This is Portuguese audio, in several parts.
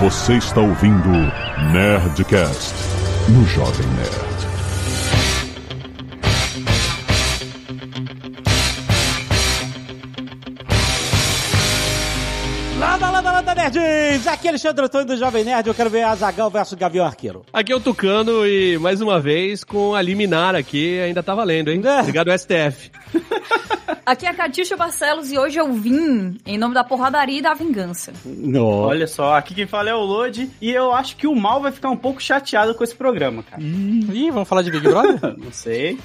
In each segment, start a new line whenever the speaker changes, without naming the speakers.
Você está ouvindo Nerdcast no Jovem Nerd.
Lada, lada, lada, nerds! Aqui é Alexandre Antônio do Jovem Nerd. Eu quero ver a Zagal versus Gavião Arqueiro.
Aqui é o Tucano e, mais uma vez, com a liminar aqui, ainda tá valendo, hein?
Né?
É. Obrigado, STF.
Aqui é a Catixa Barcelos e hoje eu vim em nome da porradaria e da vingança.
No. Olha só, aqui quem fala é o Lodi e eu acho que o mal vai ficar um pouco chateado com esse programa, cara.
Hum. Ih, vamos falar de Big Brother?
Não sei.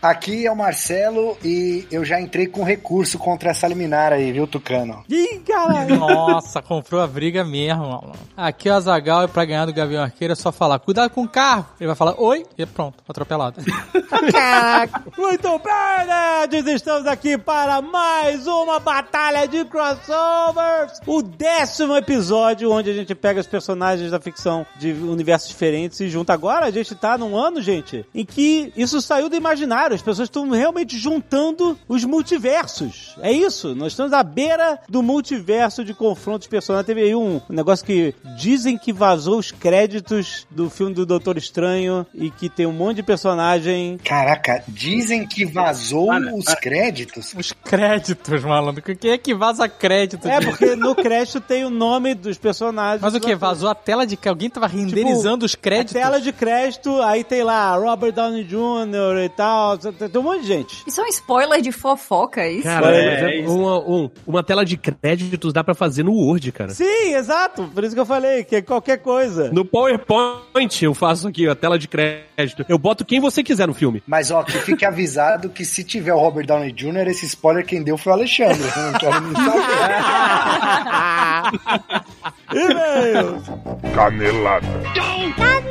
Aqui é o Marcelo e eu já entrei com recurso contra essa liminar aí, viu, Tucano?
Ih, caralho! Nossa, comprou a briga mesmo, mano. Aqui é o Azagal e pra ganhar do Gavião Arqueiro é só falar, cuidado com o carro! Ele vai falar, oi, e é pronto, atropelado. Muito bem, nerds! Estamos aqui para mais uma batalha de crossovers! O décimo episódio onde a gente pega os personagens da ficção de universos diferentes e junta. Agora a gente tá num ano, gente, em que isso saiu do imaginário as pessoas estão realmente juntando os multiversos. É isso, nós estamos à beira do multiverso de confrontos personagens. Teve aí um negócio que dizem que vazou os créditos do filme do Doutor Estranho e que tem um monte de personagem.
Caraca, dizem que vazou para, os para. créditos?
Os créditos, malandro. Quem é que vaza créditos? É, porque no crédito tem o nome dos personagens. Mas o que? Vazou a tela de. Alguém tava renderizando tipo, os créditos? A tela de crédito, aí tem lá Robert Downey Jr. e tal, tem um monte de gente.
Isso é um spoiler de fofoca, isso?
Cara, é, é uma, um, uma tela de créditos dá pra fazer no Word, cara.
Sim, exato. Por isso que eu falei, que é qualquer coisa.
No PowerPoint eu faço aqui a tela de crédito. Eu boto quem você quiser no filme.
Mas, ó, que fique avisado que se tiver o Robert Downey Jr., esse spoiler quem deu foi o Alexandre. Eu não quero nem saber.
E-mail. Canelada. Canelada.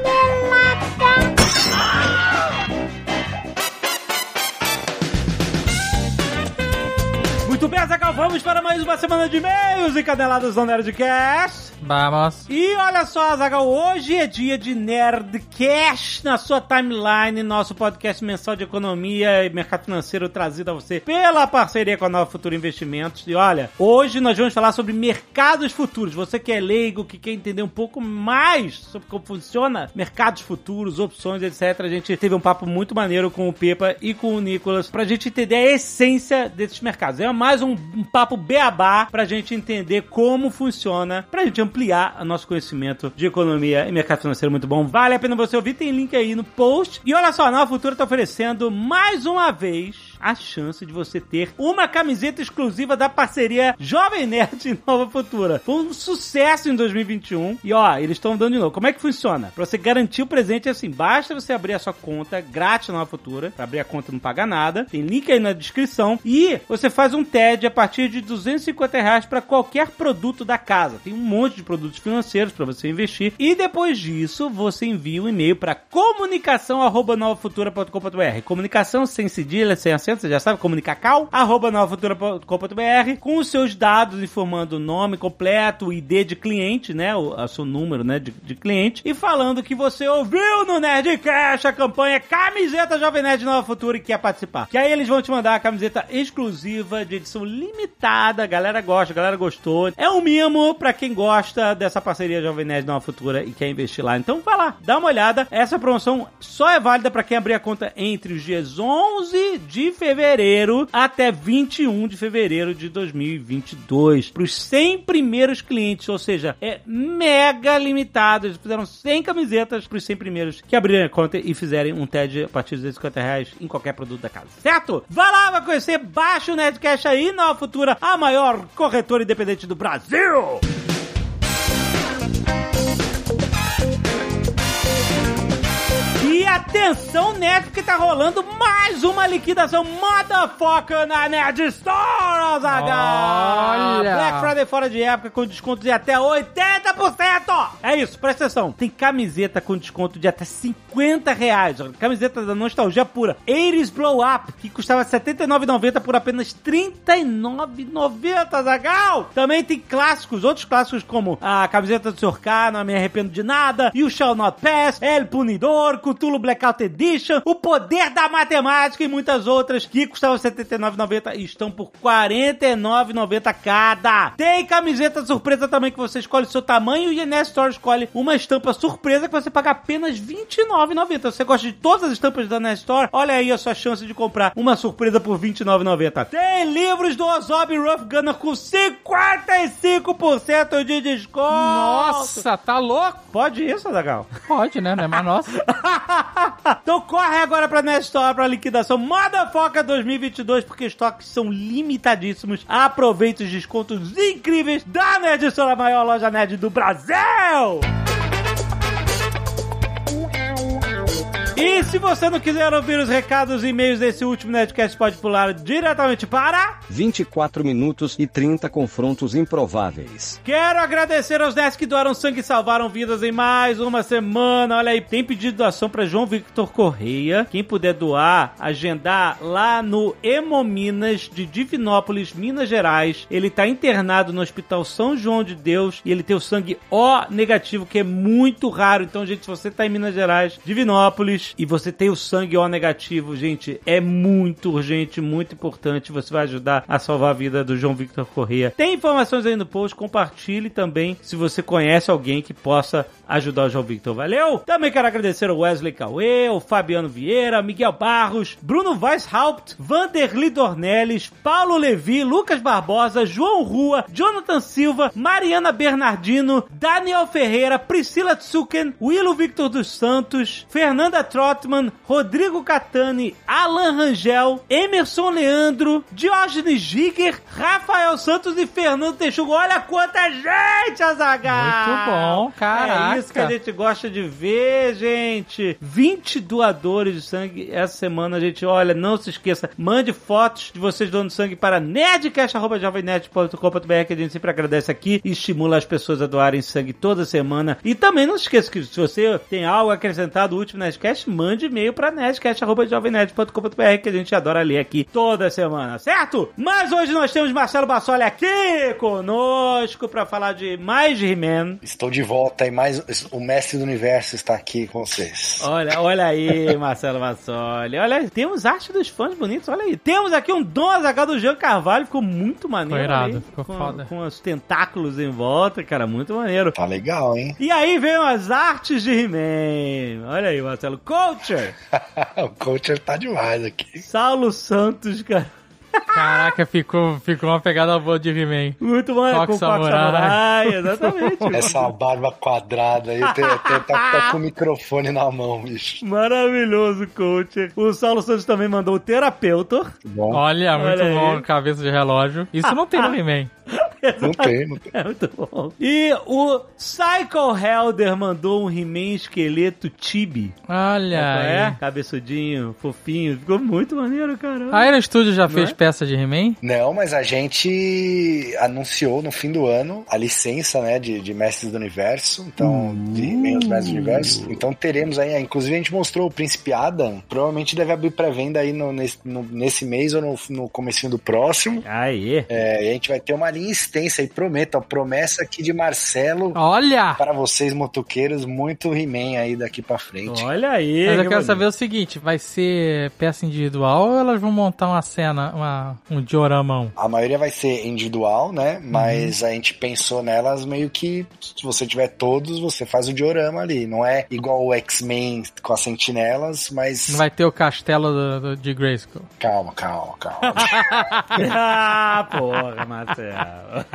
Muito bem, Zagal, vamos para mais uma semana de e-mails e caneladas do Nerdcast.
Vamos.
E olha só, Zagal, hoje é dia de Nerdcast na sua timeline, nosso podcast mensal de economia e mercado financeiro trazido a você pela parceria com a Nova Futura Investimentos. E olha, hoje nós vamos falar sobre mercados futuros. Você que é leigo, que quer entender um pouco mais sobre como funciona mercados futuros, opções, etc. A gente teve um papo muito maneiro com o Pepa e com o Nicolas para a gente entender a essência desses mercados. É uma mais um, um, papo beabá pra gente entender como funciona, pra gente ampliar o nosso conhecimento de economia e mercado financeiro muito bom. Vale a pena você ouvir, tem link aí no post. E olha só, a Nova Futura tá oferecendo mais uma vez a chance de você ter uma camiseta exclusiva da parceria Jovem Nerd e Nova Futura. Foi um sucesso em 2021 e ó, eles estão dando de novo. Como é que funciona? Pra você garantir o presente é assim, basta você abrir a sua conta grátis na Nova Futura, pra abrir a conta não paga nada, tem link aí na descrição e você faz um TED a partir de 250 reais para qualquer produto da casa. Tem um monte de produtos financeiros para você investir e depois disso você envia um e-mail para comunicação@novafutura.com.br. Comunicação sem cedilha, sem acento você já sabe, comunicacal, arroba novafutura.com.br, com os seus dados, informando o nome completo, o ID de cliente, né, o, o seu número, né, de, de, cliente, e falando que você ouviu no Nerdcast a campanha Camiseta Jovem Nerd Nova Futura e quer participar. Que aí eles vão te mandar a camiseta exclusiva de edição limitada, a galera gosta, a galera gostou. É um mimo pra quem gosta dessa parceria Jovem Nerd Nova Futura e quer investir lá. Então vai lá, dá uma olhada. Essa promoção só é válida para quem abrir a conta entre os dias 11 de fevereiro até 21 de fevereiro de 2022 para os 100 primeiros clientes, ou seja, é mega limitado. Eles fizeram 100 camisetas para os 100 primeiros que abrirem a conta e fizerem um TED a partir de 250 reais em qualquer produto da casa, certo? Vai lá, vai conhecer, baixa o Nerdcast aí na futura, a maior corretora independente do Brasil! E atenção, Nerd, porque tá rolando mais uma liquidação motherfucker na Nerd Store, Azaghal! Olha! Black Friday fora de época com desconto de até 80%! É isso, presta atenção. Tem camiseta com desconto de até 50 reais. Camiseta da nostalgia pura. Ares Blow Up, que custava R$ 79,90 por apenas R$ 39,90, Azaghal! Também tem clássicos, outros clássicos como a camiseta do Sr. K, Não Me Arrependo de Nada, You Shall Not Pass, El Punidor, Cutu Cthulhu Blackout Edition, O Poder da Matemática e muitas outras que custavam R$ 79,90 e estão por R$ 49,90 cada. Tem camiseta surpresa também que você escolhe o seu tamanho tamanho e a NES Store escolhe uma estampa surpresa que você paga apenas R$ 29,90. Se você gosta de todas as estampas da NES Store, olha aí a sua chance de comprar uma surpresa por R$ 29,90. Tem livros do Ozob Rough Gunner com 55% de desconto.
Nossa, tá louco?
Pode isso, Zagal?
Pode, né? Não é mais nossa.
então corre agora pra Nest Store pra liquidação Moda Foca 2022, porque os estoques são limitadíssimos. Aproveite os descontos incríveis da Nerd Store, a maior loja nerd do Brasil! E se você não quiser ouvir os recados e e-mails desse último Nerdcast, pode pular diretamente para...
24 minutos e 30 confrontos improváveis.
Quero agradecer aos 10 que doaram sangue e salvaram vidas em mais uma semana. Olha aí, tem pedido doação para João Victor Correia. Quem puder doar, agendar lá no Hemominas de Divinópolis, Minas Gerais. Ele tá internado no Hospital São João de Deus e ele tem o sangue O negativo, que é muito raro. Então, gente, se você tá em Minas Gerais, Divinópolis, e você tem o sangue O negativo, gente, é muito urgente, muito importante. Você vai ajudar a salvar a vida do João Victor Correia. Tem informações aí no post, compartilhe também se você conhece alguém que possa ajudar o João Victor. Valeu? Também quero agradecer ao Wesley Cauê, o Fabiano Vieira, Miguel Barros, Bruno Weishaupt, Vanderly Dornelles, Paulo Levi, Lucas Barbosa, João Rua, Jonathan Silva, Mariana Bernardino, Daniel Ferreira, Priscila Tsuken, Willo Victor dos Santos, Fernanda Trotman, Rodrigo Catani, Alan Rangel, Emerson Leandro, Diógenes Giger, Rafael Santos e Fernando Texugo. Olha quanta gente, Azaghal!
Muito bom, caraca.
É isso que a gente gosta de ver, gente. 20 doadores de sangue essa semana, gente. Olha, não se esqueça, mande fotos de vocês doando sangue para nerdcast.jovemnerd.com.br que a gente sempre agradece aqui e estimula as pessoas a doarem sangue toda semana. E também não se esqueça que se você tem algo acrescentado útil no Nerdcast, mande e-mail para nerdcast.jovemnerd.com.br que a gente adora ler aqui toda semana, certo? Mas hoje nós temos Marcelo Bassoli aqui conosco para falar de mais de He-Man.
Estou de volta e mais o mestre do universo está aqui com vocês.
Olha, olha aí, Marcelo Massoli. Olha, aí, temos arte dos fãs bonitos, olha aí. Temos aqui um Dom Azaghal do Jean Carvalho, ficou muito maneiro.
Ficou irado,
aí,
ficou
com,
foda.
Com os tentáculos em volta, cara, muito maneiro.
Tá legal, hein?
E aí veio as artes de He-Man. Olha aí, Marcelo. Culture,
o coacher tá demais aqui.
Saulo Santos, cara.
Caraca, ficou, ficou uma pegada boa de He-Man.
Muito maneiro.
Fox
com o Fox
Samurai.
Samurai, Exatamente.
Essa barba quadrada aí, tem- tem- tá, tá com o microfone na mão, bicho.
Maravilhoso, coach. O Saulo Santos também mandou o terapeuta.
Bom,
Olha, muito
Olha
bom,
aí.
cabeça de relógio. Isso não tem no He-Man.
não tem, não tem.
É muito bom. E o Psycho Helder mandou um He-Man esqueleto tibi.
Olha
Sabe qual é?
aí.
Cabeçudinho, fofinho. Ficou muito maneiro, caramba.
A Iron Studio já fez
é?
peça de He-Man?
Não, mas a gente anunciou no fim do ano a licença, né, de, de Mestres do Universo, então, de e-mails Mestres do Universo. Então teremos aí, inclusive a gente mostrou o Príncipe Adam, provavelmente deve abrir pré-venda aí no- nesse, no- nesse mês ou no, no comecinho do próximo.
Aê.
É, e a gente vai ter uma linha extensa aí, prometo, a promessa aqui de Marcelo
Olha!
para vocês motoqueiros, muito He-Man aí daqui pra frente.
Olha aí.
Mas eu
que
quero saber
maneiro.
o seguinte, vai ser peça individual ou elas vão montar uma cena, uma, um dioramão?
A maioria vai ser individual, né? Mas
Uhum.
a gente pensou nelas meio que se você tiver todos, você faz o diorama ali. Não é igual o X-Men com as sentinelas, mas.
Não vai ter o castelo do- do- de Grayskull.
Calma, calma, calma.
ah, porra, Marcelo.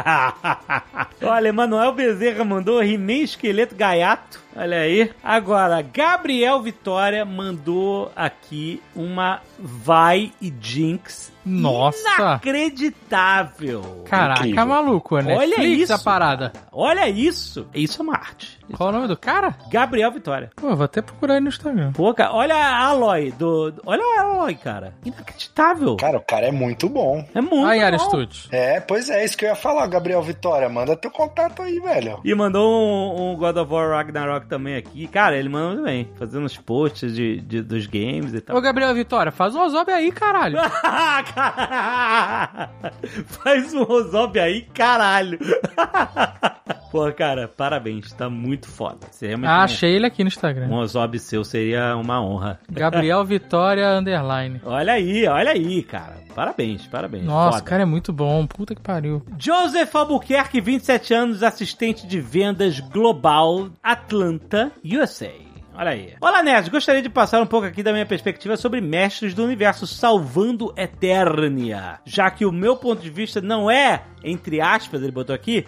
Olha, Emanuel Bezerra mandou He-Man esqueleto gaiato. Olha aí. Agora, Gabriel Vitória mandou aqui uma Vai e Jinx.
Nossa!
Inacreditável.
Caraca,
Incrível.
maluco, né?
Olha
Netflix
isso.
a parada.
Olha isso. Isso é uma arte.
Qual o nome do cara?
Gabriel Vitória.
Pô, vou até procurar aí no Instagram.
Pô, cara, olha a Aloy do. do- Olha a Aloy, cara. Inacreditável.
Cara, o cara é muito bom.
É muito.
Aí, Iron
bom.
Studio.
É, pois é, isso que eu ia falar, Gabriel Vitória. Manda teu contato aí, velho.
E mandou um, um God of War Ragnarok também aqui. Cara, ele manda muito bem. Fazendo os posts de, de- dos games e
Ô,
tal.
Gabriel Vitória, faz um Ozob aí, caralho.
Faz um Ozob aí, caralho. Pô, cara, parabéns, tá muito foda. Você realmente
Ah,
um-
achei né? ele aqui no Instagram.
um Ozob seu seria uma honra.
Gabriel Vitória Underline.
Olha aí, olha aí, cara. Parabéns, parabéns.
Nossa, o
Foda.
cara é muito bom. Puta que pariu.
Joseph Albuquerque, 27 anos, assistente de vendas global, Atlanta, USA. Olha aí. Olá, nerds. Gostaria de passar um pouco aqui da minha perspectiva sobre Mestres do Universo salvando Eternia. Já que o meu ponto de vista não é, entre aspas, ele botou aqui,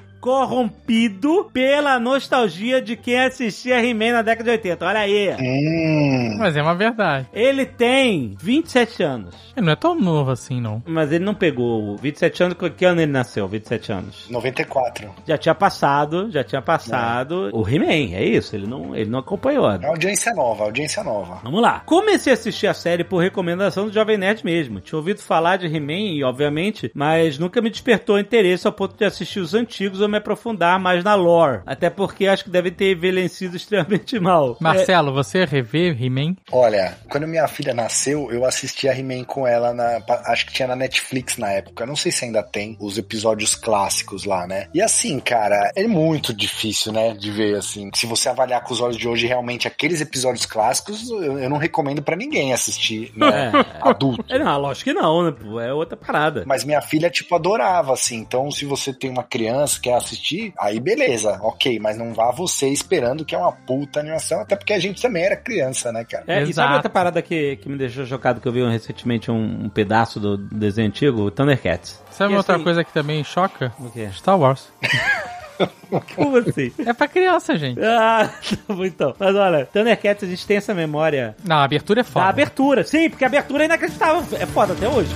corrompido pela nostalgia de quem assistia He-Man na década de 80. Olha aí.
Hum.
Mas é uma verdade.
Ele tem 27 anos.
Ele não é tão novo assim, não.
Mas ele não pegou. o 27 anos, que ano ele nasceu? 27 anos.
94.
Já tinha passado, já tinha passado o He-Man, é isso, ele não, ele não acompanhou.
É audiência nova, audiência é nova.
Vamos lá. Comecei a assistir a série por recomendação do Jovem Nerd mesmo. Tinha ouvido falar de He-Man, e, obviamente, mas nunca me despertou interesse ao ponto de assistir os antigos ou me aprofundar mais na lore. Até porque acho que deve ter envelhecido extremamente mal.
Marcelo, você revê He-Man?
Olha, quando minha filha nasceu, eu assisti a He-Man com ela na. pa- Acho que tinha na Netflix na época. Eu não sei se ainda tem os episódios clássicos lá, né? E assim, cara, é muito difícil, né? De ver assim. Se você avaliar com os olhos de hoje, realmente aqueles episódios clássicos, eu, eu não recomendo pra ninguém assistir, né?
É,
Adulto.
é, não, lógico que não, né? pô, É outra parada.
Mas minha filha, tipo, adorava, assim. Então, se você tem uma criança que quer assistir, aí beleza, ok. Mas não vá você esperando que é uma puta animação, até porque a gente também era criança, né, cara?
É, e sabe
Exato.
outra parada que, que me deixou chocado que eu vi recentemente um, um pedaço do desenho antigo? O Thundercats.
Sabe
E
uma outra
assim-
coisa que também choca?
O quê?
Star Wars.
Como assim?
É pra criança, gente.
Ah, tá bom então. Mas olha, Thundercats, a gente tem essa memória
Não, a abertura é
da
foda.
abertura. Sim, porque a abertura é inacreditável. É foda até hoje.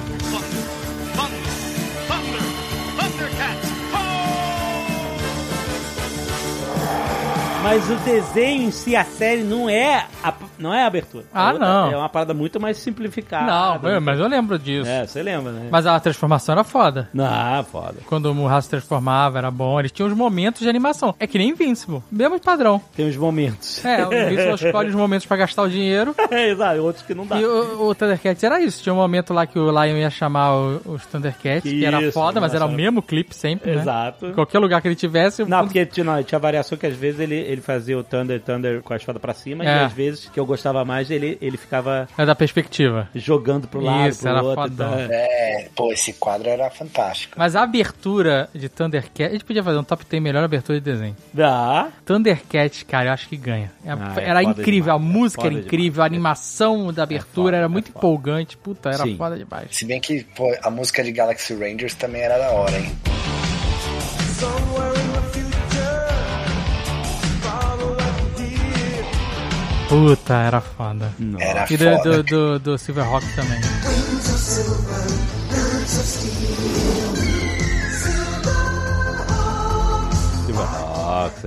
Mas o desenho em si, a série, não é a, não é a abertura.
Ah,
É outra-
não.
É uma parada muito mais simplificada.
Não, eu- mas eu lembro disso.
É, você lembra, né?
Mas a transformação era foda.
Ah, foda.
Quando o Murra se transformava, era bom. Eles tinham os momentos de animação. É que nem Invincible. Mesmo padrão.
Tem uns momentos.
É, o Invincible escolhe os momentos pra gastar o dinheiro.
Exato, outros que não dá.
E o, o Thundercats era isso. Tinha um momento lá que o Lion ia chamar o- os Thundercats, que, era
Isso,
foda, mas era o
nossa.
mesmo clipe sempre, né?
Exato.
Qualquer lugar que ele tivesse, o
Não, porque tinha, não, tinha variação que às vezes ele, ele fazia o Thunder Thunder com a espada pra cima, e
É.
às vezes, que eu gostava mais, ele, ele ficava
é da perspectiva.
jogando pro lado,
Isso,
pro
era
outro. e
fodão.
tal.
É, pô, esse quadro era fantástico.
Mas a abertura de Thundercats, a gente podia fazer um top 10 melhor abertura de desenho.
Dá.
Thundercats, cara, eu acho que ganha. É-
Ah, é
era
foda
incrível,
demais,
a
é
música era
foda
incrível, a
demais.
animação da abertura
foda,
era
é
muito
foda.
empolgante. Puta, era
Sim.
foda demais.
Se bem que pô, a música de Galaxy Rangers também era da hora, hein?
Puta, era foda.
Hum.
Era
E do,
foda.
do, do, do Silver Rock também.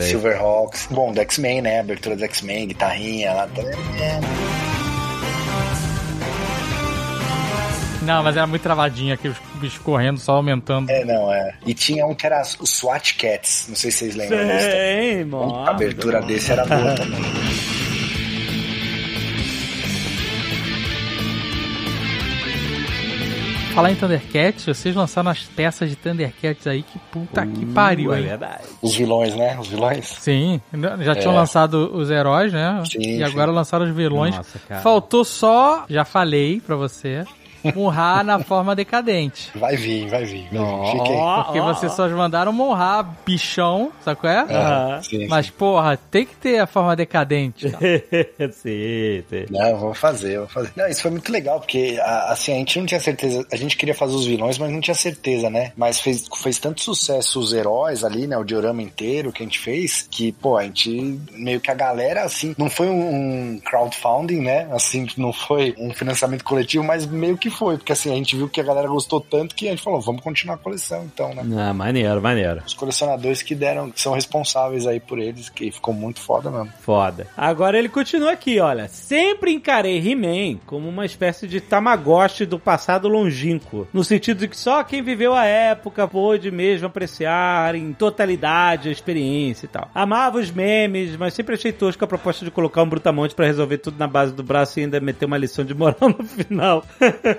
Silverhawks. Bom, do X-Men, né? Abertura do X-Men, guitarrinha lá. Tá...
Não, mas era muito travadinho, aqueles bichos correndo, só aumentando.
É, não, é. E tinha um que era o SWAT Cats. Não sei se vocês lembram disso. também.
Sim,
A
mano.
abertura desse era boa também.
Falar em Thundercats, vocês lançaram as peças de Thundercats aí, que puta que pariu,
É
hein?
verdade.
Os vilões, né? Os vilões.
Sim, já tinham
É.
lançado os heróis, né?
Sim,
e
sim.
agora lançaram os vilões.
Nossa, cara.
Faltou só, já falei pra você, Monrar na forma decadente.
Vai vir, vai vir. Vai vir. Fica aí.
Ó,
Porque
ó,
vocês só mandaram Monrar bichão, sabe qual é?
Ah,
Aham.
sim,
Mas, porra, tem que ter a forma decadente. cara.
sim, sim.
Não, vou fazer, vou fazer. Não, isso foi muito legal, porque a- assim, a gente não tinha certeza. A gente queria fazer os vilões, mas não tinha certeza, né? Mas fez, fez tanto sucesso os heróis ali, né? O diorama inteiro que a gente fez, que, pô, a gente meio que a galera, assim, não foi um, um crowdfunding, né? Assim, não foi um financiamento coletivo, mas meio que foi, porque assim, a gente viu que a galera gostou tanto que a gente falou, vamos continuar a coleção, então, né?
Ah, maneiro, maneiro.
Os colecionadores que deram, que são responsáveis aí por eles, que ficou muito foda mesmo.
Foda. Agora ele continua aqui, olha. Sempre encarei He-Man como uma espécie de Tamagotchi do passado longínquo. No sentido de que só quem viveu a época pôde mesmo apreciar em totalidade a experiência e tal. Amava os memes, mas sempre achei tosco a proposta de colocar um brutamonte pra resolver tudo na base do braço e ainda meter uma lição de moral no final.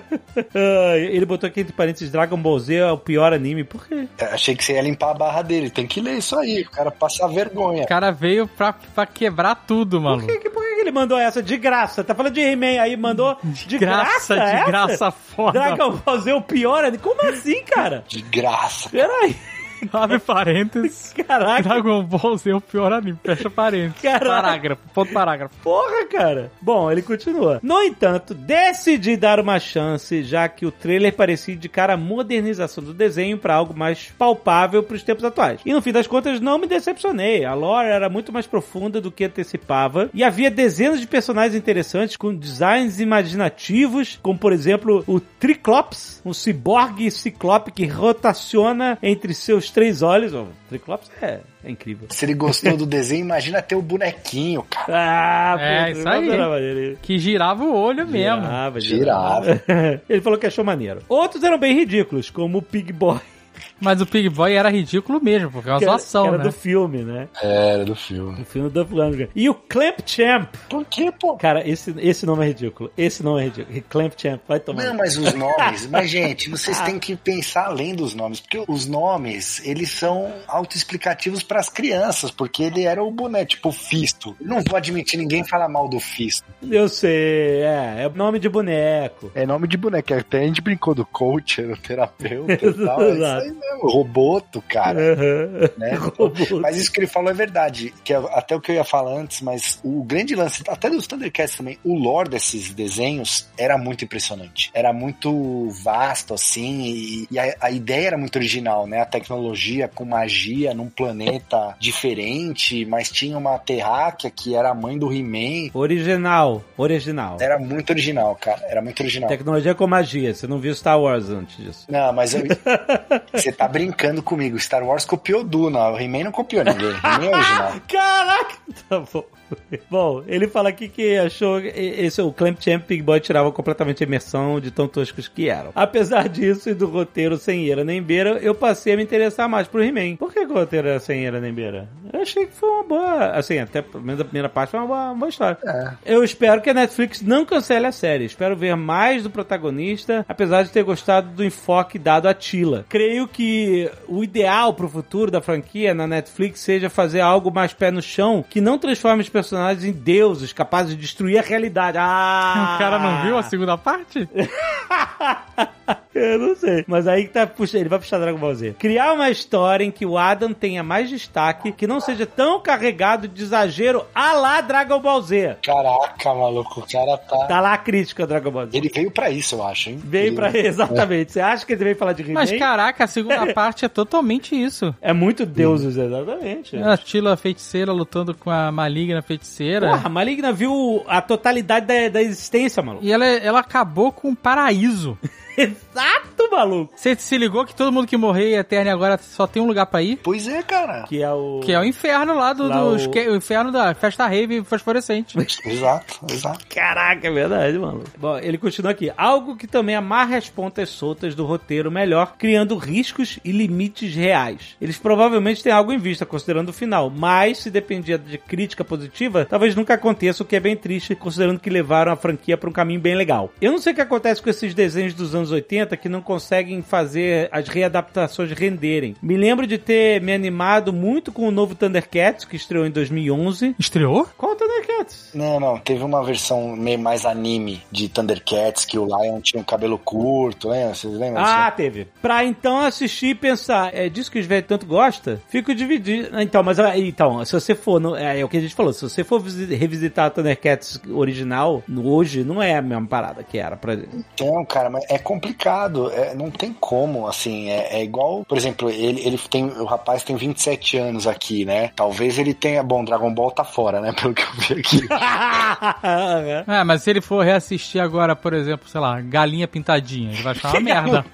Ah, ele botou aqui entre parênteses: Dragon Ball Z é o pior anime. Por quê?
É, Achei que você ia limpar a barra dele. Tem que ler isso aí. O cara passa vergonha.
O cara veio pra, pra quebrar tudo,
Por
mano.
que, que- por que que ele mandou essa de graça? Tá falando de He-Man aí, mandou de graça?
de
essa?
graça foda.
Dragon Ball Z é o pior anime? Como assim, cara?
De graça.
Peraí,
Abre parênteses.
caraca.
Dragon Ball Z é o pior anime. Fecha parênteses.
Caraca.
Parágrafo. Ponto parágrafo.
Porra, cara! Bom, ele continua. No entanto, decidi dar uma chance, já que o trailer parecia indicar a modernização do desenho para algo mais palpável para os tempos atuais. E no fim das contas, não me decepcionei. A lore era muito mais profunda do que antecipava e havia dezenas de personagens interessantes com designs imaginativos, como por exemplo o Triclops, um ciborgue ciclope que rotaciona entre seus três olhos. O Triclops é, é incrível.
Se ele gostou do desenho, imagina ter o bonequinho, cara.
Ah,
É,
pô, eu
isso aí.
adorava ele.
Que girava o olho mesmo.
Girava,
Girava.
Ele falou que achou maneiro. Outros eram bem ridículos, como o Pig Boy,
Mas o Pig Boy era ridículo mesmo, porque é uma
que era, que
zoação,
era
né?
do filme, né?
É, Era do filme.
O filme do Duff Lundgren. E o Clamp Champ.
Por que, pô?
Cara, esse, esse nome é ridículo. Esse nome é ridículo. Clamp Champ, vai tomar.
Não, mas os nomes. Mas, gente, vocês têm que pensar além dos nomes. Porque os nomes, eles são autoexplicativos pras crianças. Porque ele era o boneco, tipo o Fisto. Não vou admitir ninguém falar mal do Fisto.
Eu sei, é. É nome de boneco.
É nome de boneco. Até a gente brincou do coach, do terapeuta e tal. É isso
Exato.
aí mesmo. Roboto, cara.
Aham.
né?
Robô.
Mas isso que ele falou é verdade, que é até o que eu ia falar antes, mas o grande lance, até dos Thundercats também, o lore desses desenhos era muito impressionante. Era muito vasto, assim, e, e a, a ideia era muito original, né? A tecnologia com magia num planeta diferente, mas tinha uma terráquea que era a mãe do He-Man.
Original, original.
Era muito original, cara. Era muito original.
Tecnologia com magia. Você não viu Star Wars antes disso.
Não, mas eu- você tá brincando comigo. Star Wars copiou Duna. O He-Man não copiou ninguém. He-Man é original.
Caraca! Tá bom. Bom, ele fala aqui que achou e- esse o Clamp Champ Big Boy tirava completamente a imersão de tão toscos que eram. Apesar disso e do roteiro sem eira nem beira, eu passei a me interessar mais pro He-Man. Por que, que o roteiro era sem eira nem beira? Eu achei que foi uma boa. Assim, até pelo menos a primeira parte foi uma boa, uma boa história. É. Eu espero que a Netflix não cancele a série. Espero ver mais do protagonista, apesar de ter gostado do enfoque dado a Tila. Creio que o ideal pro futuro da franquia na Netflix seja fazer algo mais pé no chão, que não transforme os personagens em deuses capazes de destruir a realidade. Ah!
O cara não viu a segunda parte?
Eu não sei. Mas aí que tá puxa, ele vai puxar Dragon Ball Z. Criar uma história em que o Adam tenha mais destaque, que não seja tão carregado de exagero a lá Dragon Ball Z.
Caraca, maluco, o cara tá.
Tá lá a crítica ao Dragon Ball Z.
Ele veio pra isso, eu acho, hein?
Veio
Ele-
pra. Exatamente. Você acha que ele veio falar de He-Man?
Mas caraca, a segunda parte é totalmente isso.
É muito deuses, exatamente.
A Tila feiticeira lutando com a maligna feiticeira.
Porra, a Maligna viu a totalidade da, da existência, maluco.
E ela, ela acabou com um paraíso.
Exato, maluco.
Você se ligou que todo mundo que morrer eterno e agora só tem um lugar pra ir?
Pois é, cara.
Que é o.
Que é o inferno lá do.
Lá
do-
o- Né?
que- o... inferno da festa rave fosforescente.
Exato, exato.
Caraca, é verdade, mano. Bom, ele continua aqui. Algo que também amarra as pontas soltas do roteiro melhor, criando riscos e limites reais. Eles provavelmente têm algo em vista, considerando o final, mas se depender de crítica positiva, talvez nunca aconteça, o que é bem triste, considerando que levaram a franquia para um caminho bem legal. Eu não sei o que acontece com esses desenhos dos anos 80 que não conseguem fazer as readaptações renderem. Me lembro de ter me animado muito com o novo Thundercats, que estreou em 2011.
Estreou?
Qual o Thundercats?
Não, não, teve uma versão meio mais anime de Thundercats que o Lion tinha um cabelo curto, né? Vocês lembram?
Ah, teve. Pra então assistir e pensar, é disso que os velhos tanto gostam? Fico dividido. Ah, Então, mas ah, então, se você for. no- é, é o que a gente falou, se você for visi- revisitar a Thundercats original, no- hoje não é a mesma parada que era pra gente.
Então, cara, mas é complicado, é, não tem como, assim, é, é igual, por exemplo, ele, ele tem, o rapaz tem 27 anos aqui, né? Talvez ele tenha, bom, Dragon Ball tá fora, né, pelo que eu vi aqui.
Ah, mas se
É.
ele for reassistir agora, por exemplo, sei lá, Galinha Pintadinha, ele vai achar uma merda.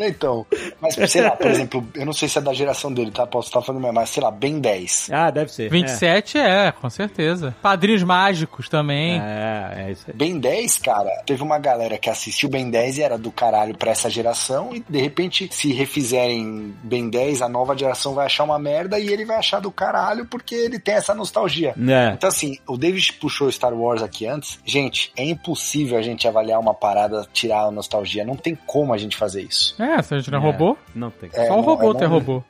Então, mas sei lá, por exemplo, eu não sei se é da geração dele, tá? Posso estar falando, mas sei lá, bem 10.
Ah, deve ser.
27 é. com certeza. Padrinhos Mágicos também.
É, é, é isso aí.
Ben 10, cara, teve uma galera que assistiu Ben 10 e era do caralho pra essa geração, e de repente, se refizerem Ben 10, a nova geração vai achar uma merda e ele vai achar do caralho porque ele tem essa nostalgia.
É.
Então, assim, o David puxou Star Wars aqui antes. Gente, é impossível a gente avaliar uma parada, tirar a nostalgia. Não tem como a gente fazer isso.
É, se a gente não roubou,
Não tem.
É,
só o
não-
robô
é,
tem
não-
robô.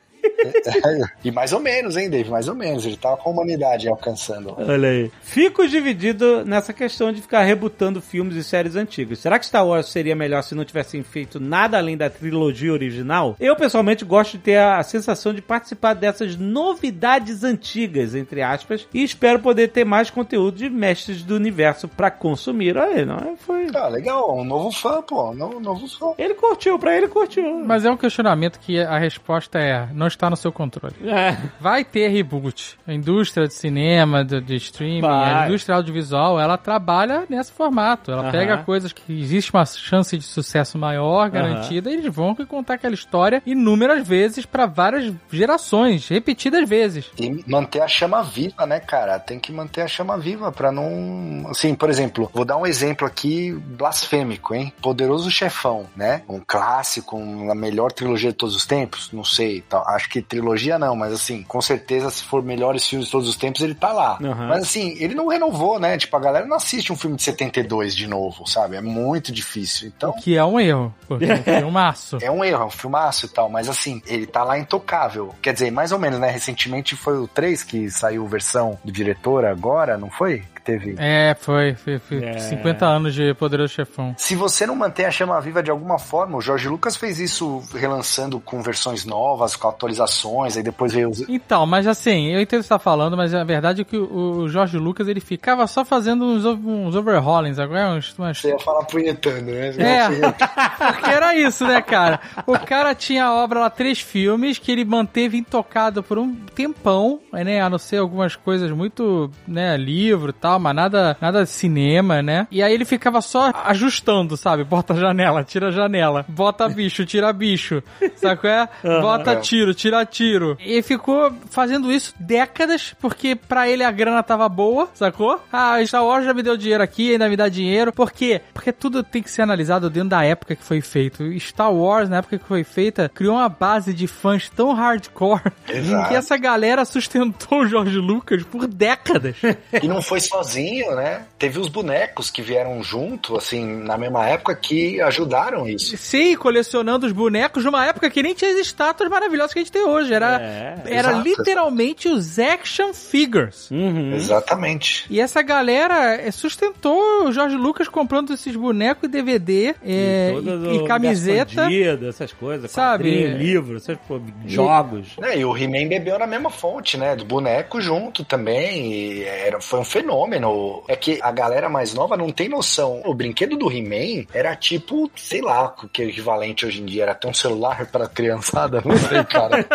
E mais ou menos, hein, Dave? Mais ou menos. Ele tava com a humanidade alcançando.
Olha aí. Fico dividido nessa questão de ficar rebutando filmes e séries antigas. Será que Star Wars seria melhor se não tivessem feito nada além da trilogia original? Eu, pessoalmente, gosto de ter a sensação de participar dessas novidades antigas, entre aspas, e espero poder ter mais conteúdo de mestres do universo pra consumir. Olha aí, não foi...
Ah, legal, um novo fã, pô. Um novo, novo fã.
Ele curtiu, pra ele curtiu.
Mas é um questionamento que a resposta é: não está no seu controle.
É.
Vai ter reboot. A indústria de cinema, de, de streaming,
Vai.
a indústria audiovisual, ela trabalha nesse formato. Ela
Aham.
pega coisas que existe uma chance de sucesso maior, garantida, e eles vão contar aquela história inúmeras vezes para várias gerações, repetidas vezes.
E manter a chama viva, né, cara? Tem que manter a chama viva pra não. Assim, por exemplo, vou dar um exemplo aqui blasfêmico, hein? Poderoso Chefão, né? Um clássico, um- a melhor trilogia de todos os tempos? Não sei. tal. Acho que trilogia não, mas assim, com certeza, se for melhores filmes de todos os tempos, ele tá lá.
Aham.
Mas assim, ele não renovou, né? Tipo, a galera não assiste um filme de 72 de novo, sabe? É muito difícil. Então.
O que é um erro, porque é um maço.
É um erro, é um filmaço e tal, mas assim, ele tá lá intocável. Quer dizer, mais ou menos, né? Recentemente foi o 3 que saiu versão do diretor agora, não foi? Que teve.
É, foi. foi, foi 50 anos de Poderoso Chefão.
Se você não manter a chama viva de alguma forma, o Jorge Lucas fez isso relançando com versões novas, com atualizações, aí depois veio os.
Então, mas assim, eu entendo o que você tá falando, mas a verdade é que o, o Jorge Lucas, ele ficava só fazendo uns, ov- uns overhaulings, agora é uns, umas...
Você ia falar punhetando, né?
É, porque era isso, né, cara? O cara tinha a obra lá, três filmes, que ele manteve intocado por um tempão, né? A não ser algumas coisas muito, né, livro e tal, mas nada, nada de cinema, né? E aí ele ficava só ajustando, sabe? Bota a janela, tira a janela, bota bicho, tira bicho, sabe qual é? Bota tiro, tira tiro. E ficou fazendo isso décadas, porque pra ele a grana tava boa, sacou? Ah, Star Wars já me deu dinheiro aqui, ainda me dá dinheiro. Por quê? Porque tudo tem que ser analisado dentro da época que foi feito. E Star Wars, na época que foi feita, criou uma base de fãs tão hardcore
Exato.
que essa galera sustentou o George Lucas por décadas.
E não foi sozinho, né? Teve os bonecos que vieram junto, assim, na mesma época, que ajudaram isso.
Sim, colecionando os bonecos numa época que nem tinha as estátuas maravilhosas que a gente tem hoje. Era,
É.
era
É. exato.
literalmente os action figures.
Uhum.
Exatamente.
E essa galera eh, sustentou o Jorge Lucas comprando esses bonecos e DVD
é,
eh, e,
todas
e
o
camiseta.
universo bandido, essas coisas,
Sabe?
quadrinho, livro, essas, pô, jogos.
Né, e o He-Man bebeu na mesma fonte, né? Do boneco junto também. e era, foi um fenômeno. É que a galera mais nova não tem noção. O brinquedo do He-Man era tipo, sei lá, o que é equivalente hoje em dia. Era até um celular pra criançada, não sei, cara.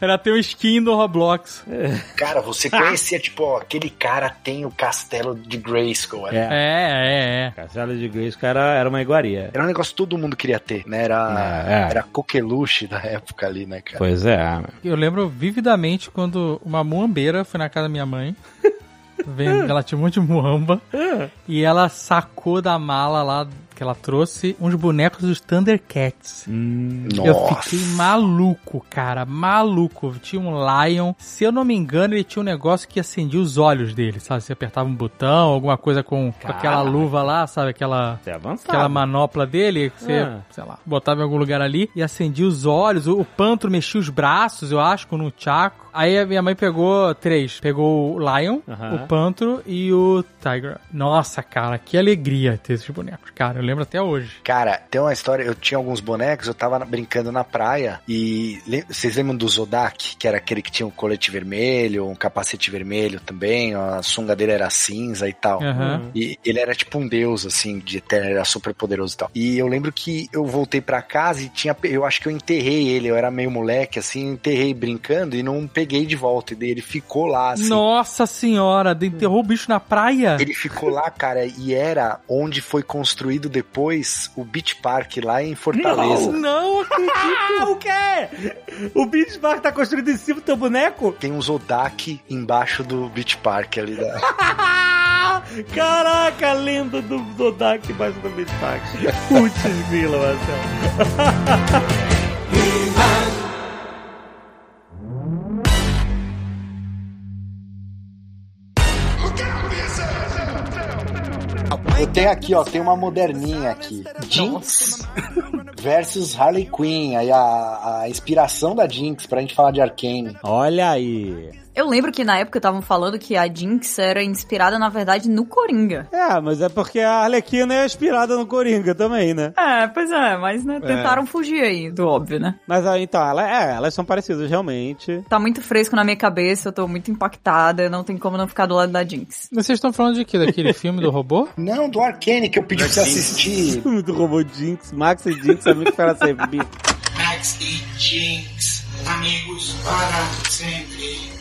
Ela tem um skin do Roblox.
cara, você conhecia, tipo, ó, aquele cara tem o castelo de Grayskull. Era,
É.
É, é, é.
Castelo de Grace, cara, era uma iguaria.
era um negócio que todo mundo queria ter, né?
É,
Era,
é.
era coqueluche da época ali, né, cara?
Pois é.
Eu lembro vividamente quando uma muambeira foi na casa da minha mãe. Vendo, ela tinha um monte de muamba. e ela sacou da mala lá que ela trouxe uns bonecos dos Thundercats. Eu fiquei maluco, cara, maluco. Tinha um Lion, se eu não me engano, ele tinha um negócio que acendia os olhos dele, sabe? Você apertava um botão, alguma coisa com, com aquela luva lá, sabe? Aquela,
Você avançava.
aquela manopla dele, que você,
Ah.
sei lá, botava em algum lugar ali e acendia os olhos. O, o pantro mexia os braços, eu acho, com um tchaco. Aí a minha mãe pegou três. Pegou o Lion,
Aham.
o pantro e o Tiger. Nossa, cara, que alegria ter esses bonecos, cara. Eu lembro até hoje.
Cara, tem uma história. Eu tinha alguns bonecos, eu tava na- brincando na praia e le- vocês lembram do Zodak, que era aquele que tinha um colete vermelho, um capacete vermelho também, a sunga dele era cinza e tal.
Aham.
E ele era tipo um deus, assim, de eterno, era super poderoso e tal. E eu lembro que eu voltei pra casa e tinha. Eu acho que eu enterrei ele, eu era meio moleque, assim, enterrei brincando e não peguei de volta. E daí ele ficou lá, assim.
Nossa senhora, de- enterrou o bicho na praia?
Ele ficou lá, cara, e era onde foi construído depois o Beach Park lá em Fortaleza.
Não acredito! o quê? O Beach Park tá construído em cima do teu boneco?
Tem uns Odak embaixo do Beach Park ali da.
Caraca, a lenda do Dodak embaixo do Beach Park. Putz, grila, Marcelo.
Eu tenho aqui, ó, tem uma moderninha aqui. Jinx versus Harley Quinn. Aí a, a inspiração da Jinx pra gente falar de Arcane.
Olha aí.
Eu lembro que na época estavam falando que a Jinx era inspirada, na verdade, no Coringa.
É, mas é porque a Arlequina é inspirada no Coringa também, né?
É, pois é, mas né, tentaram fugir aí do óbvio, né?
Mas ah, então, ela, é, elas são parecidas realmente.
Tá muito fresco na minha cabeça, eu tô muito impactada, não tem como não ficar do lado da Jinx.
Vocês estão falando de quê? Daquele filme do robô?
Não, do Arcane que eu pedi pra você assistir.
O filme do robô Jinx, Max e Jinx, amigo para sempre. Bi.
Max e Jinx, amigos para sempre.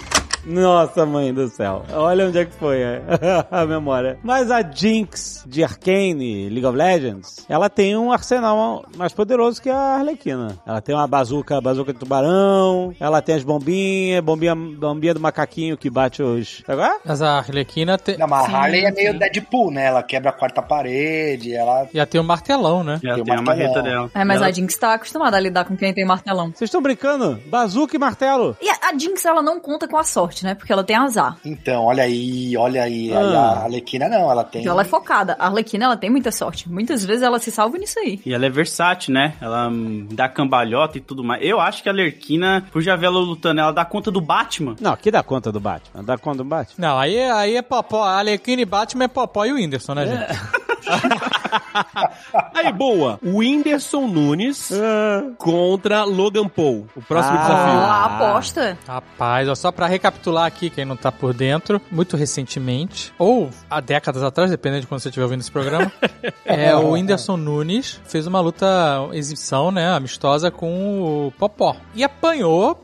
Nossa, mãe do céu. Olha onde é que foi é. a memória. Mas a Jinx de Arcane, League of Legends, ela tem um arsenal mais poderoso que a Arlequina. Ela tem uma bazuca, bazuca de tubarão, ela tem as bombinhas, bombinha, bombinha do macaquinho que bate os... Tá Agora?
Mas a Arlequina tem.
Não, mas a
Sim,
Harley é meio
sim.
Deadpool, né? Ela quebra a quarta parede, ela.
Já tem o martelão, né?
Já
Tem
tem,
uma
a marreta
martelão.
dela.
É, mas
Ela-
a Jinx tá acostumada a lidar com quem tem martelão.
Vocês estão brincando? Bazuca e martelo.
E a a Jinx, ela não conta com a sorte, né? Porque ela tem azar.
Então, olha aí, olha aí. aí
Ah.
a Alequina não, ela tem.
Então ela é focada. A Arlequina, ela tem muita sorte. Muitas vezes ela se salva nisso aí.
E ela é versátil, né? Ela hum, dá cambalhota e tudo mais. Eu acho que a Lerquina, por já ver ela lutando, ela dá conta do Batman.
Não, que dá conta do Batman? Dá conta do Batman?
Não, aí, aí é popó. A Arlequina e Batman é popó e o Whindersson, né, gente?
Aí, boa. Whindersson Nunes
Ah.
contra Logan Paul. O próximo
Ah.
desafio.
Ah, a aposta.
Rapaz, ó, só pra recapitular aqui, quem não tá por dentro, muito recentemente, ou há décadas atrás, dependendo de quando você estiver ouvindo esse programa, é, o Whindersson Nunes fez uma luta, exibição, né, amistosa com o Popó. E apanhou,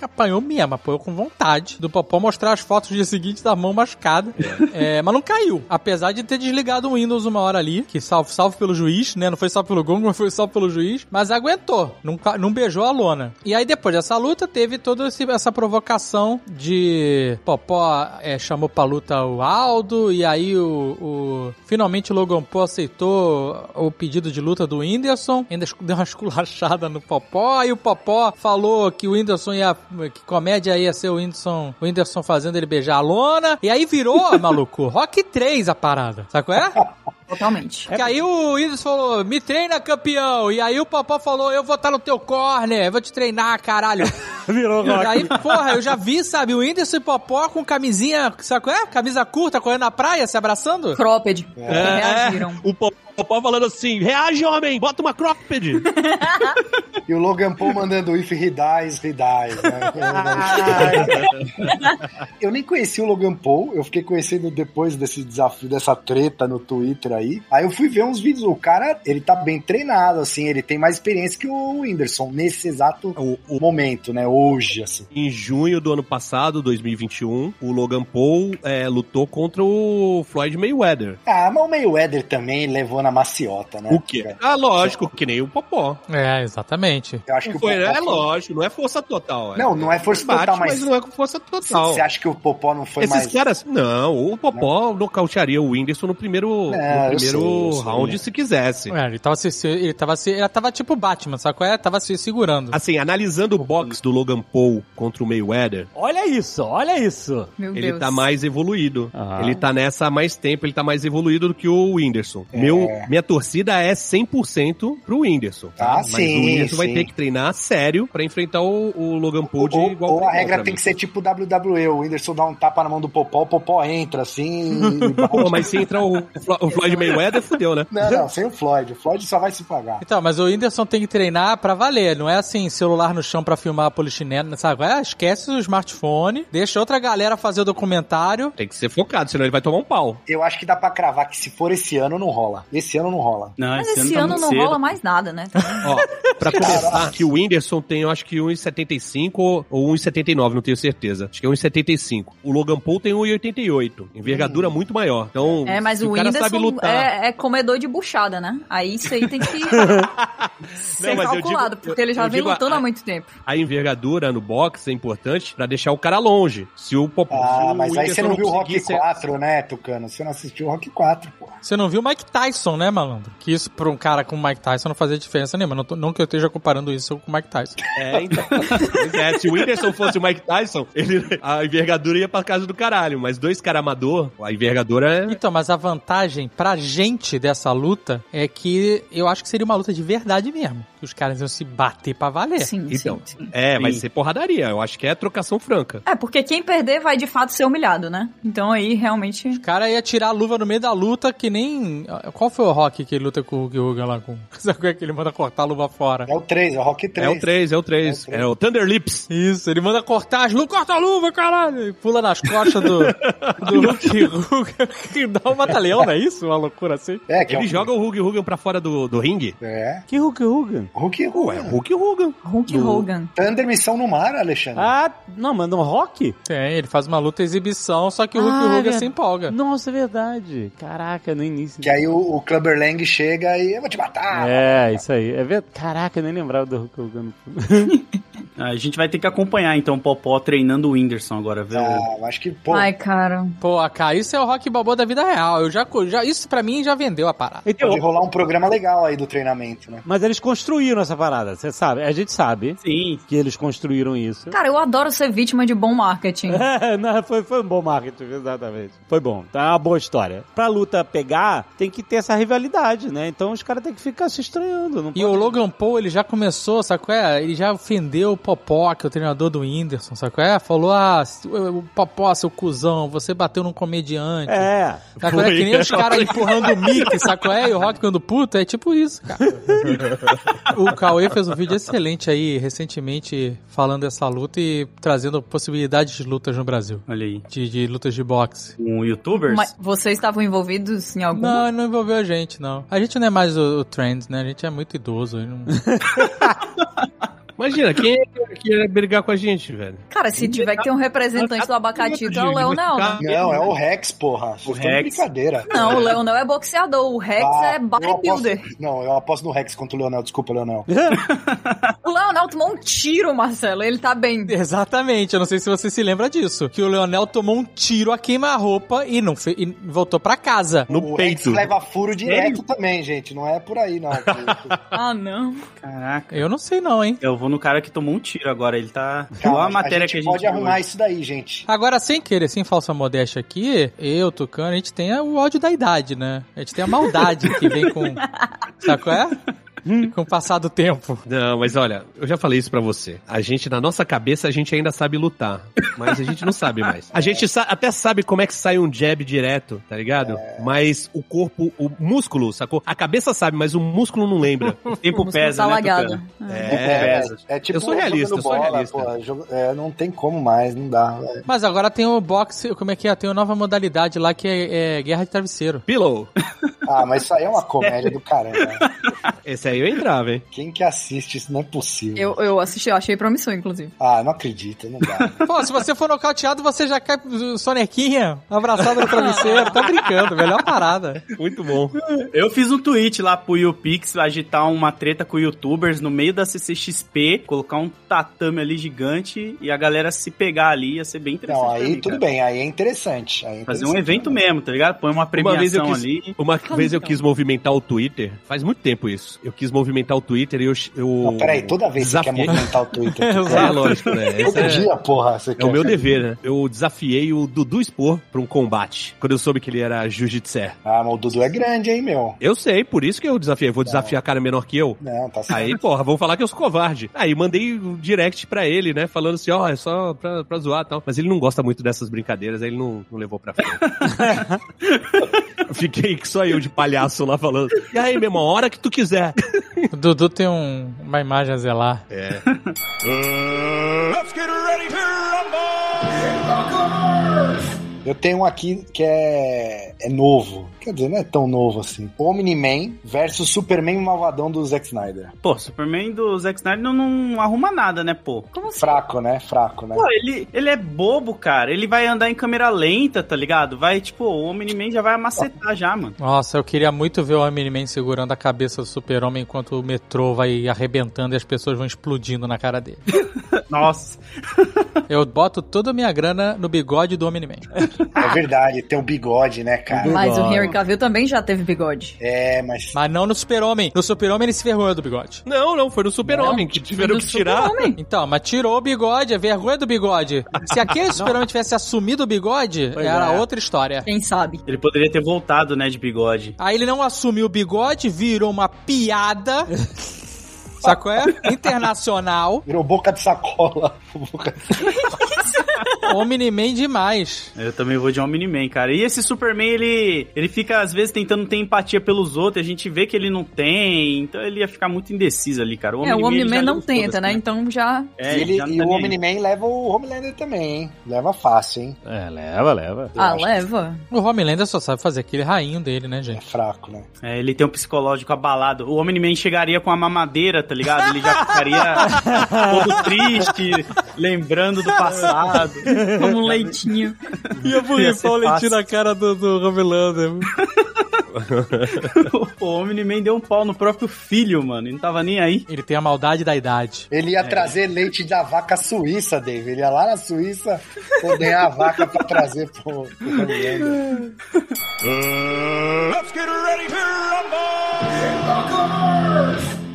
apanhou mesmo, apanhou com vontade do Popó mostrar as fotos do dia seguinte da mão machucada. É, mas não caiu, apesar de ter desligado o Windows uma hora ali, que salvo, salvo pelo juiz, né, não foi salvo pelo Gongo, mas foi salvo pelo juiz, mas aguentou, não, ca- não beijou a lona. E aí depois dessa luta teve toda esse- essa provocação de Popó é, chamou pra luta o Aldo, e aí o, o- finalmente o Logan Paul aceitou o pedido de luta do Whindersson, ainda escu- deu uma esculachada no Popó, aí o Popó falou que o Whindersson ia, que comédia ia ser o Whindersson, o Whindersson fazendo ele beijar a lona, e aí virou, maluco, Rock 3 a parada, sabe qual é?
Totalmente.
Que aí o Whindersson falou, me treina, campeão. E aí o Popó falou, eu vou estar no teu corner, eu vou te treinar, caralho.
Virou
E
rock.
aí, porra, eu já vi, sabe, o Whindersson e Popó com camisinha, sabe qual é? Camisa curta, correndo na praia, se abraçando.
Cropped.
É,
Reagiram.
O Popó falando assim, reage, homem, bota uma cropped.
E o Logan Paul mandando if he dies, he dies. Né? eu nem conheci o Logan Paul, eu fiquei conhecendo depois desse desafio, dessa treta no Twitter aí. Aí eu fui ver uns vídeos. O cara, ele tá bem treinado, assim, ele tem mais experiência que o Whindersson nesse exato
O- o-
momento, né? Hoje, assim.
em junho do ano passado, 2021, o Logan Paul é, lutou contra o Floyd Mayweather.
Ah, mas o Mayweather também levou na maciota, né?
O quê? Ah, lógico, que nem o Popó.
É, exatamente.
Eu acho que
Não
o
foi,
Popó
é
foi-
lógico, não é força total.
Não, não é força
Bate,
total,
mas...
mas
não é com força total.
você acha que o Popó não foi
Esses
mais...
caras. Não, o Popó nocautearia o Whindersson no primeiro,
É,
no
eu
primeiro
sei, eu sei.
round se quisesse.
É, ele tava se, se- ele tava se, ele tava tipo Batman, sabe qual é? Tava se segurando.
Assim, analisando o box do Logan Paul contra o Mayweather,
Olha isso, olha isso.
Meu
ele
Deus.
tá mais evoluído.
Ah.
Ele tá nessa há mais tempo, ele tá mais evoluído do que o Whindersson.
É.
Meu, minha torcida é 100% pro Whindersson.
Ah,
Mas
sim,
o Whindersson vai
sim.
ter que treinar sério pra enfrentar o, o Logan Paul de
Ou,
igual
ou
pra
a
igual
regra
pra
tem
mim.
que ser tipo WWE, o Whindersson dá um tapa na mão do Popó, o Popó entra assim. e bate.
Pô, mas se entrar o, o Flo- o Floyd Mayweather, fudeu, né?
Não, não, sem o Floyd. O Floyd só vai se pagar.
Então, mas o Whindersson tem que treinar pra valer, não é assim, celular no chão pra filmar a chinelo, sabe? qual é? esquece o smartphone, deixa outra galera fazer o documentário.
Tem que ser focado, senão ele vai tomar um pau.
Eu acho que dá pra cravar que se for esse ano, não rola. Esse ano não rola.
Não, tá
Mas esse ano não rola mais nada, né?
Ó, pra começar, que o Whindersson tem, eu acho que 1,75 ou- ou 1,79, não tenho certeza. Acho que é 1,75. O Logan Paul tem 1,88. Envergadura
Hum.
muito maior. Então,
É, mas
se
o
cara
Whindersson
sabe lutar.
é, é comedor de buchada, né? Aí isso aí tem que ser
mas eu
calculado,
digo-
porque ele
eu-
já
eu
vem
digo a-
lutando
a-
há muito tempo.
A envergadura no boxe é importante pra deixar o cara longe. Se o Pop...
Ah,
se
mas aí você
Whindersson
não viu o Rock
conseguisse- é.
4, né, Tucano? Você não assistiu o Rock 4, pô.
Você não viu o Mike Tyson, né, malandro? Que isso pra um cara como o Mike Tyson não fazia diferença nenhuma. Não, tô- não que eu esteja comparando isso com o Mike Tyson.
É, então. Pois é, se o Whindersson fosse o Mike Tyson, ele, a envergadura ia pra casa do caralho. Mas dois caras amador, a envergadura é.
Então, mas a vantagem pra gente dessa luta é que eu acho que seria uma luta de verdade mesmo. Que os caras iam se bater pra valer.
Sim,
então.
sim, sim.
É, vai
Sim.
ser porradaria. Eu acho que é trocação franca.
É, porque quem perder vai de fato ser humilhado, né? Então aí realmente.
O cara ia tirar a luva no meio da luta, que nem. Qual foi o rock que ele luta com o Hulk Hogan lá? Com... Sabe qual é que ele manda cortar a luva fora?
É o 3, é o Rock 3.
É o 3, é o 3.
É o
É,
três.
o Thunder Lips.
Isso, ele manda cortar as luvas, corta a luva, caralho! E pula nas costas do, do Hulk Hogan e dá um batalhão, não é isso? Uma loucura assim.
É, que é
Ele
o-
joga o Hulk Hogan pra fora do, do ringue.
É.
Que Hulk Hogan?
Hulk
Ué, Hulk Hogan.
Hulk Hogan.
Thunder Missão no Mar, Alexandre.
Ah, não, mas no Rock?
Tem, ele faz uma luta exibição, só que o
Ah,
Hulk Hogan
verdade.
se empolga.
Nossa, é verdade. Caraca, no início.
Que aí o, o Clubber Lang chega e eu vou te matar.
É, isso aí. É ver... Caraca, eu nem lembrava do Hulk Hogan. no filme.
A gente vai ter que acompanhar, então, o Popó treinando o Whindersson agora, viu?
Ah, eu acho que, pô,
Ai, cara.
Pô, cara, isso é o rock babô da vida real. Eu já, co- já, isso pra mim já vendeu a parada.
pode rolar um programa legal aí do treinamento, né?
Então, Mas eles construíram essa parada, você sabe. A gente sabe
Sim.
que eles construíram isso.
Cara, eu adoro ser vítima de bom marketing.
É, não, foi, foi um bom marketing, exatamente. Foi bom, tá? É uma boa história. Pra luta pegar, tem que ter essa rivalidade, né? Então os caras têm que ficar se estranhando. Não
E o Logan Paul, ele já começou, sabe qual é? Ele já ofendeu o Popó, que é o treinador do Whindersson, sabe qual é? Falou, ah, se- o o Popó, seu cuzão, você bateu num comediante.
É.
Sabe qual é?
Foi,
Que nem os
né?
caras empurrando o Mickey, sabe qual é? E o Rock ficando puto, é tipo isso, cara. o Cauê fez um vídeo excelente aí, recentemente, falando dessa luta e trazendo possibilidades de lutas no Brasil.
Olha aí.
De, de lutas de boxe.
Um youtuber?
Mas vocês estavam envolvidos em algum?
Não, não envolveu a gente, não. A gente não é mais o, o trend, né? A gente é muito idoso. aí Não...
Imagina, quem é que ia brigar com a gente, velho?
Cara, se tiver que ter um
tá-
representante do abacate, então é o Leonel, né?
Não, é o Rex, porra.
O
Vocês estão de
Rex.
brincadeira.
Não, o Leonel é boxeador, o Rex
Ah,
é
eu aposto-
bodybuilder.
Não, eu aposto no Rex contra o Leonel. Desculpa, Leonel.
O Leonel tomou um tiro, Marcelo, ele tá bem.
Exatamente, eu não sei se você se lembra disso. Que o Leonel tomou um tiro a queima-roupa e não fe- e voltou pra casa.
No
o
peito.
Rex leva furo direto também, gente. Não é por aí, não.
Ah, não.
Caraca.
Eu não sei não, hein?
Eu vou no cara que tomou um tiro agora, ele tá... Igual
Calma,
a matéria que a gente
pode
viu
arrumar
hoje.
isso daí, gente.
Agora, sem querer, sem falsa modéstia aqui, eu, Tucano, a gente tem o ódio da idade, né? A gente tem a maldade que vem com... Sabe qual é? Com o passar do tempo.
Não, mas olha, eu já falei isso pra você. A gente, na nossa cabeça, a gente ainda sabe lutar. Mas a gente não sabe mais. A gente sa- até sabe como é que sai um jab direto, tá ligado? Mas o corpo, o músculo, sacou? A cabeça sabe, mas o músculo não lembra.
O tempo
músculo
pesa,
tá
né,
lagado.
Tucano?
É.
é tipo
Eu sou realista,
jogando
eu sou realista.
pô, jogo- é, não tem como mais, não dá. velho.
Mas agora tem o boxe, como é que é? Tem uma nova modalidade lá que é, é guerra de travesseiro.
Pillow.
Ah, mas isso aí é uma comédia do caramba.
Esse aí eu entrava, hein?
Quem que assiste isso não é possível.
Eu, eu assisti, eu achei promissor, inclusive.
Ah, não acredito, não dá.
Pô, se você for nocauteado, você já cai uh, sonequinha, abraçado no travesseiro. Tá brincando, melhor parada.
Muito bom.
Eu fiz um tweet lá pro YouPix agitar uma treta com youtubers no meio da CCXP, colocar um tatame ali gigante e a galera se pegar ali, ia ser bem interessante.
Não,
pra
aí
mim,
tudo
cara.
bem, aí é interessante. aí é
Fazer um
interessante.
evento mesmo, tá ligado? Põe uma
Uma vez eu
premiação
quis-
ali.
Uma vez eu quis movimentar o Twitter, faz muito tempo isso. Eu quis movimentar o Twitter e eu. eu
Não, peraí, toda vez que você quer
desafiei-
movimentar o Twitter. tu
É
quer.
lógico, né? Esse
Todo
é-
dia, porra, você
É
quer.
o meu dever, né? Eu desafiei o Dudu Expor pra um combate, quando eu soube que ele era jiu-jitsu.
Ah, mas o Dudu é grande, hein, meu.
Eu sei, por isso que eu desafiei.
Tá.
Vou desafiar cara menor que eu.
Não, tá certo.
Aí, porra, vão falar que eu sou covarde. Aí mandei um direct pra ele, né? Falando assim, ó, é só pra, pra zoar e tal. Mas ele não gosta muito dessas brincadeiras, aí ele não, não levou pra frente. Fiquei só eu de palhaço lá falando. E aí, meu irmão, a hora que tu quiser.
O Dudu tem um- uma imagem a zelar.
Ah,
Let's get ready to rumble!
Eu tenho um aqui que é, é novo. Quer dizer, não é tão novo assim. Omni-Man versus Superman malvadão do Zack Snyder.
Pô, Superman do Zack Snyder não, não arruma nada, né, pô?
Como assim?
Fraco, né? Fraco, né?
Pô, ele, ele é bobo, cara. Ele vai andar em câmera lenta, tá ligado? Vai, tipo, o Omni-Man já vai amacetar já, mano.
Nossa, eu queria muito ver o Omni-Man segurando a cabeça do super-homem enquanto o metrô vai arrebentando e as pessoas vão explodindo na cara dele.
Nossa.
Eu boto toda a minha grana no bigode do Omni-Man.
É verdade, tem o bigode, né, cara?
Uhum.
Mas o Henry Cavill também já teve bigode.
É, mas.
Mas não no super-homem. No super-homem ele se vergonha do bigode.
Não, não, foi no Super-Homem que tiveram que tirar.
Super-Homem.
Então, mas tirou o bigode, é vergonha do bigode. Se aquele super-homem tivesse assumido o bigode,
Pois
era
é.
outra história.
Quem sabe?
Ele poderia ter voltado, né, de bigode.
Aí ele não assumiu o bigode, virou uma piada. Saco é? Internacional.
Virou boca de sacola. Boca-
Omni-Man demais.
Eu também vou de Omni-Man, cara. E esse Superman, ele, ele fica, às vezes, tentando ter empatia pelos outros. A gente vê que ele não tem. Então ele ia ficar muito indeciso ali, cara.
é, o
ele já
Omni-Man não
deu
tenta,
todas,
né? Então já.
É,
e ele-
já não
e
tá
o
nem aí.
Omni-Man leva o Homelander também, hein? Leva fácil, hein?
É, leva, leva.
Eu
Ah,
acho
leva.
O Homelander só sabe fazer aquele rainho dele, né,
É
gente?
fraco, né?
É, ele tem um psicológico abalado. O Omni-Man chegaria com a mamadeira, tá ligado? Ele já ficaria todo triste, lembrando do passado.
Como um leitinho.
Ia
borrifar o leitinho na
cara do, do Homelander.
o Omni-Man deu um pau no próprio filho, mano. Ele não tava nem aí.
Ele tem a maldade da idade.
Ele ia trazer leite da vaca suíça, Dave. Ele ia lá na Suíça ordenhar a vaca pra trazer pro, pro Homelander.
Let's get ready to rumble!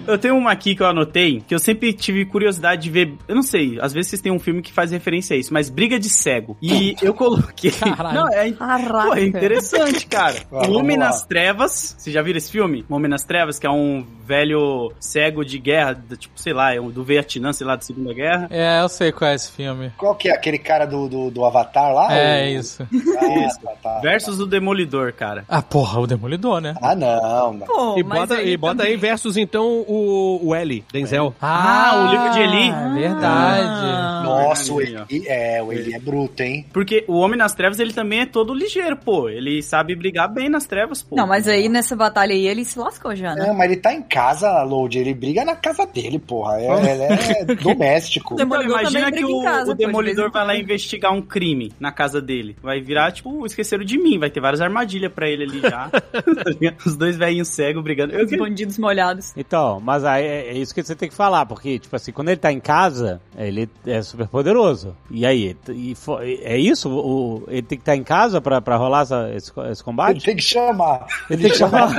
Eu tenho uma aqui que eu anotei, que eu sempre tive curiosidade de ver. Eu não sei, às vezes vocês têm um filme que faz referência a isso, mas Briga de Cego. E eu coloquei.
Caralho.
Não, é,
Caraca.
Pô, é interessante, cara.
Ah,
O Homem
vamos lá.
nas Trevas. Você já viram esse filme? O Homem nas Trevas, que é um velho cego de guerra, do tipo, sei lá, é um do Vietnã, sei lá, da Segunda Guerra.
É, eu sei qual é esse filme.
Qual que é aquele cara do, do, do Avatar lá?
É
O-
isso.
Ah,
Isso.
tá, tá.
Versus o Demolidor, cara.
Ah, porra, o Demolidor, né?
Ah, não. não.
Pô,
E
mas
bota,
aí
e bota aí versus então o, o L, Denzel.
É.
Ah, o livro de Eli.
Verdade.
Nossa, o
Olha aí,
Eli, é, o Eli é bruto, hein?
Porque o Homem nas Trevas, ele também é todo ligeiro, pô. Ele sabe brigar bem nas trevas, pô.
Não, mas aí nessa batalha aí ele se lascou já, né?
Então,
Não, mas ele tá em casa, Load. Ele briga na casa dele, porra. É, ele é doméstico.
Tem-
Então,
Demolidor
imagina
também
que
briga
o,
em casa,
o
pô, de vez
Demolidor
em
vai lá
quando.
investigar um crime na casa dele. Vai virar, tipo, esqueceram de mim. Vai ter várias armadilhas pra ele ali já. Tá ligado? Os dois velhinhos cegos brigando. Eu
Os
queria...
bandidos molhados.
Então, mas aí é é isso que você tem que falar, porque, tipo assim, quando ele tá em casa, ele é super poderoso. E aí? E fo- é isso? O, o- ele tem que estar em casa pra, pra rolar essa- esse, co- esse
Ele
combate?
tem que chamar.
Ele tem que chamar.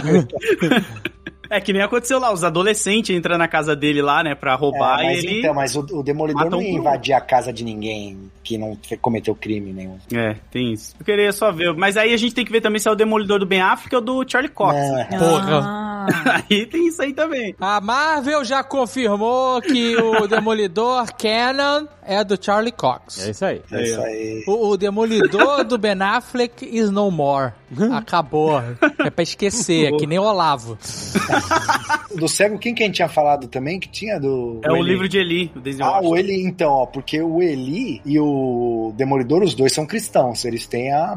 É que nem aconteceu lá. Os adolescentes entram na casa dele lá, né, pra
É,
roubar
mas,
e ele...
então, mas o, o Demolidor
mata
não
um
ia
por um.
invadir a casa de ninguém que não fe- cometeu crime nenhum.
É, tem isso. Eu queria só ver. Mas aí a gente tem que ver também se é o Demolidor do Ben Affleck ou do Charlie Cox.
É.
Não,
Porra.
Ah,
Aí tem isso aí também.
A Marvel já confirmou que o Demolidor Canon é do Charlie
É
Cox.
isso aí.
é isso aí.
O, o Demolidor do Ben Affleck is no more. Acabou. É pra esquecer, é que nem o Olavo.
Do cego, quem que a gente tinha falado também? Que tinha do.
É o livro de Eli, o Denzel
Ah,
Washington.
o Eli, então, ó, porque o Eli e o Demolidor, os dois são cristãos, eles têm a
é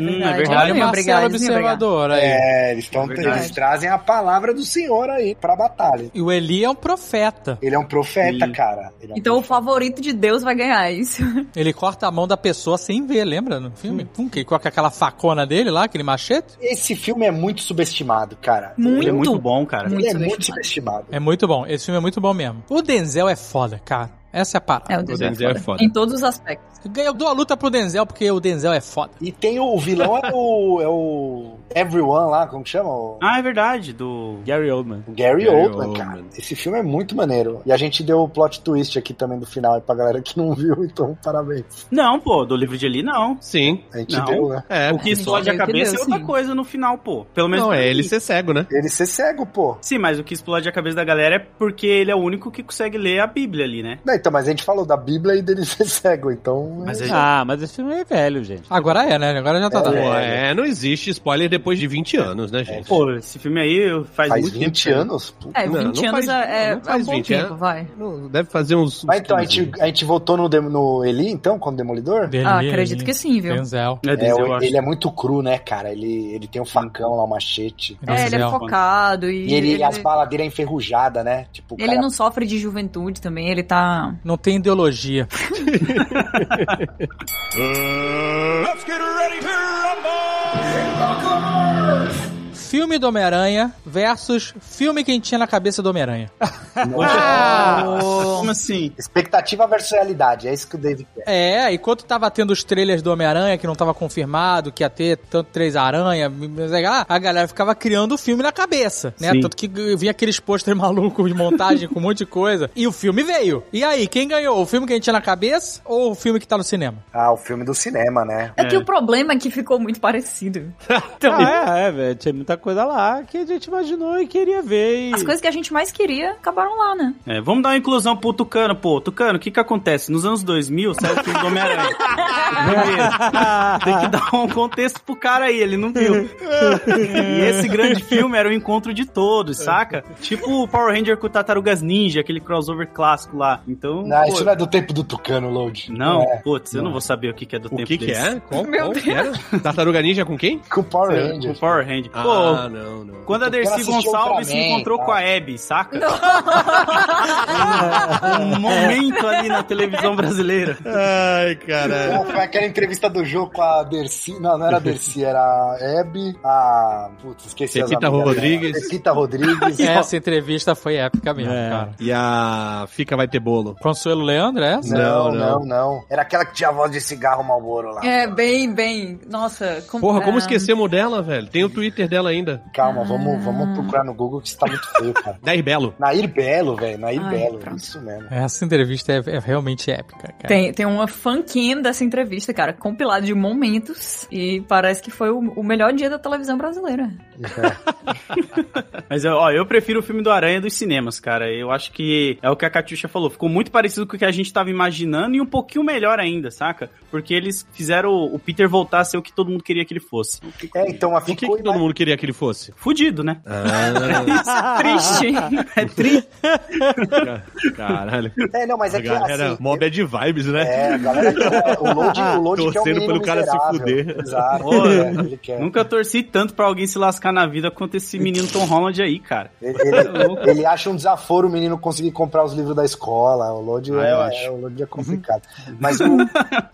é
né?
verdade.
verdade.
Olha o
Obrigado,
Marcelo
obrigado.
Observador aí.
é, eles, tão,
É verdade.
eles trazem a palavra do Senhor aí pra batalha.
E o Eli é um profeta.
Ele é um profeta,
Sim.
cara. Ele é um
Então o favorito de Deus vai ganhar é isso.
Ele corta a mão da pessoa sem ver, lembra no filme? Pum, que ele coloca aquela facona dele lá, aquele machete.
Esse filme é muito subestimado, cara.
Ele é
Muito.
muito bom, cara.
Ele é
Muito
muito subestimado.
É muito bom. Esse filme é muito bom mesmo. O Denzel é foda, cara. Essa é a parada.
É, o
O
Deus é
Denzel é
foda.
foda.
Em todos os aspectos.
Eu dou a luta pro Denzel porque o Denzel é foda.
E tem o, o vilão, é o, é o Everyone lá, como que chama? O
Ah, é verdade, do...
Gary Oldman.
o Gary,
Gary
Oldman,
Oldman.
cara. Esse filme é muito maneiro. E a gente deu o plot twist aqui também do final aí pra galera que não viu, então parabéns.
Não, pô, do livro de Eli, não.
Sim.
A gente
Não.
deu, né?
É.
O que explode a
Meio que
cabeça
deu,
é outra
sim.
coisa no final, pô. Pelo menos
Não,
pra
é ele
mim.
ser cego, né?
Ele ser cego, pô.
Sim, mas o que explode a cabeça da galera é porque ele é o único que consegue ler a Bíblia ali, né?
Não, então, mas a gente falou da Bíblia e dele ser cego, então Então.
Mas Ah, mas esse filme é velho, gente.
Agora é, né? Agora já tá
Pô,
dando.
é, não existe spoiler depois de 20 anos, né, gente?
Pô, esse filme aí faz,
Faz
muito
20
tempo.
anos? Puta.
É,
Não,
20
não
anos
faz-
é, é,
não faz
um bom
20,
tempo,
é?
vai.
Não, Deve fazer uns.
Mas então, a
15
gente, a gente votou no, Dem- no Eli, então, como Demolidor?
Ah, acredito que sim, viu?
Denzel.
É,
É,
Denzel
o-
Washington.
ele é muito cru, né, cara? Ele, ele tem um facão lá, um machete.
É, ele é
Denzel.
focado e,
E ele, as balas dele é enferrujada, né? Tipo, o
ele
cara-
não sofre de juventude também, ele tá...
Não tem ideologia.
Let's get ready to rumble!
Filme do Homem-Aranha versus filme quentinha na cabeça do Homem-Aranha.
Como assim?
Expectativa versus realidade, é isso que o David quer.
É, enquanto tava tendo os trailers do Homem-Aranha, que não tava confirmado, que ia ter tanto três aranha, mas é, ah, a galera ficava criando o filme na cabeça, né?
Sim.
Tanto que g- vinha aqueles pôster malucos de montagem com um monte de coisa. E o filme veio. E aí, quem ganhou? O filme que a gente tinha na cabeça ou o filme que tá no cinema?
Ah, o filme do cinema, né?
É que o problema é que ficou muito parecido. Então,
Ah, é, é, velho. Tinha muita coisa lá que a gente imaginou e queria ver. E...
As coisas que a gente mais queria acabaram lá, né?
É, vamos dar uma inclusão pro Tucano, pô. Tucano, o que que acontece? Nos anos 2000, saiu o filme do Homem-Aranha. Primeiro, Tem que dar um contexto pro cara aí, ele não viu. E esse grande filme era o encontro de todos, saca? Tipo o Power Ranger com o Tartarugas Ninja, aquele crossover clássico lá. Então,
Não,
pô,
isso não é do tempo do Tucano, Load.
não,
É,
putz, eu não vou saber o que que é do
O
tempo
que que
desse.
é? Qual,
Meu
qual que era? Tartaruga Ninja com quem?
com o Power
É,
O
Rangers.
É, Power Ranger. Pô,
Ah, não, não.
quando a Dercy
assistiu
Gonçalves se
Ultraman,
encontrou
tá?
com a Abby, saca? um momento ali na televisão brasileira.
Ai, caralho.
Não, foi aquela entrevista do jogo com a Dercy. Não, não era a Dercy, era a Hebe, a. Putz, esqueci
Pepita
as amigas dela.
Rodrigues.
Pepita Rodrigues.
Essa entrevista foi épica mesmo,
É.
cara.
E a Fica Vai Ter Bolo.
Consuelo Leandro, é essa?
Não,
Não,
não, não. Era aquela que tinha voz de cigarro malboro lá.
É, bem, bem. Nossa, como.
Porra, como
é,
esquecemos dela, velho? Tem o Twitter dela ainda.
Calma, vamos,
Ah.
vamos procurar no Google que isso tá muito feio, cara.
Dair Belo.
Nair Belo, velho. Nair
Ai,
Belo.
pronto.
Isso mesmo.
Essa entrevista é, é realmente épica, cara.
Tem, tem uma fanquinha dessa entrevista, cara, compilada de momentos. E parece que foi o, o melhor dia da televisão brasileira.
Mas eu, ó, eu prefiro o filme do Aranha dos cinemas, cara. Eu acho que é o que a Catiuxa falou. Ficou muito parecido com o que a gente tava imaginando e um pouquinho melhor ainda, saca? Porque eles fizeram o o Peter voltar a ser o que todo mundo queria que ele fosse.
É, então, mas
O que, que
ficou.
todo mundo queria que ele fosse?
Fudido, né?
Triste.
É triste.
Caralho.
É, não, mas
A
é que
galera,
assim.
mó bad vibes, né?
É, a galera que é, o Load, o Load que é o
Ah, Torcendo
menino
pelo cara se
miserável.
fuder.
Exato.
Pô,
é, ele quer.
Nunca torci tanto pra alguém se lascar na vida quanto esse menino Tom Holland aí, cara.
Ele, ele- ele acha um desaforo o menino conseguir comprar os livros da escola. O Load,
Ah,
é,
eu acho.
é, o Load é complicado. Mas o,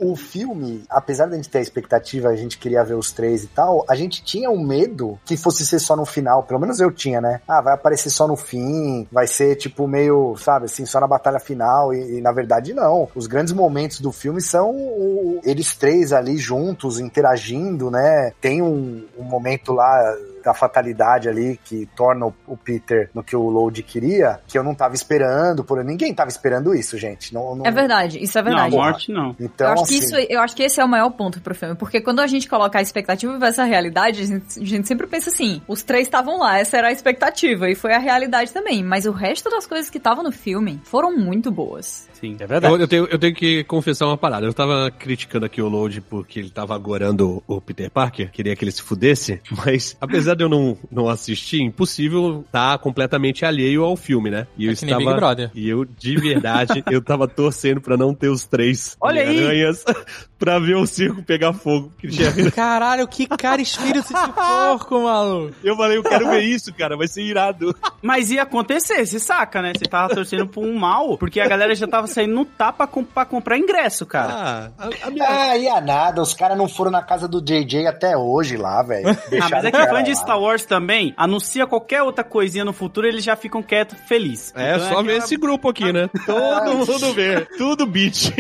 o filme, apesar da gente ter a expectativa, a gente queria ver os três e tal, a gente tinha um medo que fosse ser só no final. Pelo menos eu tinha, né? Ah, vai aparecer só no fim, vai ser tipo meio, sabe, assim, só na batalha final. E, e, na verdade, não. Os grandes momentos do filme são o- eles três ali juntos, interagindo, né? Tem um- um momento lá da fatalidade ali que torna o, o Peter no que o Load queria, que eu não tava esperando, por ninguém tava esperando isso, gente. Não, não-
É verdade, isso é
não, a
verdade.
morte não.
Então,
eu, acho
assim,
que isso, eu acho que esse é o maior ponto pro filme, porque quando a gente coloca a expectativa versus a realidade, a gente, a gente sempre pensa assim: os três estavam lá, essa era a expectativa, e foi a realidade também. Mas o resto das coisas que estavam no filme foram muito boas.
Sim.
É verdade.
Eu, eu tenho, eu tenho que confessar uma parada. Eu tava criticando aqui o Load porque ele tava agorando o o Peter Parker. Queria que ele se fudesse. Mas, apesar de eu não, não assistir, impossível tá completamente alheio ao filme, né? E eu
É que nem Big Brother.
E eu, de verdade, eu tava torcendo pra não ter os três
Olha aí!
aranhas pra ver o circo pegar fogo. Porque tinha
Caralho, que cara espírito de porco, maluco.
Eu falei, eu quero ver isso, cara, vai ser irado.
Mas ia acontecer, você saca, né? Você tava torcendo por um mal, porque a galera já tava saindo no tapa com, pra comprar ingresso, cara.
Ah, a, a minha...
Ah, ia nada, os caras não foram na casa do JJ até hoje lá, velho.
Ah, mas
Deixaram
é
o
que
cara
fã de
lá.
Star Wars também anuncia qualquer outra coisinha no futuro, eles já ficam quietos, felizes.
É só ver esse grupo aqui, né? Todo mundo vê. Tudo beat.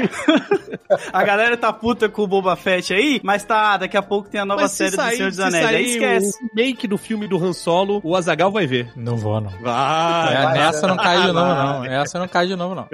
A galera tá puta com o Boba Fett aí, mas tá, daqui a pouco tem a nova
Mas se
série do
sair-
Senhor dos
se
Anéis. Aí
sair
esquece.
O remake do filme do Han Solo, o Azagal vai ver.
Não vou, não.
Vai.
É, nessa eu não cai de novo, não. Essa eu não cai de novo, não.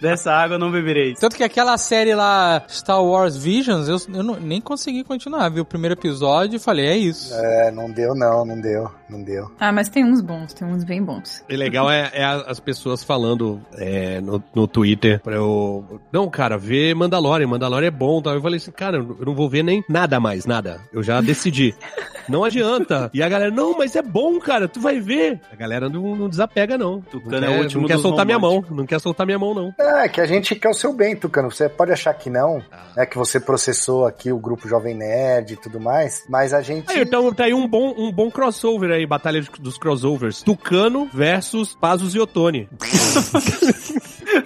Dessa água eu não beberei.
Tanto que aquela série lá, Star Wars Visions, eu, eu não- nem consegui continuar. Vi o primeiro episódio e falei, é isso.
É, não deu não, não deu, não deu.
Ah, mas tem uns bons, tem uns bem bons.
E legal é, é a- as pessoas falando é, no, no Twitter pra eu. Não, cara, vê Mandalorian. Mandalorian é bom. Tal. Eu falei assim, cara, eu não vou ver nem nada mais, nada. Eu já decidi. não adianta. E a galera, não, mas é bom, cara, tu vai ver. A galera não, não desapega, não.
Tucano
não
é o
quer,
último
não quer
dos
soltar minha mão. Não quer soltar minha mão, não.
Ah, É, que a gente quer o seu bem, Tucano. Você pode achar que não, né? Que você processou aqui o grupo Jovem Nerd e tudo mais, mas a gente.
Ah,
Aí, então tá aí um bom, um bom crossover aí, Batalha de- dos Crossovers. Tucano versus Pazos e Otone.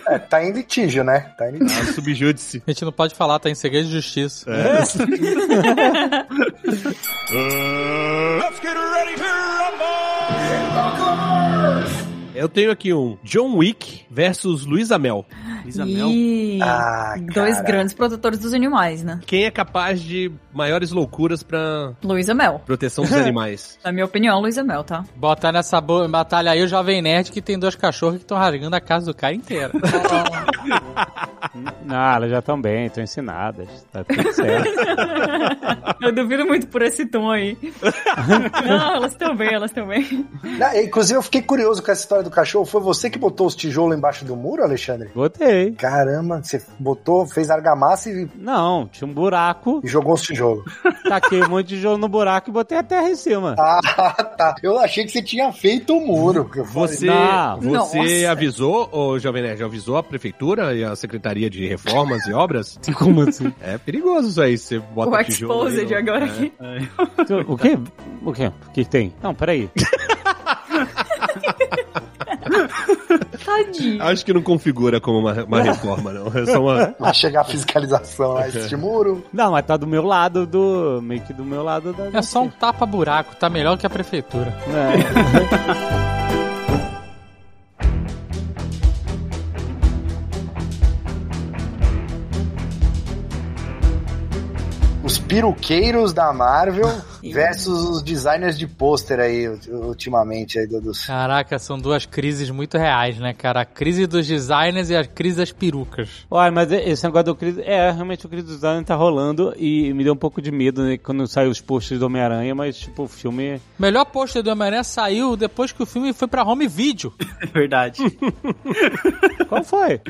É, tá em litígio, né? Tá em litígio.
Subjúdice.
A gente não pode falar, tá em segredo de justiça.
É.
Let's get ready to rumble!
Eu tenho aqui um John Wick versus Luísa Mel.
Luísa Mel.
E
Ah,
dois
cara.
grandes produtores dos animais, né?
Quem é capaz de maiores loucuras pra
Luísa Mel.
proteção dos animais?
Na minha opinião, Luísa Mel, tá?
Botar nessa bo- batalha aí o Jovem Nerd que tem dois cachorros que estão rasgando a casa do cara inteira.
Não, Ah, elas já estão bem, estão ensinadas. Tá tudo certo.
Eu duvido muito por esse tom aí. Não, elas estão bem, elas estão bem.
Ah, inclusive, eu fiquei curioso com essa história do cachorro. Foi você que botou os tijolos embaixo do muro, Alexandre?
Botei.
Caramba, você botou, fez argamassa e,
Não, tinha um buraco,
e jogou os tijolos.
taquei um monte de tijolo no buraco e botei a terra em cima.
Ah, tá. Eu achei que você tinha feito o muro. que eu falei.
Você,
Não.
você
Nossa.
avisou, ô Jovem Nerd, avisou a prefeitura e a Secretaria de Reformas e Obras?
Como assim?
É perigoso isso aí, você bota
o
tijolo aí,
Exposed
ó.
agora
É.
aqui.
Tu- o quê? O quê? O que tem? Não, peraí.
Tadinho.
Acho que não configura como uma, uma reforma, não. É só uma...
Vai chegar a fiscalização, lá, este muro.
Não, mas tá do meu lado, do. meio que do meu lado da.
É só um tapa-buraco, tá melhor que a prefeitura.
É.
Os peruqueiros da Marvel versus os designers de pôster aí, u- ultimamente, aí, do- dos.
Caraca, são duas crises muito reais, né, cara? A crise dos designers e a crise das perucas.
Olha, mas esse negócio do Cris. É, realmente o Cris do Zane tá rolando e me deu um pouco de medo né, quando saiu os posts do Homem-Aranha, mas, tipo, o filme.
Melhor pôster do Homem-Aranha saiu depois que o filme foi pra home video.
É verdade.
Qual foi?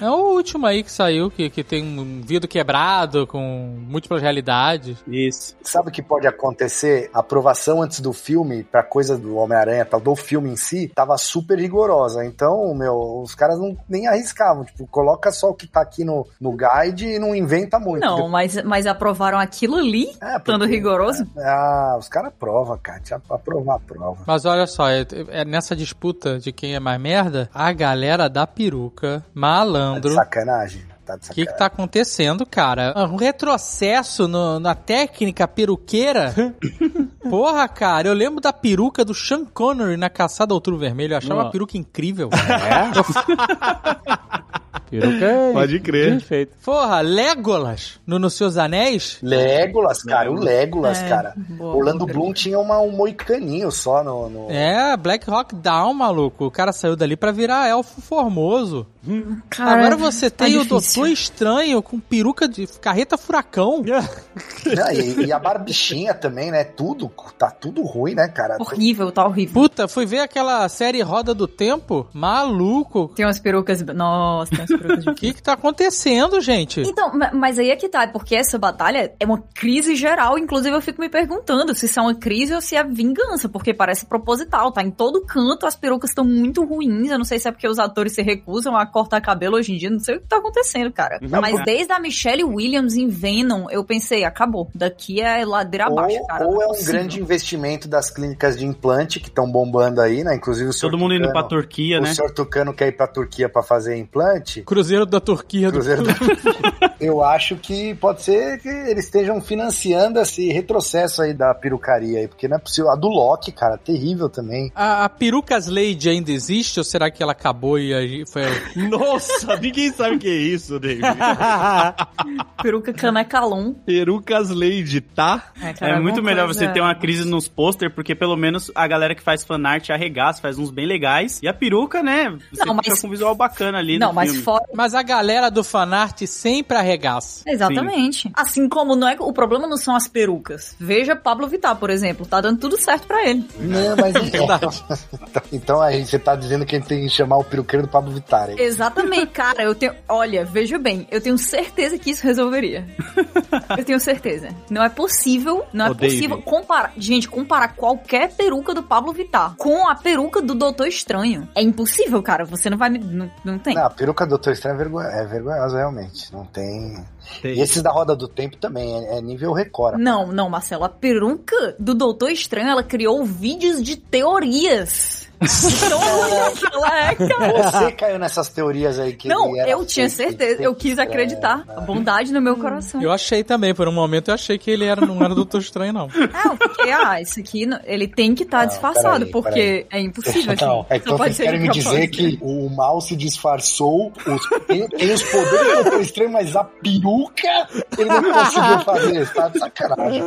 É o último aí que saiu, que, que tem um vidro quebrado, com múltiplas realidades.
Isso.
Sabe o que pode acontecer? A aprovação antes do filme, pra coisa do Homem-Aranha, tal, do filme em si, tava super rigorosa. Então, meu, os caras não, nem arriscavam. Tipo, coloca só o que tá aqui no, no guide e não inventa muito.
Não, mas, mas aprovaram aquilo ali,
É, porque-
estando rigoroso.
Ah, os caras aprovam, cara. Tinha pra aprovar, aprova.
Mas olha só, é, é nessa disputa de quem é mais merda, a galera da peruca,
Tá de
malandro.
sacanagem. Tá de
O que, que
sacanagem.
tá acontecendo, cara? Um retrocesso no- na técnica peruqueira? Porra, cara, eu lembro da peruca do Sean Connery na Caçada ao Outubro Vermelho. Eu achava
Não.
a peruca incrível.
É? Peruca.
Pode crer.
Perfeito.
Porra, Legolas no, nos seus anéis?
Legolas, cara, o Legolas,
É,
cara.
boa,
Orlando
boa.
Bloom tinha uma, um moicaninho só no. no-
É, Black Rock Down, maluco. O cara saiu dali pra virar elfo formoso. Agora você
tá
tem o
difícil.
Doutor Estranho com peruca de carreta furacão.
É.
Ah, e, e a barbichinha também, né? Tudo, tá tudo ruim, né, cara?
Horrível, tá horrível.
Puta, fui ver aquela série Roda do Tempo? Maluco.
Tem umas perucas. Nossa, tem umas perucas.
O que que tá acontecendo, gente?
Então, ma- mas aí é que tá, é porque essa batalha é uma crise geral, inclusive eu fico me perguntando se isso é uma crise ou se é vingança, porque parece proposital, tá em todo canto, as perucas estão muito ruins, eu não sei se é porque os atores se recusam a cortar cabelo hoje em dia, não sei o que tá acontecendo, cara. mas desde a Michelle Williams em Venom, eu pensei, acabou, daqui é ladeira
Ou,
abaixo, cara.
ou
não
é um
possível.
grande investimento das clínicas de implante que estão bombando aí, né? Inclusive o senhor
Todo mundo indo pra
Tucano-
Turquia,
O
né?
senhor Tucano quer ir pra Turquia pra fazer implante.
Cruzeiro da Turquia. do-
Cruzeiro da... Eu acho que pode ser que eles estejam financiando esse retrocesso aí da perucaria aí, porque não é possível. A do Loki, cara, terrível também.
A, a perucas Lady ainda existe ou será que ela acabou e aí foi.
Nossa, ninguém sabe o que é isso, David.
Peruca canecalum.
Perucas Lady, tá?
É muito melhor você ter uma
crise.
crise nos pôster, porque pelo menos a galera que faz fanart arregaça, faz uns bem legais. E a peruca, né? Você
Não,
fica
mas-
com um visual bacana ali
Não,
no
mas
filme.
fora.
Mas a galera do fanart sempre arregaça.
Exatamente. Assim como não é o problema não são as perucas. Veja Pablo Vittar, por exemplo, tá dando tudo certo pra ele.
Não, mas. então, então aí você tá dizendo que a gente tem que chamar o peruqueiro do Pablo Vittar. hein?
Exatamente, cara, eu tenho, olha, veja bem, eu tenho certeza que isso resolveria. Eu tenho certeza. Não é possível, não é
Ô, David.
possível comparar, gente, comparar qualquer peruca do Pablo Vittar com a peruca do Doutor Estranho. É impossível, cara, você não vai me não, não tem.
Não, a peruca do Doutor Estranho é, vergonha, é vergonhosa, realmente. Não tem.
Tem.
E esses da Roda do Tempo também, é, é nível recorde.
Não, não, Marcelo. A peruca do Doutor Estranho, ela criou vídeos de teorias. Então, olha que ela é, cara.
Você caiu nessas teorias aí que
Não,
ele era
eu tinha
fake,
certeza. Eu quis
fake,
acreditar. A bondade no
Hum.
meu coração.
Eu achei também, por um momento eu achei que ele era, não era Doutor Estranho, não.
Ah, eu fiquei, ah, isso aqui, não- ele tem que estar
Não,
disfarçado,
peraí,
porque é impossível, assim.
Não, é, então vocês
de
querem me dizer
propósito. né?
que o mal se disfarçou, os- tem, tem os poderes do Doutor Estranho, mas a peruca ele não conseguiu fazer, tá de sacanagem.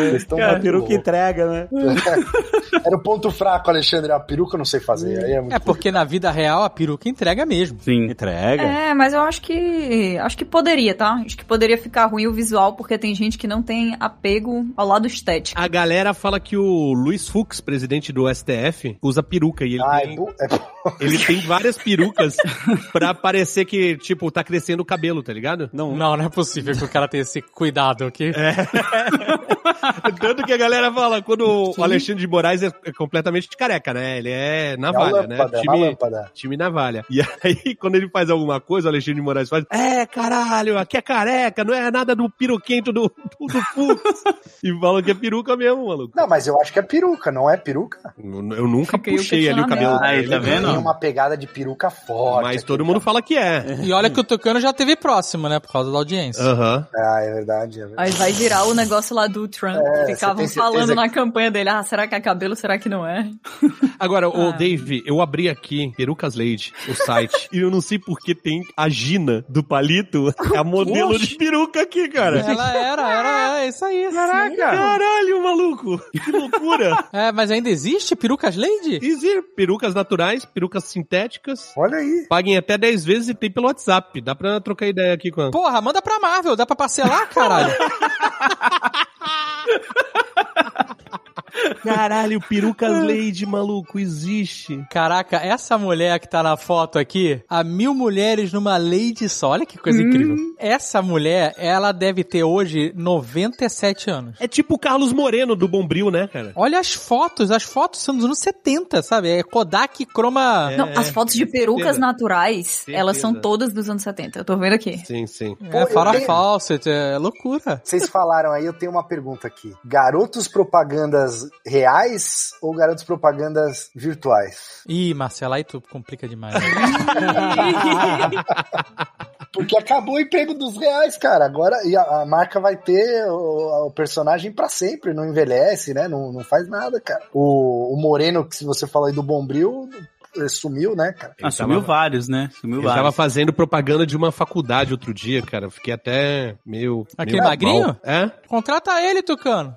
Eles estão
É A peruca entrega, né?
É. Era o ponto fraco, Alexandre, a peruca eu não sei fazer. Aí é muito
É porque na vida real a peruca entrega mesmo.
Sim.
Entrega.
É, mas eu acho que. Acho que poderia, tá? Acho que poderia ficar ruim o visual, porque tem gente que não tem apego ao lado estético.
A galera fala que o Luiz Fux, presidente do STF, usa peruca e ele,
Ah, é
tem,
bu- é bu-
ele tem várias perucas pra parecer que, tipo, tá crescendo o cabelo, tá ligado?
Não,
Não, não é possível que o cara tenha esse cuidado aqui.
Tanto que a galera fala, quando o Alexandre de Moraes é completamente careca, né? Ele é
é uma
navalha,
lâmpada,
né?
é uma lâmpada.
time navalha. E aí, quando ele faz alguma coisa, o Alexandre de Moraes faz, é, caralho, aqui é careca, não é nada do piroquento do, do, do Fux. e falam que é peruca mesmo, maluco.
Não, mas eu acho que é peruca, não é peruca?
Eu nunca
Fica aí o
puxei ali o cabelo.
questionamento.
Aí, tá
dele,
vendo?
Tem uma pegada de peruca forte.
Mas todo mundo fala que é.
E olha que o Tucano já teve próximo, né? Por causa da audiência.
Aham.
Ah, é verdade. É verdade.
Aí vai virar o negócio lá do Trump.
É,
que
você tem
Ficavam
certeza
falando
que-
na campanha dele: ah, será que é cabelo? Será que não é?
Agora,
Ah.
ô Dave, eu abri aqui Perucas Lady, o site, e eu não sei porque tem a Gina do Palito, é a modelo de peruca aqui, cara.
Ela era, era, é isso aí.
Ah, Caralho, maluco! Que loucura!
É, mas ainda existe perucas Lady?
Existe perucas naturais, perucas sintéticas.
Olha aí.
Paguem até 10 vezes e tem pelo WhatsApp. Dá pra trocar ideia aqui com a...
Porra, manda pra Marvel, dá pra parcelar, caralho.
Caralho, perucas Lady, maluco, existe.
Caraca, essa mulher que tá na foto aqui, a mil mulheres numa lady só. Olha que coisa incrível. Essa mulher, ela deve ter hoje 97 anos.
É tipo o Carlos Moreno do Bombril, né, cara?
Olha as fotos, as fotos são dos anos 70, sabe? É Kodak croma.
não, as fotos de perucas
É, certeza.
naturais, elas são
Certeza.
todas dos anos 70. Eu tô vendo aqui.
Sim, sim.
Pô,
é,
eu
Farah
tenho-
Fawcett, é loucura.
Vocês falaram aí, eu tenho uma pergunta aqui. Garotos propagandas reais ou garotos propagandas virtuais?
Ih, Marcela, aí tu complica demais.
Porque acabou o emprego dos reais, cara. Agora e a, a marca vai ter o, o personagem pra sempre, não envelhece, né? Não, não faz nada, cara. O, o Moreno, que se você falou aí do Bombril, eh, sumiu, né, cara?
Ah, sumiu
tava-
vários, né? Sumiu
Eu tava
vários.
fazendo propaganda de uma faculdade outro dia, cara. Eu Fiquei até meio.
Aquele
meio
magrinho?
mal. É?
Contrata ele, Tucano.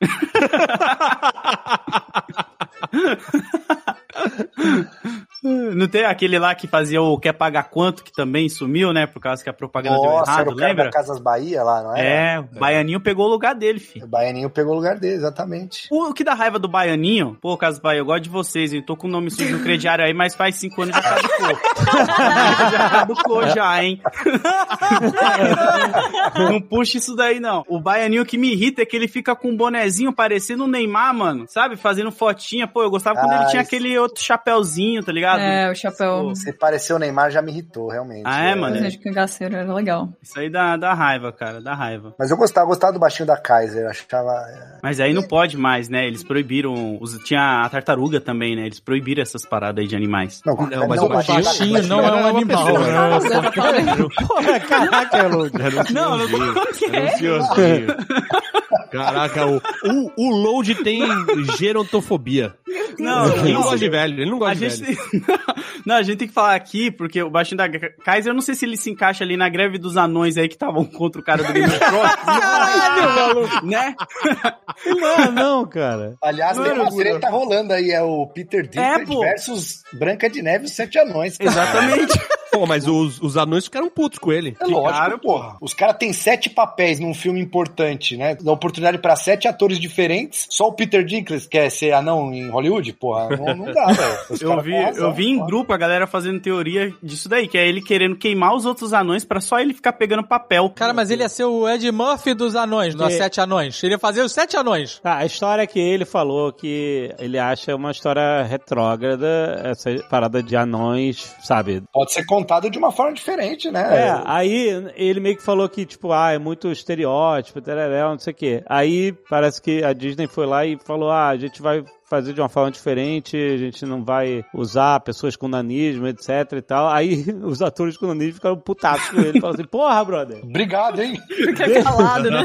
Hum, Não tem aquele lá que fazia o Quer Pagar Quanto, que também sumiu, né? Por causa que a propaganda
Nossa,
deu
era
errado,
o cara
lembra?
da Casas Bahia lá, não é?
É, o Baianinho pegou o lugar dele, filho.
O Baianinho pegou o lugar dele, exatamente.
O o que dá raiva do Baianinho, pô, Casas Bahia, eu gosto de vocês, hein? Tô com o nome sujo no crediário aí, mas faz cinco anos já caducou. já caducou já, hein? não puxa isso daí, não. O Baianinho que me irrita é que ele fica com um bonezinho parecendo o Neymar, mano. Sabe? Fazendo fotinha. Pô, eu gostava quando
Ah,
ele tinha
isso.
aquele outro chapéuzinho, tá ligado? cagado.
É, o chapéu.
Você pareceu o Neymar, já me irritou, realmente.
Ah, é, mano?
Coisa de cangaceiro, era legal.
Isso aí dá, dá raiva, cara, dá raiva.
Mas eu gostava, gostava do baixinho da Kaiser, eu achava...
Mas aí não pode mais, né? Eles proibiram. Os, tinha a tartaruga também, né? Eles proibiram essas paradas aí de animais.
Não,
Não, mas o
baixinho-
baixinho
Não é um animal,
Ah,
né?
tá
Porra, caraca,
um
Elud.
Não, eu não
Ansiosinho. um Caraca, o, o, o Load tem gerontofobia.
Não,
ele não
não.
gosta de velho, ele não gosta de
A gente,
velho.
não, a gente tem que falar aqui, porque o baixinho da Kaiser, eu não sei se ele se encaixa ali na greve dos anões aí que estavam contra o cara do Game of Thrones. né?
Não é não, cara.
Aliás, tem uma treta rolando aí, é o Peter Dinklage
pô.
versus Branca de Neve e os Sete Anões.
Exatamente.
Pô, mas os, os anões ficaram putos com ele.
É lógico,
Ficaram,
porra. Os caras têm sete papéis num filme importante, né? Dá oportunidade pra sete atores diferentes. Só o Peter Dinklage quer ser anão em Hollywood, porra. Não, não dá, velho. Os
Eu
caras
vi,
com razão,
eu vi em
porra.
grupo a galera fazendo teoria disso daí, que é ele querendo queimar os outros anões pra só ele ficar pegando papel.
Cara, mas ele é ia ser o Ed Murphy dos anões, dos
É.
sete anões. Ele ia fazer os sete anões.
Tá, a história que ele falou que ele acha uma história retrógrada, essa parada de anões, sabe?
Pode ser contado de uma forma diferente, né?
É, aí ele meio que falou que, tipo, ah, é muito estereótipo, tereré, não sei o quê. Aí parece que a Disney foi lá e falou, ah, a gente vai fazer de uma forma diferente, a gente não vai usar pessoas com nanismo, etc e tal. Aí os atores com nanismo ficaram putados com ele, falaram assim, porra, brother.
Obrigado, hein?
Fica é calado, né?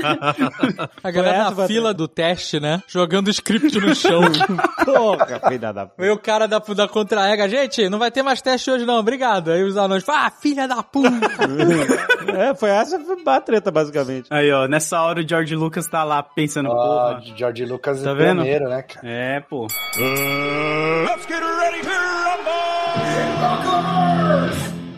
A galera
essa,
na
Batman?
fila do teste, né? Jogando script no chão.
Porra, filha da...
Veio o cara da, da contra-ega, gente, não vai ter mais teste hoje não, obrigado. Aí os anões, ah, filha da puta.
É, foi essa a treta, basicamente.
Aí, ó, nessa hora o George Lucas tá lá pensando,
Ah,
porra.
George Lucas
Tá
é
vendo?
pioneiro, né, cara?
É, pô.
Let's get ready to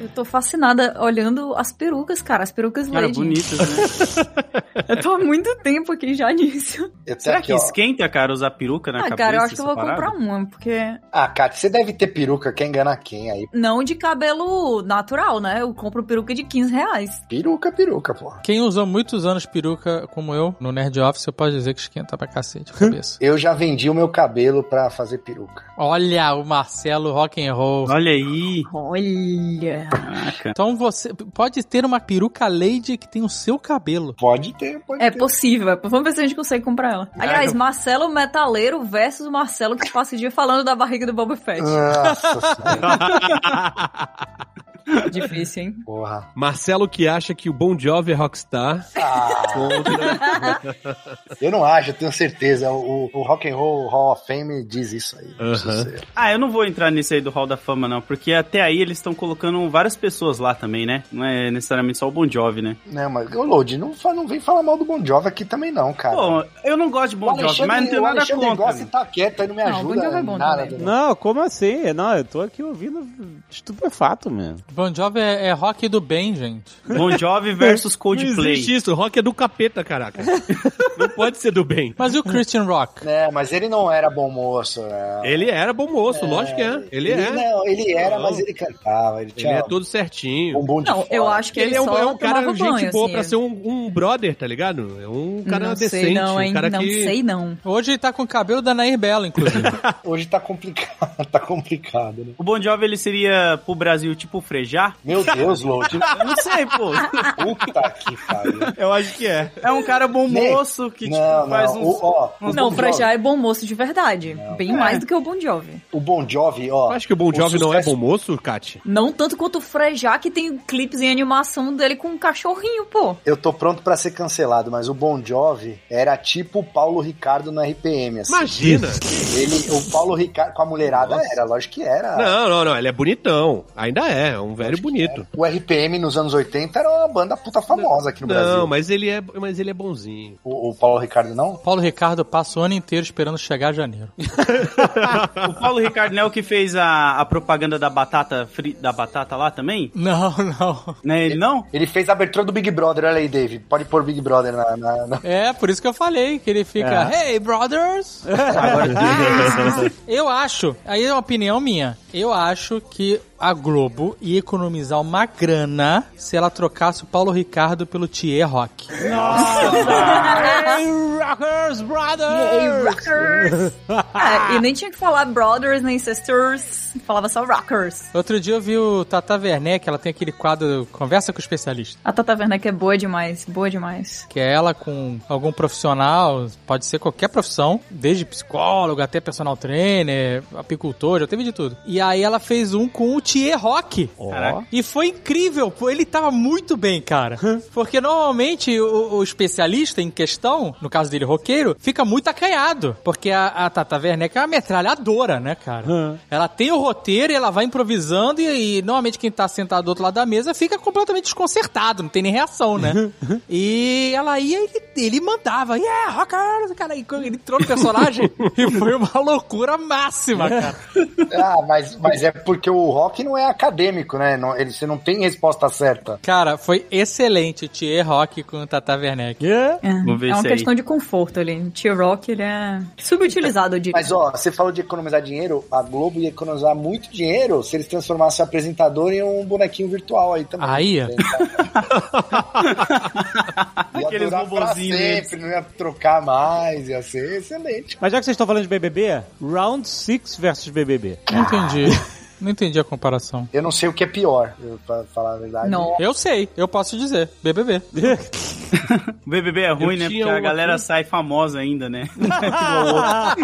Eu tô fascinada olhando as perucas, cara. As perucas
Cara,
Lady.
bonito, né?
Eu tô há muito tempo aqui já nisso.
Eu tenho
Será
Tá aqui,
que
ó.
esquenta, cara, usar peruca na
ah,
cabeça?
cara, eu acho que eu
essa
vou
parada?
comprar uma, porque.
Ah, Kátia, você deve ter peruca, quer enganar quem aí?
Não de cabelo natural, né? Eu compro peruca de 15 reais.
Peruca, peruca, porra.
Quem usou muitos anos peruca, como eu, no Nerd Office, eu posso dizer que esquenta pra cacete a cabeça.
Eu já vendi o meu cabelo pra fazer peruca.
Olha o Marcelo rock and roll.
Olha aí.
Olha.
Caraca.
Então você pode ter uma peruca lady que tem o seu cabelo.
Pode ter, pode
É
ter.
possível. Vamos ver se a gente consegue comprar ela. Aliás, Marcelo Metaleiro versus o Marcelo que passa o dia falando da barriga do Boba Fett.
Ah. Nossa senhora,
Difícil, hein?
porra.
Marcelo que acha que o Bon Jovi é rockstar.
Ah.
Contra...
Eu não acho, eu tenho certeza. O, o Rock and Roll Hall of Fame diz isso aí. Não precisa
Aham.
ser.
Ah, eu não vou entrar nisso aí do Hall da Fama, não, porque até aí eles estão colocando várias pessoas lá também, né? Não é necessariamente só o Bon Jovi, né?
Não, mas o Load, não, fa- não vem falar mal do Bon Jovi aqui também não, cara.
Pô, eu não gosto de
o
Bon Jovi,
É. Alexandre,
mas não tenho
o
nada
Alexandre
contra. né?
gosta e tá quieto, aí não me
Não, o
ajuda.
Bon Jovi é bom
nada,
também.
né?
Não, como assim? Não, eu tô aqui ouvindo estupefato, mesmo.
Bon Jovi é, é rock do bem, gente.
Bon Jovi versus
Não
Coldplay.
existe isso, rock é do capeta, caraca. Não pode ser do bem.
Mas e o Christian Rock?
É, mas ele não era bom moço, né?
Ele era bom moço, lógico que é. Ele é.
Não, ele era,
Não.
mas ele cantava. Ele
Ele
tinha
é todo certinho.
bumbum de
Não, eu
fora.
acho que ele,
Ele é um,
só
é um cara,
tomava
gente
banho,
boa
assim.
pra ser um, um brother, tá ligado? É um cara
não
decente.
sei não, hein?
um cara
não
que...
sei não.
Hoje ele tá com o cabelo da Nair Bela, inclusive.
Hoje tá complicado, tá complicado, né?
O Bon Jovi, ele seria pro Brasil tipo o Frejá?
Meu Deus, Load.
Eu não sei, pô.
Puta que pariu.
Eu acho que é.
É um cara bom
Nem-
moço que, tipo,
Não,
faz
não.
uns...
O, ó, o
Não,
Bon
pra
Jovi-
já é bom moço de verdade. Bem mais
É.
do que o Bon Jovi.
O Bon Jovi, ó.
Eu acho que o Bon Jovi não é
sucesso-
bom moço, Kat.
Não tanto quanto o Frejá, que tem clipes em animação dele com um cachorrinho, pô.
Eu tô pronto pra ser cancelado, mas o Bon Jovi era tipo o Paulo Ricardo no RPM, assim.
Imagina.
Ele, o Paulo Ricardo com a mulherada era, lógico que era.
Não, não, não. Ele é bonitão. Ainda é. É um velho bonito.
O RPM nos anos 80 era uma banda puta famosa aqui no
Não,
Brasil.
mas ele é, mas ele é bonzinho.
O, o Paulo Ricardo não?
Paulo Ricardo passa o ano inteiro esperando chegar janeiro.
O Paulo Ricardo não é o que fez a, a propaganda da batata fri... da batata lá também?
Não, não.
Né, ele não?
Ele fez a abertura do Big Brother, olha aí, Dave. Pode pôr Big Brother na. na- na-
É, por isso que eu falei, que ele fica, hey, brothers!
né?
eu acho, aí é uma opinião minha, eu acho que a Globo ia economizar uma grana se ela trocasse o Paulo Ricardo pelo Thier Rock.
Ah.
Rockers
Hey,
Brothers!
rockers! Ah, e nem tinha que falar brothers nem sisters, falava só rockers.
Outro dia eu vi o Tata Werneck, ela tem aquele quadro Conversa com o Especialista.
A Tata Werneck é boa demais, boa demais.
que é ela com algum profissional, pode ser qualquer profissão, desde psicólogo até personal trainer, apicultor, já teve de tudo. E aí ela fez um com o Thier Rock. E foi incrível, pô, ele tava muito bem, cara. Porque normalmente o, o especialista em questão, no caso dele roqueiro, fica muito acanhado. Porque a, a Tata Werneck é uma metralhadora, né, cara? Ela tem o roteiro e ela vai improvisando e, e normalmente quem tá sentado do outro lado da mesa fica completamente desconcertado, não tem nem reação, né? e ela ia e ele, ele mandava, yeah, rockers, cara, e quando ele entrou no personagem e foi É. uma loucura máxima, cara.
Ah, mas, mas é porque o rock não é acadêmico, né? Não, ele, você não tem resposta certa.
Cara, foi excelente o Thier Rock com o Tata Werneck.
É,
Vou ver
é uma
isso aí.
questão de conforto ali. O Tio Rock, ele é subutilizado, eu diria.
Mas ó, você falou de economizar dinheiro, a Globo ia economizar muito dinheiro se eles transformassem o apresentador em um bonequinho virtual aí também.
Aí.
Ia
Aqueles
durar pra
robozinhos
né?
deles.
sempre, não ia trocar mais, ia ser excelente.
Mas já que vocês estão falando de BBB, Round 6 versus BBB.
Não entendi. Não entendi a comparação.
Eu não sei o que é pior, eu- pra falar a verdade.
Não.
Eu sei, eu posso dizer. BBB.
O BBB é ruim, né?
tinha
Porque a
um
galera sai famosa ainda, né? a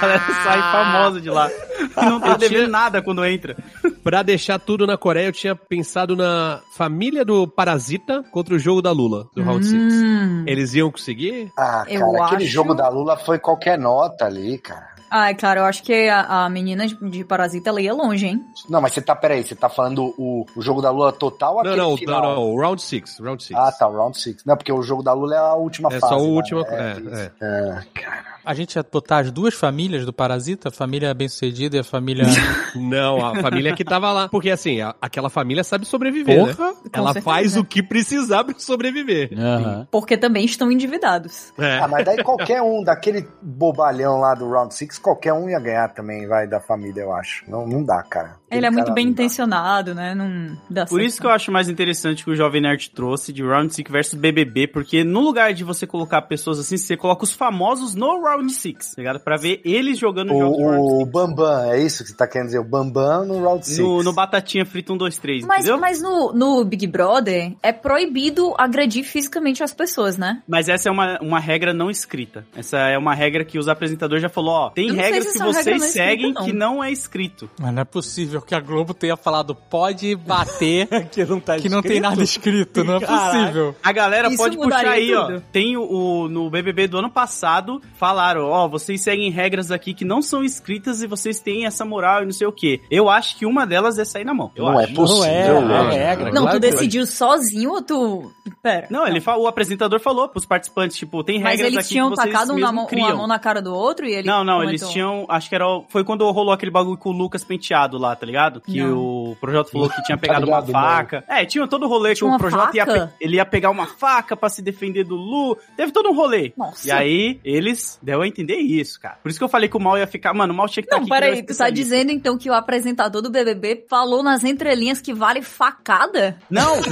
galera sai famosa de lá. E não tá
Eu tinha-
devendo nada quando entra.
Pra deixar tudo na Coreia, eu tinha pensado na família do Parasita contra o jogo da Lula, do Round 6.
Hum.
Eles iam conseguir?
Ah,
Eu
cara, aquele
acho-
jogo da Lula foi qualquer nota ali, cara.
Ah, é claro, eu acho que a, a menina de- de Parasita, ela ia longe, hein?
Não, mas você tá, peraí, você tá falando o, o jogo da Lula total ou
Não,
aquele
não, não,
final?
não, Round 6, Round 6.
Ah, tá, o round 6. Não, porque o jogo da Lula é a última
É
fase.
só a
né?
última.
isso.
É, é.
Ah, cara.
A gente ia botar as duas famílias do Parasita, a família bem-sucedida e a família...
Não, a família que tava lá. Porque assim, a- aquela família sabe sobreviver. né? Ela
certeza.
faz o que precisar pra sobreviver.
Aham.
Porque também estão endividados.
É.
Ah, mas daí qualquer um daquele bobalhão lá do round 6, qualquer um ia ganhar também, vai, da família, eu acho. Não, não dá, cara.
Ele é muito bem
intencionado.
intencionado, né? Não dá
Por
certo.
isso que eu acho mais interessante que o Jovem Nerd trouxe de Round 6 versus BBB, porque no lugar de você colocar pessoas assim, você coloca os famosos no Round 6, ligado? Pra ver eles jogando o jogo do Round
O, o Bambam, é isso que você tá querendo dizer? O Bambam no Round
6.
6.
No, no Batatinha Frita 1, 2, 3,
Mas,
entendeu? Mas...
mas no, no Big Brother é proibido agredir fisicamente as pessoas, né?
essa é uma, uma regra não escrita. Essa é uma regra que os apresentadores já falou, ó, tem
Eu não sei
regras
se
que
essa regra
vocês
não é escrita,
seguem
não.
que não é escrito.
Mas não é possível que a Globo tenha falado pode bater
Que não tá
que não tem nada escrito, não é
Caraca.
possível.
A galera
Isso
pode puxar
mudaria
aí, ó.
tudo.
Tem o, o- no BBB do ano passado, falaram, ó, vocês seguem regras aqui que não são escritas e vocês têm essa moral e não sei o quê. Eu acho que uma delas é sair na mão. Eu
Não é
acho.
possível.
Não é,
eu
não
acho.
é, cara.
não,
claro
tu
que
decidiu sozinho ou tu. Pera.
Não, ele fa- o apresentador falou pros participantes, tipo, tem
Mas
regras
eles
aqui que vocês
tinham tacado uma
mesmo
mão,
criam.
uma mão na cara do outro e ele.
Não, não, eles
comentou.
tinham. Acho que era. o- Foi quando rolou aquele bagulho com o Lucas penteado lá, tá ligado? Que o Projeto falou que tinha pegado uma
Tá ligado, mano.
faca. É, tinha todo o rolê que
Tinha
o
uma
Projeto ia,
faca?
pe- ele ia pegar uma faca pra se defender do Lu. Teve todo um rolê.
Nossa.
E aí, eles deu a entender isso, cara. Por isso que eu falei que o mal ia ficar. Mano, o mal tinha que estar
Não,
aqui.
peraí,
que
tu
ele era
tá dizendo então que o apresentador do BBB falou nas entrelinhas que vale facada?
especialista.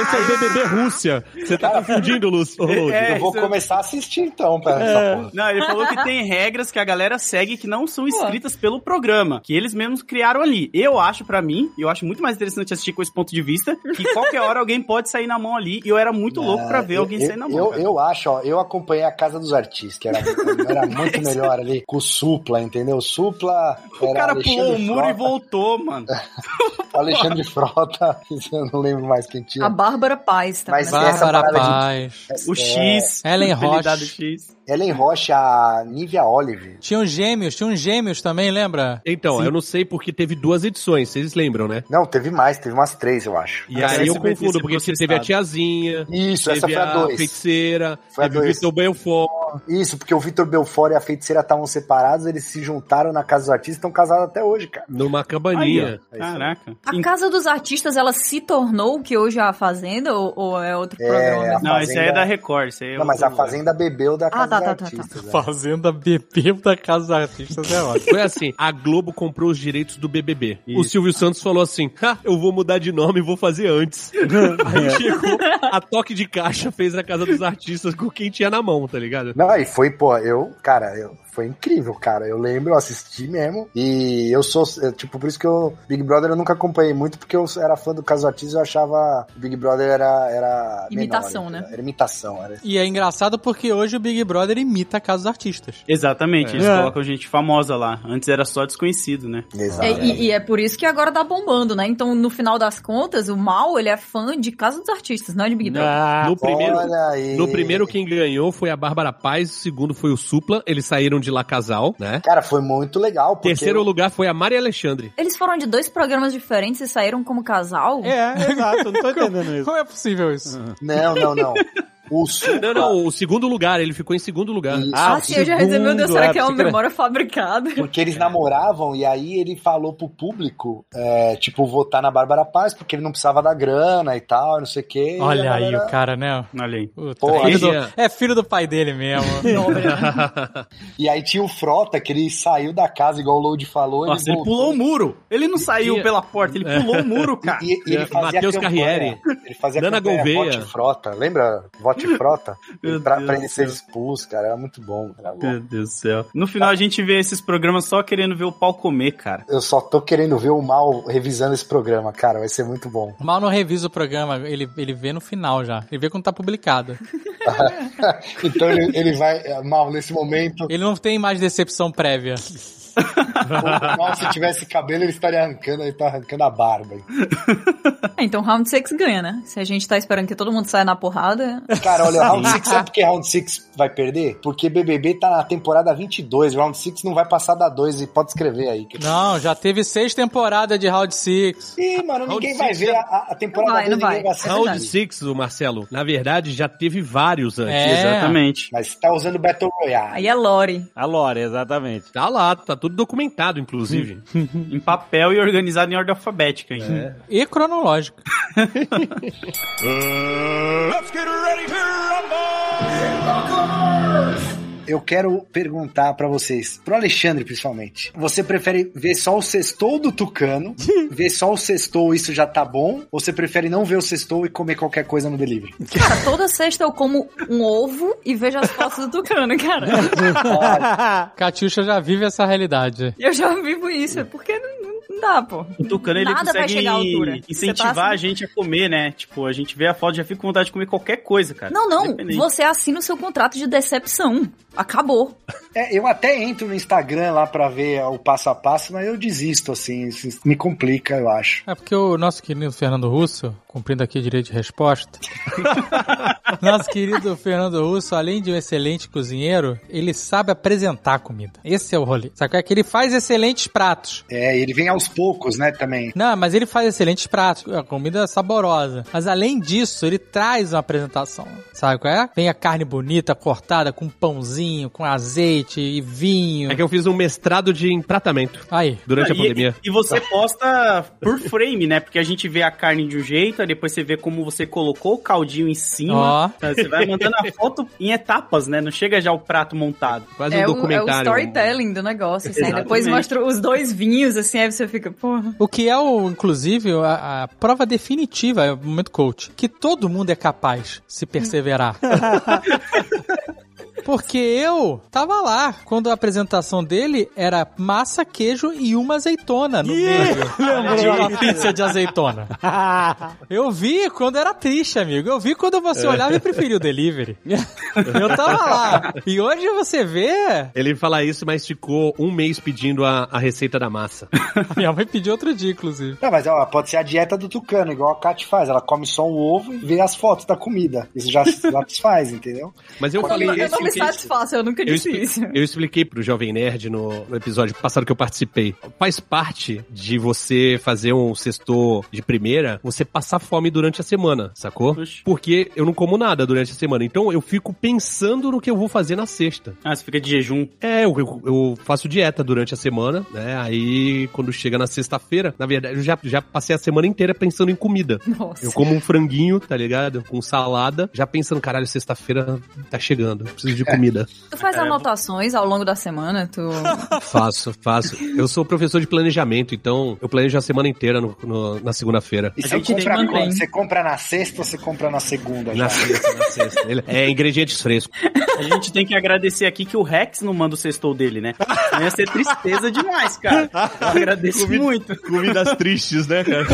Esse é o BBB Rússia. Você tá confundindo, Lúcio.
É,
Eu vou
isso-
começar a assistir então, pra essa porra.
Não, não, ele falou que tem regras que a galera segue que não são escritas pelo programa, que eles mesmos criaram ali. Eu acho, pra mim, e eu acho muito mais interessante assistir com esse ponto de vista, que qualquer hora alguém pode sair na mão ali, e eu era muito louco pra ver
eu,
alguém sair na mão.
eu,
cara.
eu acho, ó, eu acompanhei a Casa dos Artistas, que era, era muito melhor ali, com o Supla, entendeu? O Supla.
o
era
cara
Alexandre
pulou o muro e
Frota-
voltou, mano.
Alexandre Frota, eu não lembro mais quem tinha.
A Bárbara Paz, tá?
Mas
Mas-
essa
Bárbara
parada de-
Paz.
O X.
É.
Ellen
o apelidado
Roche.
X.
Ellen Rocha, a Nívia Olive.
Tinham gêmeos, tinham gêmeos também, lembra?
Então, eu não sei porque teve duas edições, vocês lembram, né?
Não, teve mais, teve umas três, eu acho.
E
Ah,
aí eu
esse vai ter
confundo,
sido
porque
processado.
teve a tiazinha,
Isso, essa
teve
foi a
a
dois.
feiticeira,
Foi a
teve o
dois.
Vitor Belfort,
Não, isso, porque o Vitor Belfort e a feiticeira estavam separados, eles se juntaram na casa dos artistas e estão casados até hoje, cara.
Numa cabaninha.
É isso aí.
Caraca.
A Casa dos Artistas, ela se tornou o que hoje é a Fazenda ou, ou é outro programa?
a
Não, isso aí é
Fazenda-
da Record. Isso aí é
Não, mas a
outro-
Fazenda bebeu da casa
tá,
dos
tá, tá,
artistas. né?
Fazenda bebeu da Casa dos Artistas é ótimo.
Foi assim, a Globo comprou os direitos do BBB. O Silvio Santos falou assim, "Ha, eu vou mudar de nome e vou fazer antes. Aí chegou, a toque de caixa fez a Casa dos Artistas com quem tinha na mão, tá ligado?
Não, e foi, pô, eu, cara, eu, foi incrível, cara. Eu lembro, eu assisti mesmo. E eu sou, é, tipo, por isso que eu, Big Brother eu nunca acompanhei muito, porque eu era fã do Caso Artista e eu achava o Big Brother era. era menor,
Imitação,
entendeu?
né?
Era imitação, era.
E é engraçado porque hoje o Big Brother imita a Casa dos Artistas.
Exatamente, eles
É.
colocam gente famosa lá. Antes era só desconhecido, né?
Exato.
É, e, e é por isso que agora tá bombando, né? Então, no final das contas, o mal, ele é fã de Casa dos Artistas, não é de Big Brother.
No primeiro,
Olha aí.
no primeiro quem ganhou foi a Bárbara Paz, o segundo foi o Supla, eles saíram de lá casal, né?
Cara, foi muito legal. Porque
Terceiro lugar foi a Maria Alexandre.
Eles foram de dois programas diferentes e saíram como casal?
É, exato, eu não tô entendendo isso.
Como é possível isso?
Não, não, não. O Supla.
Não, não, o segundo lugar, ele ficou em segundo lugar.
Isso.
Ah, sim, eu já recebi, meu Deus,
segundo,
será que é uma
pensei era-
memória fabricada?
Porque eles namoravam e aí ele falou pro público, é, tipo, votar na Bárbara Paz, porque ele não precisava da grana e tal, não sei o quê. E a
Olha aí
galera-
o cara, né?
Olha aí.
Puta,
Porra,
filho do-
aí-
é filho do pai dele mesmo.
E aí tinha o Frota, que ele saiu da casa, igual o Load falou.
Nossa,
ele
ele
voltou.
pulou um o muro. Ele não saiu
Tinha-
pela porta, ele pulou o muro, cara.
E, e ele fazia
Matheus
campanha.
Carriere.
Ele fazia
Dana
campanha,
Gouveia.
Vote Frota. Lembra? Vote Frota?
Meu
pra,
Deus
pra
do
ele ser
céu.
expulso, cara. Era muito bom. Era bom.
Meu Deus do céu. No final a gente vê esses programas só querendo ver o pau comer, cara.
Eu só tô querendo ver o Mal revisando esse programa, cara. Vai ser muito bom.
Mal não revisa o programa, ele, ele vê no final já. Ele vê quando tá publicado.
Então ele, ele vai... Mal, nesse momento,
Ele não tem mais decepção prévia.
o Mal, se tivesse cabelo, ele estaria arrancando. Ele tá arrancando a barba.
É, então, Round 6 ganha, né? Se a gente tá esperando que todo mundo saia na porrada...
Cara, olha, Round 6, sabe por que Round 6 vai perder? Porque BBB tá na temporada 22. Round 6 não vai passar da 2 e pode escrever aí. que-
Não, já teve seis temporadas de Round Six.
Ih, mano, ninguém vai ver a, a temporada
Não vai,
dois,
não
ninguém
vai.
vai
É
assistir.
Round
verdade.
6, o Marcelo, na verdade já teve vários antes.
É.
Exatamente.
Mas tá usando Battle Royale.
Aí é Lore.
A Lore, exatamente.
Tá lá, tá tudo documentado, inclusive.
Em papel e organizado em ordem alfabética
É.
ainda.
E é cronológico.
Let's get ready to rumble!
Eu quero perguntar pra vocês, pro Alexandre principalmente. Você prefere ver só o sextou do Tucano? ver só o sextou, isso já tá bom? Ou você prefere não ver o sextou e comer qualquer coisa no delivery?
Cara, toda sexta eu como um ovo e vejo as fotos do Tucano, cara.
Catiuxa já vive essa realidade.
Eu já vivo isso, é porque não, não- não dá, pô.
O Tucano, ele
Nada vai
consegue
chegar à altura. Você
incentivar
tá assim-
a gente a comer, né? Tipo, a gente vê a foto e já fica com vontade de comer qualquer coisa, cara.
Não, não,
Independente.
você assina o seu contrato de decepção. Acabou.
É, eu até entro no Instagram lá pra ver o passo a passo, mas eu desisto, assim. Isso me complica, eu acho.
É porque o nosso querido Fernando Russo, cumprindo aqui o direito de resposta, nosso querido Fernando Russo, além de um excelente cozinheiro, ele sabe apresentar comida. Esse é o rolê. Sabe qual é que ele faz excelentes pratos?
É, ele vem aos poucos, né, também.
Não, mas ele faz excelentes pratos, a comida é saborosa. Mas além disso, ele traz uma apresentação. Sabe qual é? Vem a carne bonita, cortada, com pãozinho, com azeite e vinho.
É que eu fiz um mestrado de empratamento
Aí.
durante a
E-
pandemia.
E, você posta por frame, né? Porque a gente vê a carne de um jeito, aí depois você vê como você colocou o caldinho em cima.
Ó.
Tá? Você vai mandando a foto em etapas, né? Não chega já o prato montado.
Quase
É
um
o, é o
documentário.
storytelling do negócio, assim. Aí
Exatamente.
Depois mostra os dois vinhos, assim, aí você fica, porra.
O que é, o, inclusive, a, a prova definitiva, é o momento coach, que todo mundo é capaz se perseverar. Porque eu tava lá quando a apresentação dele era massa, queijo e uma azeitona no meio. De uma pizza de azeitona. Eu vi quando era triste, amigo. Eu vi quando você olhava e preferia o delivery. Eu tava lá. E hoje você vê
Ele fala isso, mas ficou um mês pedindo a, a receita da massa.
A minha mãe pediu outro dia, inclusive.
Não, mas ó, pode ser a dieta do tucano, igual a Kat faz. Ela come só um ovo e vê as fotos da comida. Isso já satisfaz, entendeu?
Mas eu
Olha,
falei
eu
esse
não me satisfação, eu nunca
Eu,
disse
expli-
isso.
eu expliquei pro Jovem Nerd no, no episódio passado que eu participei. Faz parte de você fazer um sextor de primeira, você passar fome durante a semana, sacou?
Oxi.
Porque eu não como nada durante a semana. Então eu fico pensando no que eu vou fazer na sexta.
Ah, você fica de jejum.
É, eu, eu- eu faço dieta durante a semana, né? Aí quando chega na sexta-feira, na verdade, eu já, já passei a semana inteira pensando em comida.
Nossa.
Eu como um franguinho, tá ligado? Com salada, já pensando, caralho, sexta-feira tá chegando, preciso de comida.
Tu faz anotações ao longo da semana, tu.
faço, faço. Eu sou professor de planejamento, então eu planejo a semana inteira no- no- na segunda-feira.
E
A
você
gente
compra,
tem-
quando? você compra na sexta ou você compra na segunda?
Na
já?
sexta, na sexta. Ele- É ingredientes frescos.
A gente tem que agradecer aqui que o Rex não manda o sextou dele, né? Senão Ia ser tristeza demais, cara. Eu agradeço muito.
Comidas tristes, né, cara?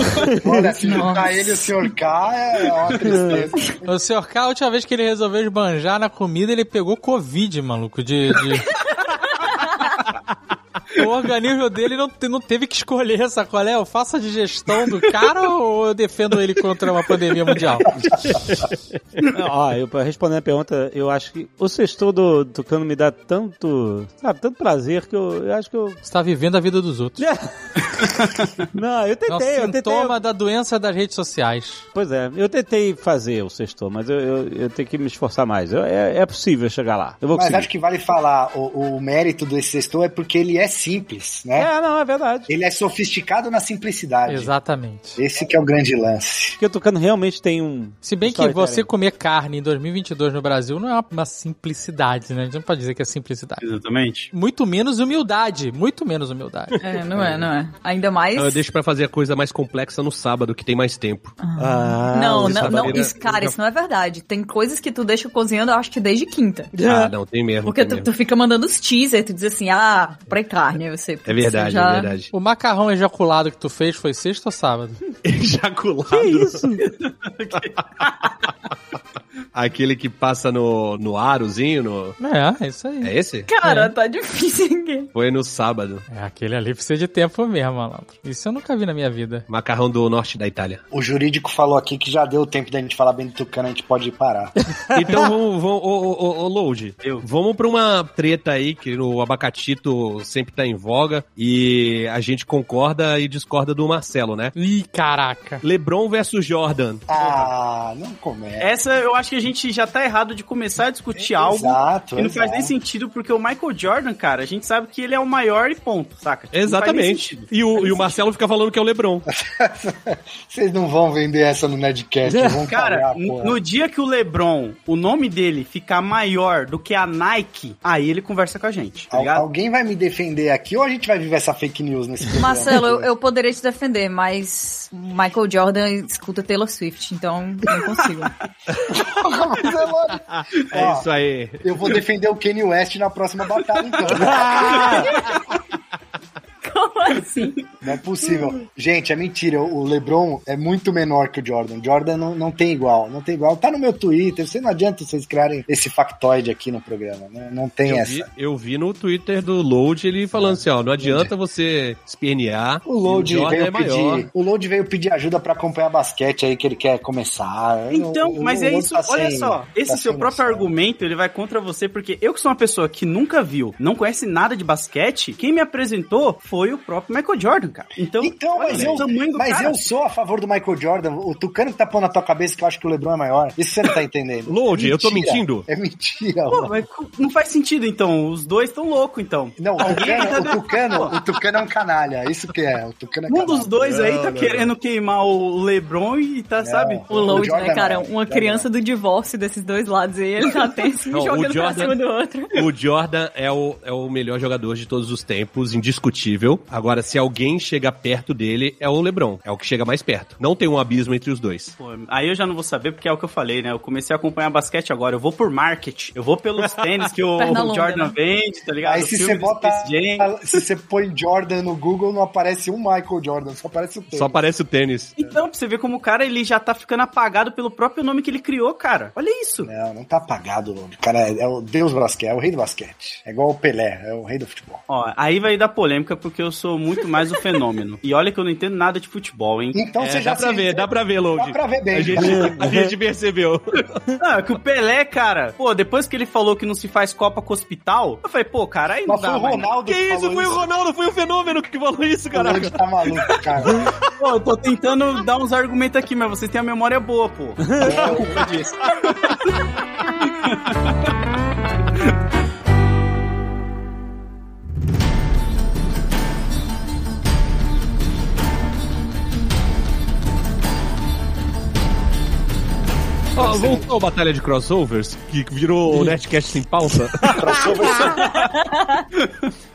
Olha, se juntar
Nossa.
ele e o senhor K é uma tristeza.
O senhor K, a última vez que ele resolveu esbanjar na comida, ele pegou Covid, maluco. De. de- O organismo dele não, te- não teve que escolher, sabe qual é? Eu faço a digestão do cara ou eu defendo ele contra uma pandemia mundial?
Ó, eu pra responder a pergunta, eu acho que o sextor do do Tucano me dá tanto, sabe, tanto prazer que eu, eu acho que eu...
Você tá vivendo a vida dos outros.
Não, eu
É um
tentei, eu tentei.
sintoma da doença das redes sociais.
Pois é, eu tentei fazer o sextor, mas eu, eu, eu tenho que me esforçar mais. Eu- é, é possível chegar lá. Eu vou
Mas
conseguir.
acho que vale falar, o, o mérito desse sextor é porque ele é simples, né?
É, não, é verdade.
Ele é sofisticado na simplicidade.
Exatamente.
Esse que é o grande lance.
Porque o Tucano realmente tem um...
Se bem que
Storytelling.
você comer carne em 2022 no Brasil não é uma simplicidade, né? A gente não pode dizer que é simplicidade.
Exatamente.
Muito menos humildade. Muito menos humildade.
É, não é, não é. Ainda mais.
Então, Eu deixo pra fazer a coisa mais complexa no sábado, que tem mais tempo.
Ah,
Não, não, não,
trabalho-
isso, cara, isso não é verdade. Tem coisas que tu deixa cozinhando, eu acho que desde quinta.
Ah, não, tem mesmo.
Porque
tem
tu,
mesmo.
tu fica mandando os teaser, tu diz assim, ah, comprei carne, aí você.
É verdade,
você já-
é verdade.
O macarrão ejaculado que tu fez foi sexta ou sábado?
Ejaculado. Aquele que passa no, no arozinho, no...
É, é isso aí.
É esse?
Cara, tá difícil aqui.
Foi no sábado.
É, aquele ali precisa de tempo mesmo, malandro. Isso eu nunca vi na minha vida.
Macarrão do norte da Itália.
O jurídico falou aqui que já deu tempo da gente falar bem do Tucano, a gente pode parar.
Então vamos, vamos ô, ô, ô, ô, Load,
Eu.
vamos pra uma treta aí que o abacatito sempre tá em voga e a gente concorda e discorda do Marcelo, né?
Ih, caraca.
LeBron versus Jordan.
Ah, não começa.
Essa eu acho que a gente já tá errado de começar a discutir É algo.
Exato,
que não faz
exato.
nem sentido, porque o Michael Jordan, cara, a gente sabe que ele é o maior e ponto, saca? Tipo, não faz nem
Exatamente.
sentido.
E o, e o Marcelo fica falando que é o LeBron.
Vocês não vão vender essa no Nerdcast, vão
Cara,
pagar,
no
porra.
no dia que o LeBron, o nome dele ficar maior do que a Nike, aí ele conversa com a gente, tá
Al-
ligado?
alguém vai me defender aqui ou a gente vai viver essa fake news nesse programa?
Marcelo, eu, eu poderia te defender, mas Michael Jordan escuta Taylor Swift, então não consigo.
Mas é lógico.
É
Ó,
isso aí.
Eu vou defender o Kanye West na próxima batalha, então.
Como assim?
Não é possível. Gente, é mentira. O LeBron é muito menor que o Jordan. Jordan não, não tem igual. Não tem igual. Tá no meu Twitter. Você não adianta vocês criarem esse factoide aqui no programa. Não, não tem
Eu
essa.
vi, eu vi no Twitter do Load ele falando assim, ó, não adianta você espernear.
O Load
e Jordan
veio
é maior.
pedir. O Load veio pedir ajuda pra acompanhar basquete aí que ele quer começar.
Então,
O- o-
mas
o
é
Load
isso.
tá
Olha
sem-
só, esse
tá
seu
sem
próprio
noção.
argumento ele vai contra você, porque eu que sou uma pessoa que nunca viu, não conhece nada de basquete, quem me apresentou foi o próprio Michael Jordan, cara. Então,
Então,
olha
mas,
o
eu,
tamanho do
mas
cara.
eu sou a favor do Michael Jordan. O Tucano que tá pondo na tua cabeça que eu acho que o Lebron é maior. Isso você não tá entendendo.
Load, eu tô
Mentira.
mentindo?
É mentira.
Pô,
mano.
mas não faz sentido então, os dois estão loucos então.
Não, o Tucano, o, tucano, o Tucano é um canalha. Isso que é. O Tucano é
Um
canalha.
dos dois aí tá querendo queimar o LeBron e tá,
É,
sabe?
O load,
Jordan
né, cara?
não,
Uma
Jordan
criança do divórcio desses dois lados e ele tá tenso
Não, o
jogando pra
Jordan-
cima do outro.
O Jordan é o, é o melhor jogador de todos os tempos, indiscutível. Agora, se alguém chega perto dele, é o LeBron. É o que chega mais perto. Não tem um abismo entre os dois.
Pô, aí eu já não vou saber, porque é o que eu falei, né? Eu comecei a acompanhar basquete agora. Eu vou por market. Eu vou pelos tênis que o
Perna longa,
Jordan
né?
vende, tá ligado?
Aí
O
se
filme
você
do
bota.
Space Jam.
Se você põe Jordan no Google, não aparece um Michael Jordan, só aparece o teu.
Só aparece o tênis.
Então, pra você ver como o cara, ele já tá ficando apagado pelo próprio nome que ele criou, cara. Olha isso.
Não, não tá apagado, Load. O cara é, é o deus do basquete, é o rei do basquete. É igual o Pelé, é o rei do futebol.
Ó, aí vai dar polêmica, porque eu sou muito mais o fenômeno. E olha que eu não entendo nada de futebol, hein?
Então
É,
você já
dá pra
se-
ver, dá pra ver, Load.
Dá pra ver bem.
A gente, a gente percebeu.
Não, é que o Pelé, cara, pô, depois que ele falou que não se faz Copa com hospital, eu falei, pô, cara, aí não
Mas foi
dá
o
mais.
Ronaldo
Que
que
isso?
falou
Foi o
isso.
Ronaldo, foi o fenômeno que falou isso,
O Ronaldo
caraca.
tá maluco, cara.
Pô, eu tô tentando dar uns argumentos aqui, mas vocês têm a memória boa, pô.
Ó, voltou a batalha de crossovers, que virou o Nerdcast sem pauta.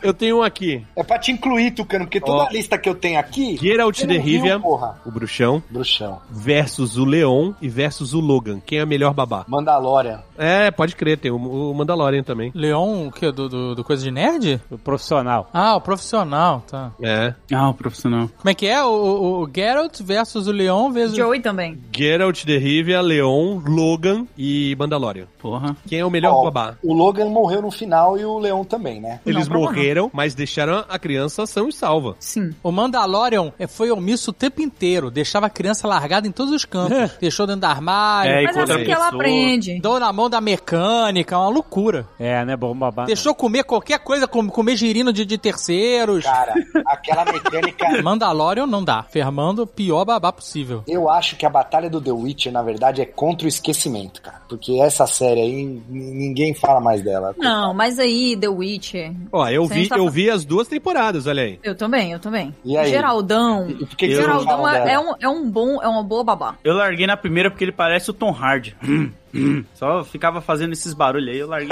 Eu tenho um aqui.
É pra te incluir, Tucano, porque toda
Ó.
a lista que eu tenho aqui.
Geralt
você
de
não viu,
Rivia,
porra.
o bruxão,
Bruxão.
versus o Leon e versus o Logan. Quem é a melhor babá?
Mandalorian.
É, pode crer, tem o, o Mandalorian também.
Leon, o quê? Do, do, do Coisa de Nerd?
O profissional.
Ah, o profissional, tá.
É.
Ah, o profissional.
Como é que é? O, o, o Geralt versus o Leon versus...
Joey também.
Geralt de Rivia, Leon, Logan e Mandalorian.
Porra.
Quem é o melhor
Ó,
babá?
O Logan morreu no final e o Leon também, né?
Eles morreram, mas deixaram a criança são e salva.
Sim.
O Mandalorian eh, foi omisso o tempo inteiro. Deixava a criança largada em todos os cantos. Deixou dentro do armário.
É, E
Mas é
contra
assim que ela
pessoa.
aprende.
Dou na mão da mecânica, uma loucura.
É, né? Bom babá.
Deixou comer qualquer coisa, com- comer girino de, de terceiros.
Cara, aquela mecânica.
Mandalorian não dá. Fermando, pior babá possível.
Eu acho que a batalha do The Witcher, na verdade, é contra o esquecimento, cara. Porque essa série aí, n- ninguém fala mais dela.
Não, mas aí The Witcher.
Ó, eu
Você
vi,
tá
eu
falando-
vi as duas temporadas, olha aí.
Eu também, eu também.
E aí?
Geraldão.
E por que que vocês não
Geraldão
falam
é, é
dela?
um, é um bom, é uma boa babá.
Eu larguei na primeira porque ele parece o Tom Hardy. Hum, hum. Só ficava fazendo esses barulhos aí, eu larguei.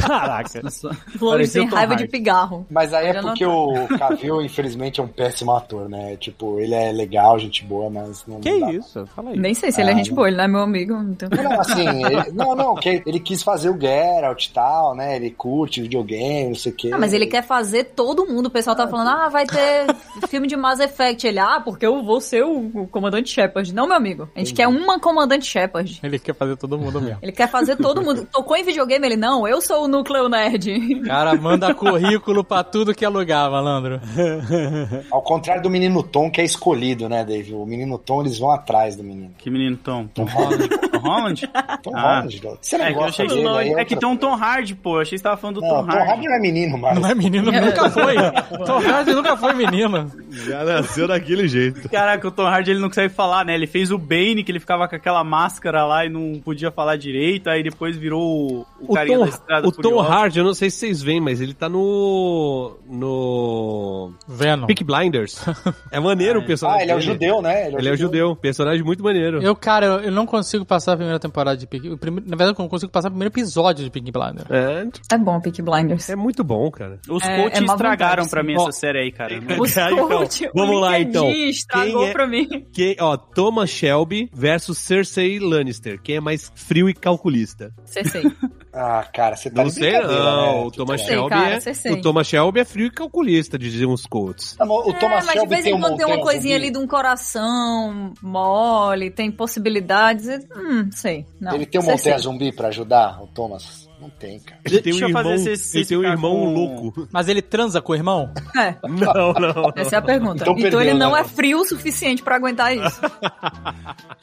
Caraca.
Só-
Flores
Parecia
tem
o Tom
raiva de
Hardy.
pigarro.
Mas aí é
Eu não
porque o Cavill, infelizmente, é um péssimo ator, né? Tipo, ele é legal, gente boa, mas não.
Que
não dá.
isso? Fala aí.
Nem sei se ele é
Ah,
gente
não.
boa, ele não é meu amigo. Então...
Não, assim, ele- não, não, que ele quis fazer o Geralt e tal, né? Ele curte videogame, não sei o quê.
Ah, mas ele quer fazer todo mundo. O pessoal tá falando, ah, vai ter filme de Mass Effect. Ele, ah, porque eu vou ser o, o comandante Shepard. Não, meu amigo. A gente quer uma comandante Shepard.
Ele quer fazer todo mundo mesmo.
Ele quer fazer todo mundo. Tocou em videogame? Ele, não, eu sou o núcleo nerd.
Cara, manda currículo pra tudo que é lugar, malandro.
Ao contrário do menino Tom, que é escolhido, né, Dave? O menino Tom, eles vão atrás do menino.
Que menino Tom? Tom Holland. Tom Holland?
Tom
Ah.
Holland, Holland, você não
É que eu
gosta
achei
dele, aí
estranho. É
outra-
que tem um Tom Hardy, pô. Eu achei que você tava falando do
Não,
Tom Hardy.
não é menino, mas...
Não é menino, nunca foi. Tom Hardy nunca foi menino.
Já nasceu daquele jeito.
Caraca, o Tom Hardy ele não consegue falar, né? Ele fez o Bane, que ele ficava com aquela máscara lá e não podia falar direito, aí depois virou o, o
O
carinha
Tom,
da estrada
o Tom
Furiosa.
Hardy, eu não sei se vocês veem, mas ele tá no. no.
Venom.
Peak Blinders. É maneiro o personagem.
Ah, ele é o
dele.
judeu, né?
Ele é o judeu. Personagem muito maneiro.
Eu, cara, eu, eu não consigo passar a primeira temporada de Peaky... o prime- Na verdade, eu não consigo passar o primeiro episódio de Peaky Blinder.
É,
É bom, Peak Blinders.
é muito bom, cara.
Os
É-
coaches
é má
estragaram
vontade,
pra
sim.
mim
Ó,
essa série aí, cara. Muito-
Os
Cara, então,
coach, o
vamos lá,
LinkedIn
então.
estragou
Quem é-
pra mim.
Quem, ó, Thomas Shelby versus Cersei Lannister. Quem é mais frio e calculista?
Cessei.
Ah, cara, você tá
Não
de
sei,
brincadeira,
não.
né?
O Thomas
Sei,
Shelby
cara,
é.
sei, sei.
O Thomas Shelby é frio e calculista, diziam os coaches.
Não, mas Tá o Thomas
é, mas de
Shelby um
vez em quando tem uma
montanha
coisinha
zumbi.
ali de um coração mole, tem possibilidades. e- Hum, sei. Não,
Ele tem um
Sei,
montanha
sei.
zumbi pra ajudar o Thomas? Não tem, cara.
Deixa
tem um
eu fazer
irmão,
esse- esse
ele tem um
cara
irmão
com-
louco.
Mas ele transa com o irmão?
É.
Não, não.
Essa é a pergunta.
Então
Então,
perdeu,
ele não
né?
é frio o suficiente pra aguentar isso.
Deixa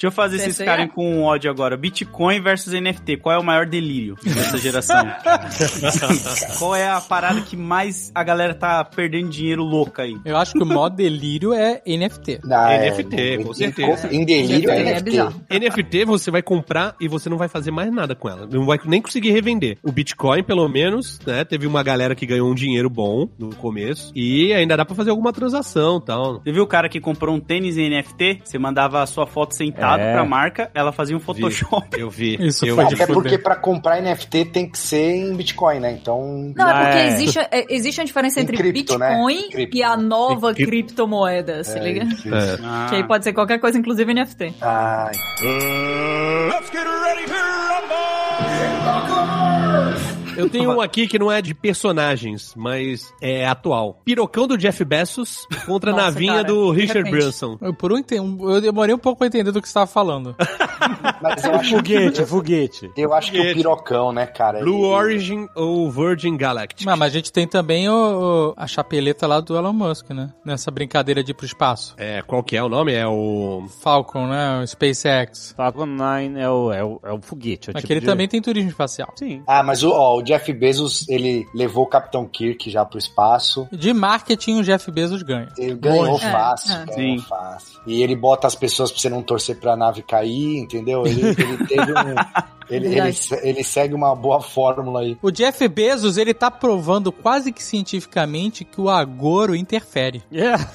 eu fazer esses
Cessei,
caras
é.
com um ódio agora. Bitcoin versus NFT. Qual é o maior delírio dessa geração? Qual é a parada que mais a galera tá perdendo dinheiro louca aí?
Eu acho que o maior delírio é NFT.
Não,
NFT,
é,
com
em-
certeza.
Em delírio é
É
NFT.
bizarro.
NFT você vai comprar e você não vai fazer mais nada com ela. Não vai nem conseguir revender. O Bitcoin, pelo menos, né? Teve uma galera que ganhou um dinheiro bom no começo e ainda dá pra fazer alguma transação e tal.
Você viu o cara que comprou um tênis em NFT? Você mandava a sua foto sentado
É.
pra marca, ela fazia um Photoshop.
Eu vi.
Isso
eu
foi
vi.
de-
Até
fuder.
porque pra comprar NFT tem que ser em Bitcoin, né? Então.
Não, é porque
É.
existe, é- existe a diferença
Em
entre
cripto, né?
Bitcoin
Em cripto.
e a nova
Em cri-
criptomoeda, se liga?
É.
Ah.
Que aí pode ser qualquer coisa, inclusive NFT.
Ai,
Let's get ready to rumble!
Eu tenho um aqui que não é de personagens, mas é atual. Pirocão do Jeff Bezos contra
Nossa,
a navinha
cara,
do
de
Richard
repente.
Branson.
Eu, por um, ente- eu demorei um pouco pra entender do que você tava falando.
Mas eu acho,
Foguete, foguete.
eu acho que o
Foguete.
pirocão, né, cara?
Blue
ele-
Origin ou Virgin Galactic?
Mas, mas a gente tem também o, o- a chapeleta lá do Elon Musk, né? Nessa brincadeira de ir pro espaço.
É, qual que é o nome? É o...
Falcon, né? O SpaceX.
Falcon 9 é o, é o, é o foguete. É o
Mas
tipo
que ele
de-
também tem turismo espacial.
Sim.
Ah, mas o, ó, o Jeff Bezos, ele levou o Capitão Kirk já pro espaço.
De marketing, o Jeff Bezos ganha.
Ele ganhou
É,
fácil,
é.
ganhou
Sim.
fácil. E ele bota as pessoas pra você não torcer pra nave cair, entendeu? Ele, ele teve um. Ele, ele,
Verdade.
ele segue uma boa fórmula aí.
O Jeff Bezos, ele tá provando quase que cientificamente que o agouro interfere.
Yeah.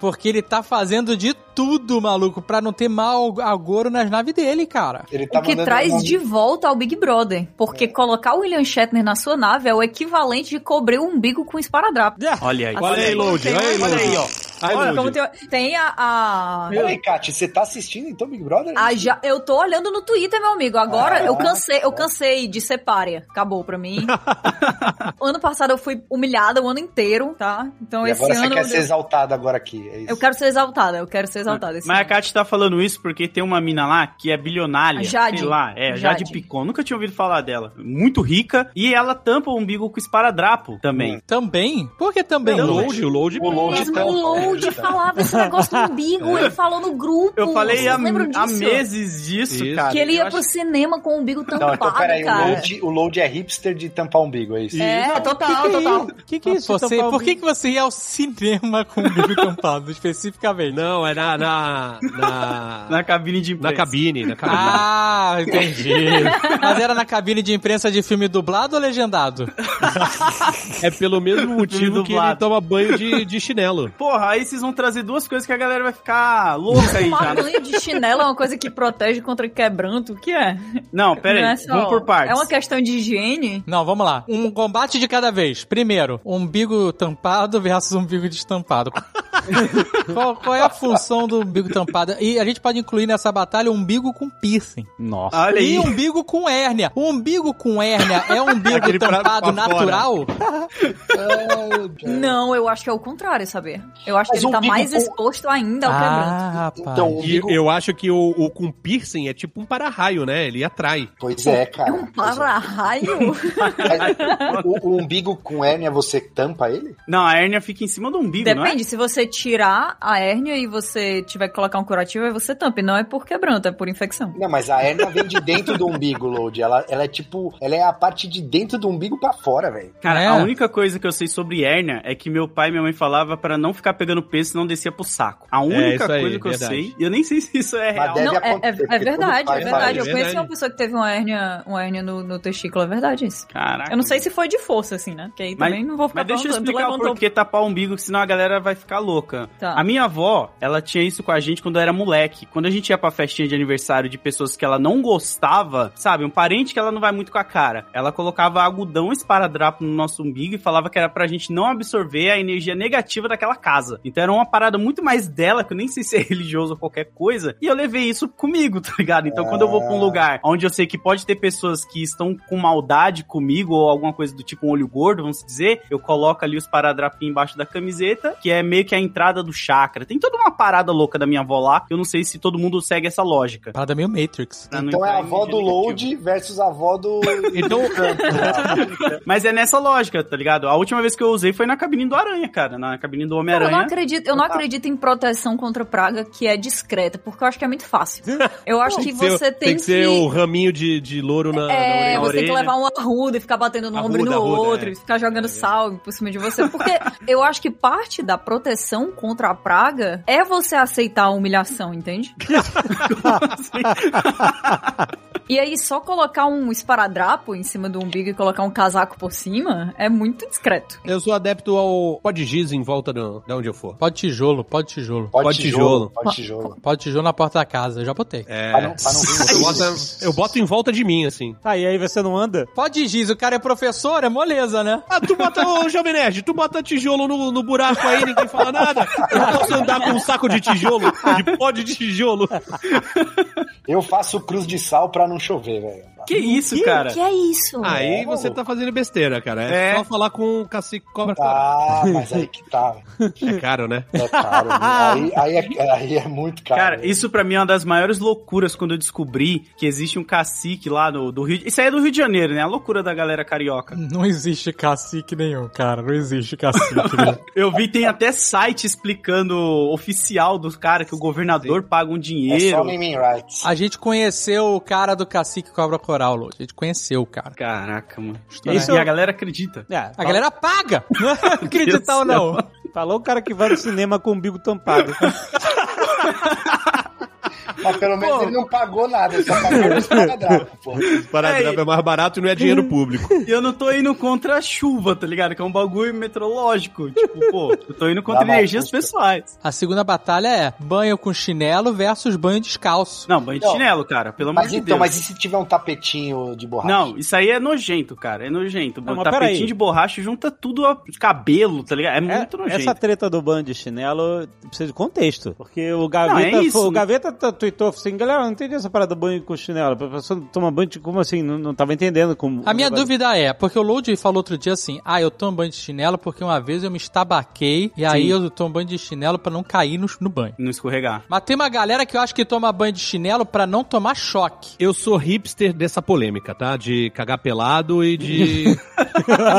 Porque ele tá fazendo de tudo, maluco, pra não ter mal agouro nas naves dele, cara.
Ele tá
O que
mandando
traz
uma- É.
de volta ao Big Brother. Porque colocar o William Shatner na sua nave é o equivalente de cobrir o umbigo com esparadrapo.
Olha aí.
Olha aí, Load. Olha aí, Load. Ai,
Olha,
Load.
como tem, tem a. a...
Peraí, Kátia, você tá assistindo então Big Brother?
a ja- eu tô olhando no Twitter, meu amigo. Agora
Ah,
eu cansei, eu cansei de ser párea. Acabou pra mim. ano passado eu fui humilhada o ano inteiro, tá? Então
e
esse
agora você
ano.
quer
eu-
ser exaltado agora aqui. É isso.
Eu quero ser exaltada, eu quero ser exaltada. esse
Mas a
ano.
Kátia tá falando isso porque tem uma mina lá que é bilionária.
A Jade.
Sei lá, é, Jade,
Jade.
Picon. Nunca tinha ouvido falar dela. Muito rica. E ela tampa o umbigo com esparadrapo
Hum.
também.
Também? Por que também?
O Load, o
é
Load.
O Load
Mesmo
então.
tá-
o Load falava esse negócio do umbigo, ele falou no grupo.
É. Eu falei
vocês
há,
lembram
há
disso?
meses disso,
Isso.
cara.
Que ele
Eu
ia
acho-
pro cinema com o umbigo
Não,
tampado,
então peraí, o
um
cara.
load, o load é hipster de tampar umbigo, é isso?
É, total, total.
né?
O que, que é isso?
Você-
Tampar o
por que,
umbigo?
que você ia ao cinema com o Bibi Campado, especificamente?
Não, é na... Na, na,
Na cabine de
na
imprensa.
cabine, na cabine.
Ah, entendi. Mas era na cabine de imprensa de filme dublado ou legendado?
É pelo mesmo motivo que ele
Dublado.
toma banho de, de chinelo.
Porra, aí vocês vão trazer duas coisas que a galera vai ficar louca aí
Tomar
já.
banho de chinelo é uma coisa que protege contra quebranto, o que é?
Não, pera
Não
aí.
é só-
Vamos por
É
partes.
uma questão de higiene?
Não, vamos lá. Um combate de cada vez. Primeiro, umbigo tampado versus umbigo destampado. qual, qual é a função do umbigo tampado? E a gente pode incluir nessa batalha umbigo com piercing.
Nossa.
Olha aí.
E umbigo com hérnia. O umbigo com hérnia é um umbigo
Aquele pra-
tampado
pra fora.
natural?
Então,
Não, eu acho que é o contrário, saber. Eu acho que
Mas
ele tá
umbigo
mais
com-
exposto ainda ao
Ah.
quebranto.
Ah, rapaz.
Então,
E
o umbigo...
eu acho que o, o com piercing é tipo um para-raio, né? Ele atrai.
Pois é,
É
cara.
um para-raio?
Mas o, o umbigo com hérnia, você tampa ele?
Não, a hérnia fica em cima do umbigo, não é?
Depende, se você tirar a hérnia e você tiver que colocar um curativo, aí você tampa. E não é por quebranto, é por infecção.
Não, mas a hérnia vem de dentro do umbigo, Load. Ela, ela é tipo... Ela é a parte de dentro do umbigo pra fora, velho.
Cara,
É.
a única coisa que eu sei sobre hérnia é que meu pai e minha mãe falava pra não ficar pegando peso, senão descia pro saco. A única
isso aí,
coisa que
verdade.
eu sei, e eu nem sei se isso é real.
deve
Não, é, é-
acontecer,
é
porque
verdade,
todo
é
pai
verdade.
faz.
Eu conheci
Verdade.
uma pessoa que teve uma hérnia, uma hérnia no, no testículo, é verdade isso.
Caraca.
Eu não sei se foi de força, assim, né? Porque aí
Ah, Mas-
também não vou ficar
Mas deixa eu
perguntando, tu
explicar o
levantou.
porquê tapar o umbigo, que senão a galera vai ficar louca.
Tá.
A minha avó, ela tinha isso com a gente quando eu era moleque. Quando a gente ia pra festinha de aniversário de pessoas que ela não gostava, sabe? Um parente que ela não vai muito com a cara. Ela colocava algodão esparadrapo no nosso umbigo e falava que era pra gente não absorver a energia negativa daquela casa. Então era uma parada muito mais dela, que eu nem sei se é religioso ou qualquer coisa. E eu levei isso comigo, tá ligado? Então quando eu vou pra um lugar onde eu sei que pode ter pessoas que estão com maldade comigo ou alguma coisa do tipo um olho gordo, vamos dizer, eu coloco ali os paradrapinhos embaixo da camiseta, que é meio que a entrada do chakra. Tem toda uma parada louca da minha avó lá, que eu não sei se todo mundo segue essa lógica.
Parada meio Matrix.
Pra não
Então é
entrar
a
em
avó do
energia
Load versus a avó do... tá?
Então,
negativa. Mas é nessa lógica, tá ligado? A última vez que eu usei foi na cabine do Aranha, cara, na cabine do
Cara, eu não
Homem-Aranha.
acredito, eu não acredito em proteção contra praga que é discreta, porque eu acho que é muito fácil. Eu acho que
ser-
você tem,
que ser o raminho de, de louro na, na
É,
orelha.
você tem que
orelha.
levar um arruda e ficar batendo no ombro e no
Arruda, arruda,
outro,
é.
e ficar jogando sal por cima de você. Porque eu acho que parte da proteção contra a praga é você aceitar a humilhação, entende?
assim?
E aí, só colocar um esparadrapo em cima do umbigo e colocar um casaco por cima é muito discreto.
Eu sou adepto ao pode giz em volta do, de onde eu for.
Pode tijolo, pode tijolo.
Pode tijolo.
Pode tijolo.
Pode tijolo na porta da casa, eu já botei.
É.
Pra não- pra não vir- um-
Eu
é
boto, eu boto em volta de mim, assim.
Tá, e aí você não anda?
Pode giz, o cara é professor, é moleza, né?
Ah, tu bota, ô Jovem Nerd, tu bota tijolo no, no buraco aí, ninguém fala nada. Eu posso andar com um saco de tijolo, de pó de tijolo.
Eu faço cruz de sal pra não chover, velho.
Que isso, cara?
Que é isso?
Aí você tá fazendo besteira, cara. É,
É.
só falar com o cacique cobra.
Tá, mas aí que tá.
É caro, né?
É caro. né? Aí, aí, é, aí é muito caro.
Cara, isso pra mim é uma das maiores loucuras quando eu descobri que existe um cacique lá no, do Rio. Isso aí é do Rio de Janeiro, né? A loucura da galera carioca.
Não existe cacique nenhum, cara. Não existe cacique nenhum.
Eu vi, tem até site explicando oficial dos caras que o governador paga um
é só
dinheiro.
naming rights.
A gente conheceu o cara do cacique Cobra Coral, Lu. A gente conheceu o cara.
Caraca, mano.
Estranho.
Isso, e a galera acredita.
É,
A
fal-
galera paga! Não é acreditar ou não.
Falou o cara que vai no cinema com o umbigo tampado.
Mas pelo menos ele não pagou nada, ele só pagou os paradrapos, pô.
Paradrapo é mais barato e não é dinheiro público.
E eu não tô indo contra a chuva, tá ligado? Que é um bagulho meteorológico. Tipo, pô, eu tô indo contra
Dá uma
energias
busca.
pessoais.
A segunda batalha é banho com chinelo versus banho descalço.
Não, banho de
Não.
chinelo, cara. Pelo amor
Mas
de
então,
Deus.
mas e se tiver um tapetinho de borracha?
Não, isso aí é nojento, cara. É nojento.
Não,
o
mas peraí.
tapetinho de borracha junta tudo a cabelo, tá ligado? É muito
É,
nojento.
essa treta do banho de chinelo precisa de contexto. Porque o Gaveta,
Não, é isso.
o Gaveta t- tweetou assim, galera, eu não entendi essa parada do banho com chinelo. A pessoa toma banho de... Como assim? Não, não tava entendendo como...
A minha
como-
dúvida é, porque o Load falou outro dia assim, ah, eu tomo banho de chinelo porque uma vez eu me estabaquei e aí eu tomo banho de chinelo pra não cair no, no banho.
Não escorregar.
Mas tem uma galera que eu acho que toma banho de chinelo pra não tomar choque.
Eu sou hipster dessa polêmica, tá? De cagar pelado e de.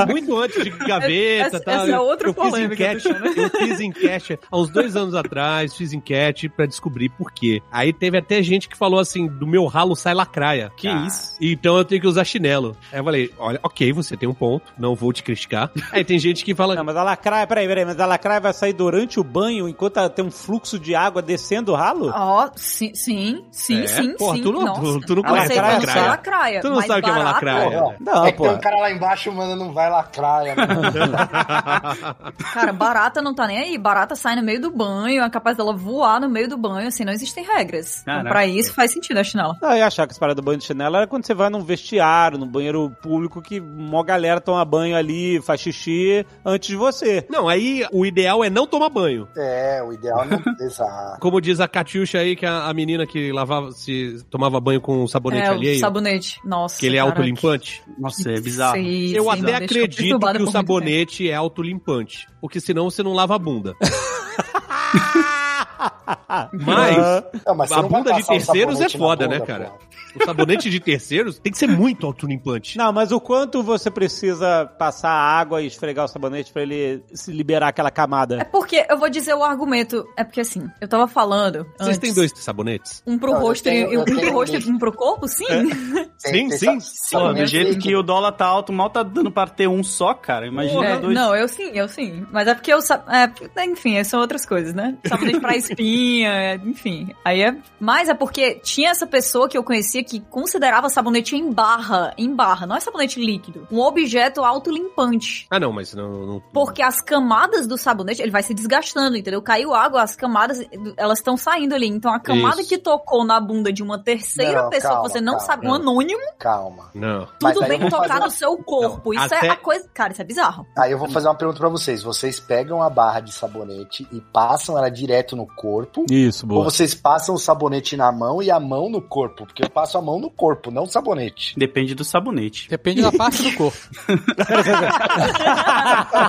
Muito antes de gaveta,
Essa-
tá?
essa é outra
eu fiz
polêmica,
enquete, Eu fiz enquete há uns dois anos atrás, fiz enquete pra descobrir por quê. Aí teve até gente que falou assim: do meu ralo sai lacraia.
Que isso?
Então eu tenho que usar chinelo. Aí eu falei: olha, ok, você tem um ponto, não vou te criticar. Aí tem gente que fala:
Não, mas a lacraia, peraí, peraí, mas a lacraia vai sair durante o banho enquanto ela tem um fluxo de água descendo o ralo?
Ó, sim, sim, sim,
É,
sim,
porra,
sim.
tu não-
Nossa.
tu- tu não
Eu
conhece
sei
lacraia?
quando sai lacraia.
Tu não
mas
sabe o que é uma
barato,
Pô,
lacraia.
não.
Não,
é que
pô.
tem um cara lá embaixo, mano, não vai né? lacraia.
Cara, barata não tá nem aí. Barata sai no meio do banho, é capaz dela voar no meio do banho, assim, não existem regras. Então,
Caraca.
pra isso faz sentido a chinela.
Não, eu ia achar que essa parada do banho de chinelo era quando você vai num vestiário, num banheiro público que mó galera toma banho ali, faz xixi antes de você.
Não, aí o ideal é não tomar banho.
é, o ideal não. Exato.
Como diz a Catiuxa aí, que é a, a menina que lavava, se tomava banho com um sabonete
é,
alheio,
o sabonete. Nossa.
que ele é
cara,
autolimpante.
Nossa, é bizarro.
Sei,
Eu até
sei, não, então, deixa eu
acredito
perturbada
que o
por muito tempo.
sabonete é autolimpante, porque senão você não lava a bunda. Mas
Não, mas
A
você não vai
bunda de
passar um
terceiros é
sabonete na
foda, né,
bunda,
cara?
pô.
o sabonete de terceiros tem que ser muito autolimpante.
Não, mas o quanto você precisa passar água e esfregar o sabonete pra ele se liberar aquela
É
camada?
porque, eu vou dizer o argumento, é porque assim, eu tava falando
Vocês
antes,
têm dois sabonetes?
um pro
Não, eu
rosto
tenho-
e
eu
um pro
tenho
rosto
dois.
e um pro corpo, sim?
É. Sim, sim.
sa-
Pô, do
sabonete
é
jeito que
líquido.
o dólar tá alto, mal tá dando pra ter um só, cara. Imagina
É,
dois.
Não, eu sim, eu sim. Mas é porque eu. sa- É, porque- enfim, são outras coisas, né? Sabonete pra espinha, é, enfim. Aí é. Mas é porque tinha essa pessoa que eu conhecia que considerava sabonete em barra. Em barra, não é sabonete líquido. Um objeto autolimpante.
Ah, não, mas não. não-
Porque as camadas do sabonete, ele vai se desgastando, entendeu? Caiu água, as camadas, elas estão saindo ali. Então a camada
Isso.
que tocou na bunda de uma terceira
Não,
pessoa
calma,
que você não
calma,
sabe, um
não.
anônimo,
Calma.
Não.
Mas
tudo
aí eu
bem
vou
tocar
fazer- um-
no seu
Não,
corpo. isso
até-
é a coisa. Cara, isso é bizarro.
Aí eu vou fazer uma pergunta pra vocês. Vocês pegam a barra de sabonete e passam ela direto no corpo?
Isso,
Ou vocês passam o sabonete na mão e a mão no corpo? Porque eu passo a mão no corpo, não o sabonete.
Depende do sabonete.
Depende da parte do corpo.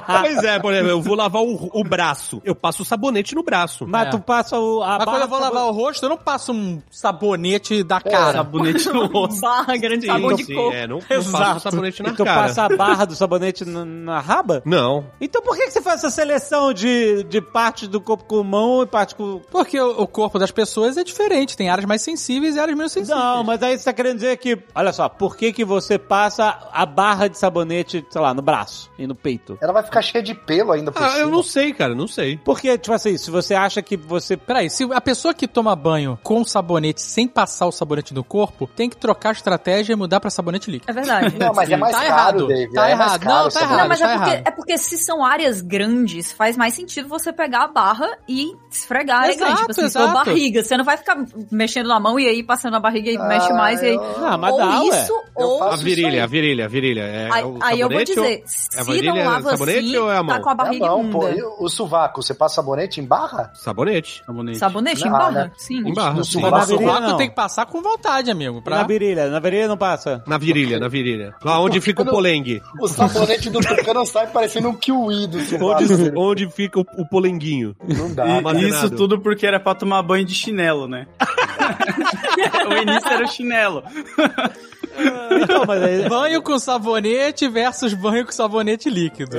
Pois é, por exemplo, eu vou lavar o, o braço. Eu passo o sabonete no braço.
Mas
É.
tu passa É, o, a
Mas quando eu vou
barra-
lavar o rosto, eu não passo um sabonete da cara.
Sabonete no rosto.
Barra, grande sabor de coco.
é, não, não passo o sabonete na
e
Então
tu
cara.
passa a barra do sabonete na, na raba?
Não.
Então por que, que você faz essa seleção de, de parte do corpo com mão e parte com.
Porque o, o corpo das pessoas é diferente. Tem áreas mais sensíveis e áreas menos sensíveis.
Não, mas aí você tá querendo dizer que. Olha só, por que, que você passa a barra de sabonete, sei lá, no braço e no peito?
Ela vai ficar cheia de pelo ainda por
Ah,
cima.
eu não sei, cara, não sei.
Porque, tipo assim, se você acha que você.
Peraí, se a pessoa que toma banho com sabonete sem passar o sabonete no corpo, tem que trocar a estratégia e mudar pra sabonete líquido.
É verdade.
Não, mas é mais
Tá
caro,
errado,
David.
tá
é mais
errado.
caro
Não,
o
tá
sabonete.
Não, mas é
tá
porque,
errado.
é porque se são áreas grandes, faz mais sentido você pegar a barra e esfregar, é
Exato,
grande. Tipo assim, se for
exato.
barriga, você não vai ficar mexendo na mão e aí passando na barriga e mexe mais e aí...
Ah, mas
ou
dá, ué.
isso, ou...
A virilha, a virilha, a virilha. É,
Aí,
é o
aí eu vou
sabonete
dizer,
ou-
se
é a varilha,
não lava
sabonete
assim,
ou é a mão?
tá com a
Ah,
barriga
não,
imunda.
pô. E o sovaco, você passa sabonete em barra?
Sabonete.
Sabonete.
Sabonete em
Não,
barra,
né?
sim.
Em barra.
No
sim.
Não,
Mas na
não.
sovaco tem que passar com vontade, amigo.
Na
Pra...
virilha, na virilha não passa.
Na virilha, na virilha. Lá onde fica o polengue.
O sabonete do tucano sai parecendo um kiwi do sovaco.
Onde, onde fica o, o polenguinho.
Não dá.
E-
mano.
E,
armazenado.
isso tudo porque era pra tomar banho de chinelo, né? o início era o chinelo.
Então, mas aí...
Banho com sabonete versus banho com sabonete líquido.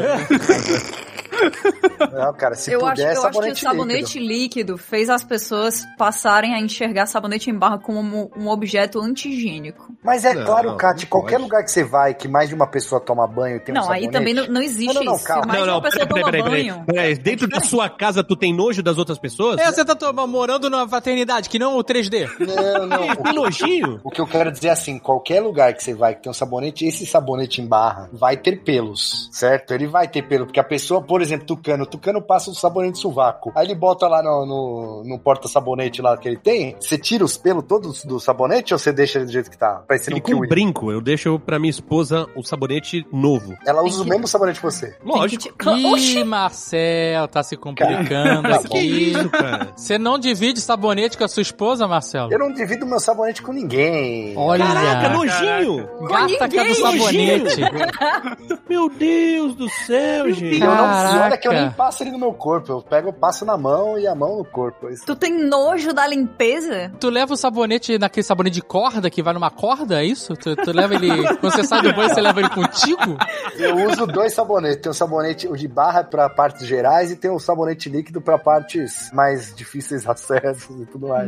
Não, cara, se
eu
puder, é
acho, eu acho que o
sabonete,
sabonete
líquido.
líquido. fez as pessoas passarem a enxergar sabonete em barra como um objeto antigênico.
Mas é
Não,
claro,
não,
Kat,
não
qualquer
pode.
lugar que você vai que mais de uma pessoa toma banho e tem um
não,
sabonete...
aí também não, não existe
Não, não, não,
isso.
calma.
Mas uma pessoa toma banho.
peraí. Dentro da sua casa tu tem nojo das outras pessoas?
É, você tá tomando, morando numa fraternidade, que não o 3D.
Não, não.
Que
O,
nojinho.
o que eu quero dizer é assim, qualquer lugar que você vai que tem um sabonete, esse sabonete em barra vai ter pelos, certo? Ele vai ter pelo, porque a pessoa, por exemplo, tucano, o tucano passa um sabonete sovaco. Aí ele bota lá no, no, no porta-sabonete lá que ele tem, você tira os pelos todos do sabonete ou você deixa do jeito que tá? Parecendo
Ele
um
com
kiwi.
brinco, eu deixo pra minha esposa o sabonete novo.
Ela usa o mesmo sabonete que você.
Lógico.
Tem que te- Oxi!
Ih, Marcel, tá se complicando
Cara,
Que
aqui.
isso, cara?
Você não divide sabonete com a sua esposa, Marcelo?
Eu não divido meu sabonete com ninguém.
Olha,
Caraca, nojinho!
gata com a do
ninguém.
sabonete.
Meu Deus do céu, gente.
Eu não, e olha que eu nem
Caraca.
passo ele no meu corpo. Eu pego, eu passo na mão e a mão no corpo. é Isso.
Tu tem nojo da limpeza?
Tu leva o sabonete naquele sabonete de corda que vai numa corda, é isso? Tu, tu leva ele. Quando você sai do banho, você leva ele contigo?
Eu uso dois sabonetes. Tem o sabonete o de barra é pra partes gerais e tem o sabonete líquido pra partes mais difíceis de acesso e tudo mais.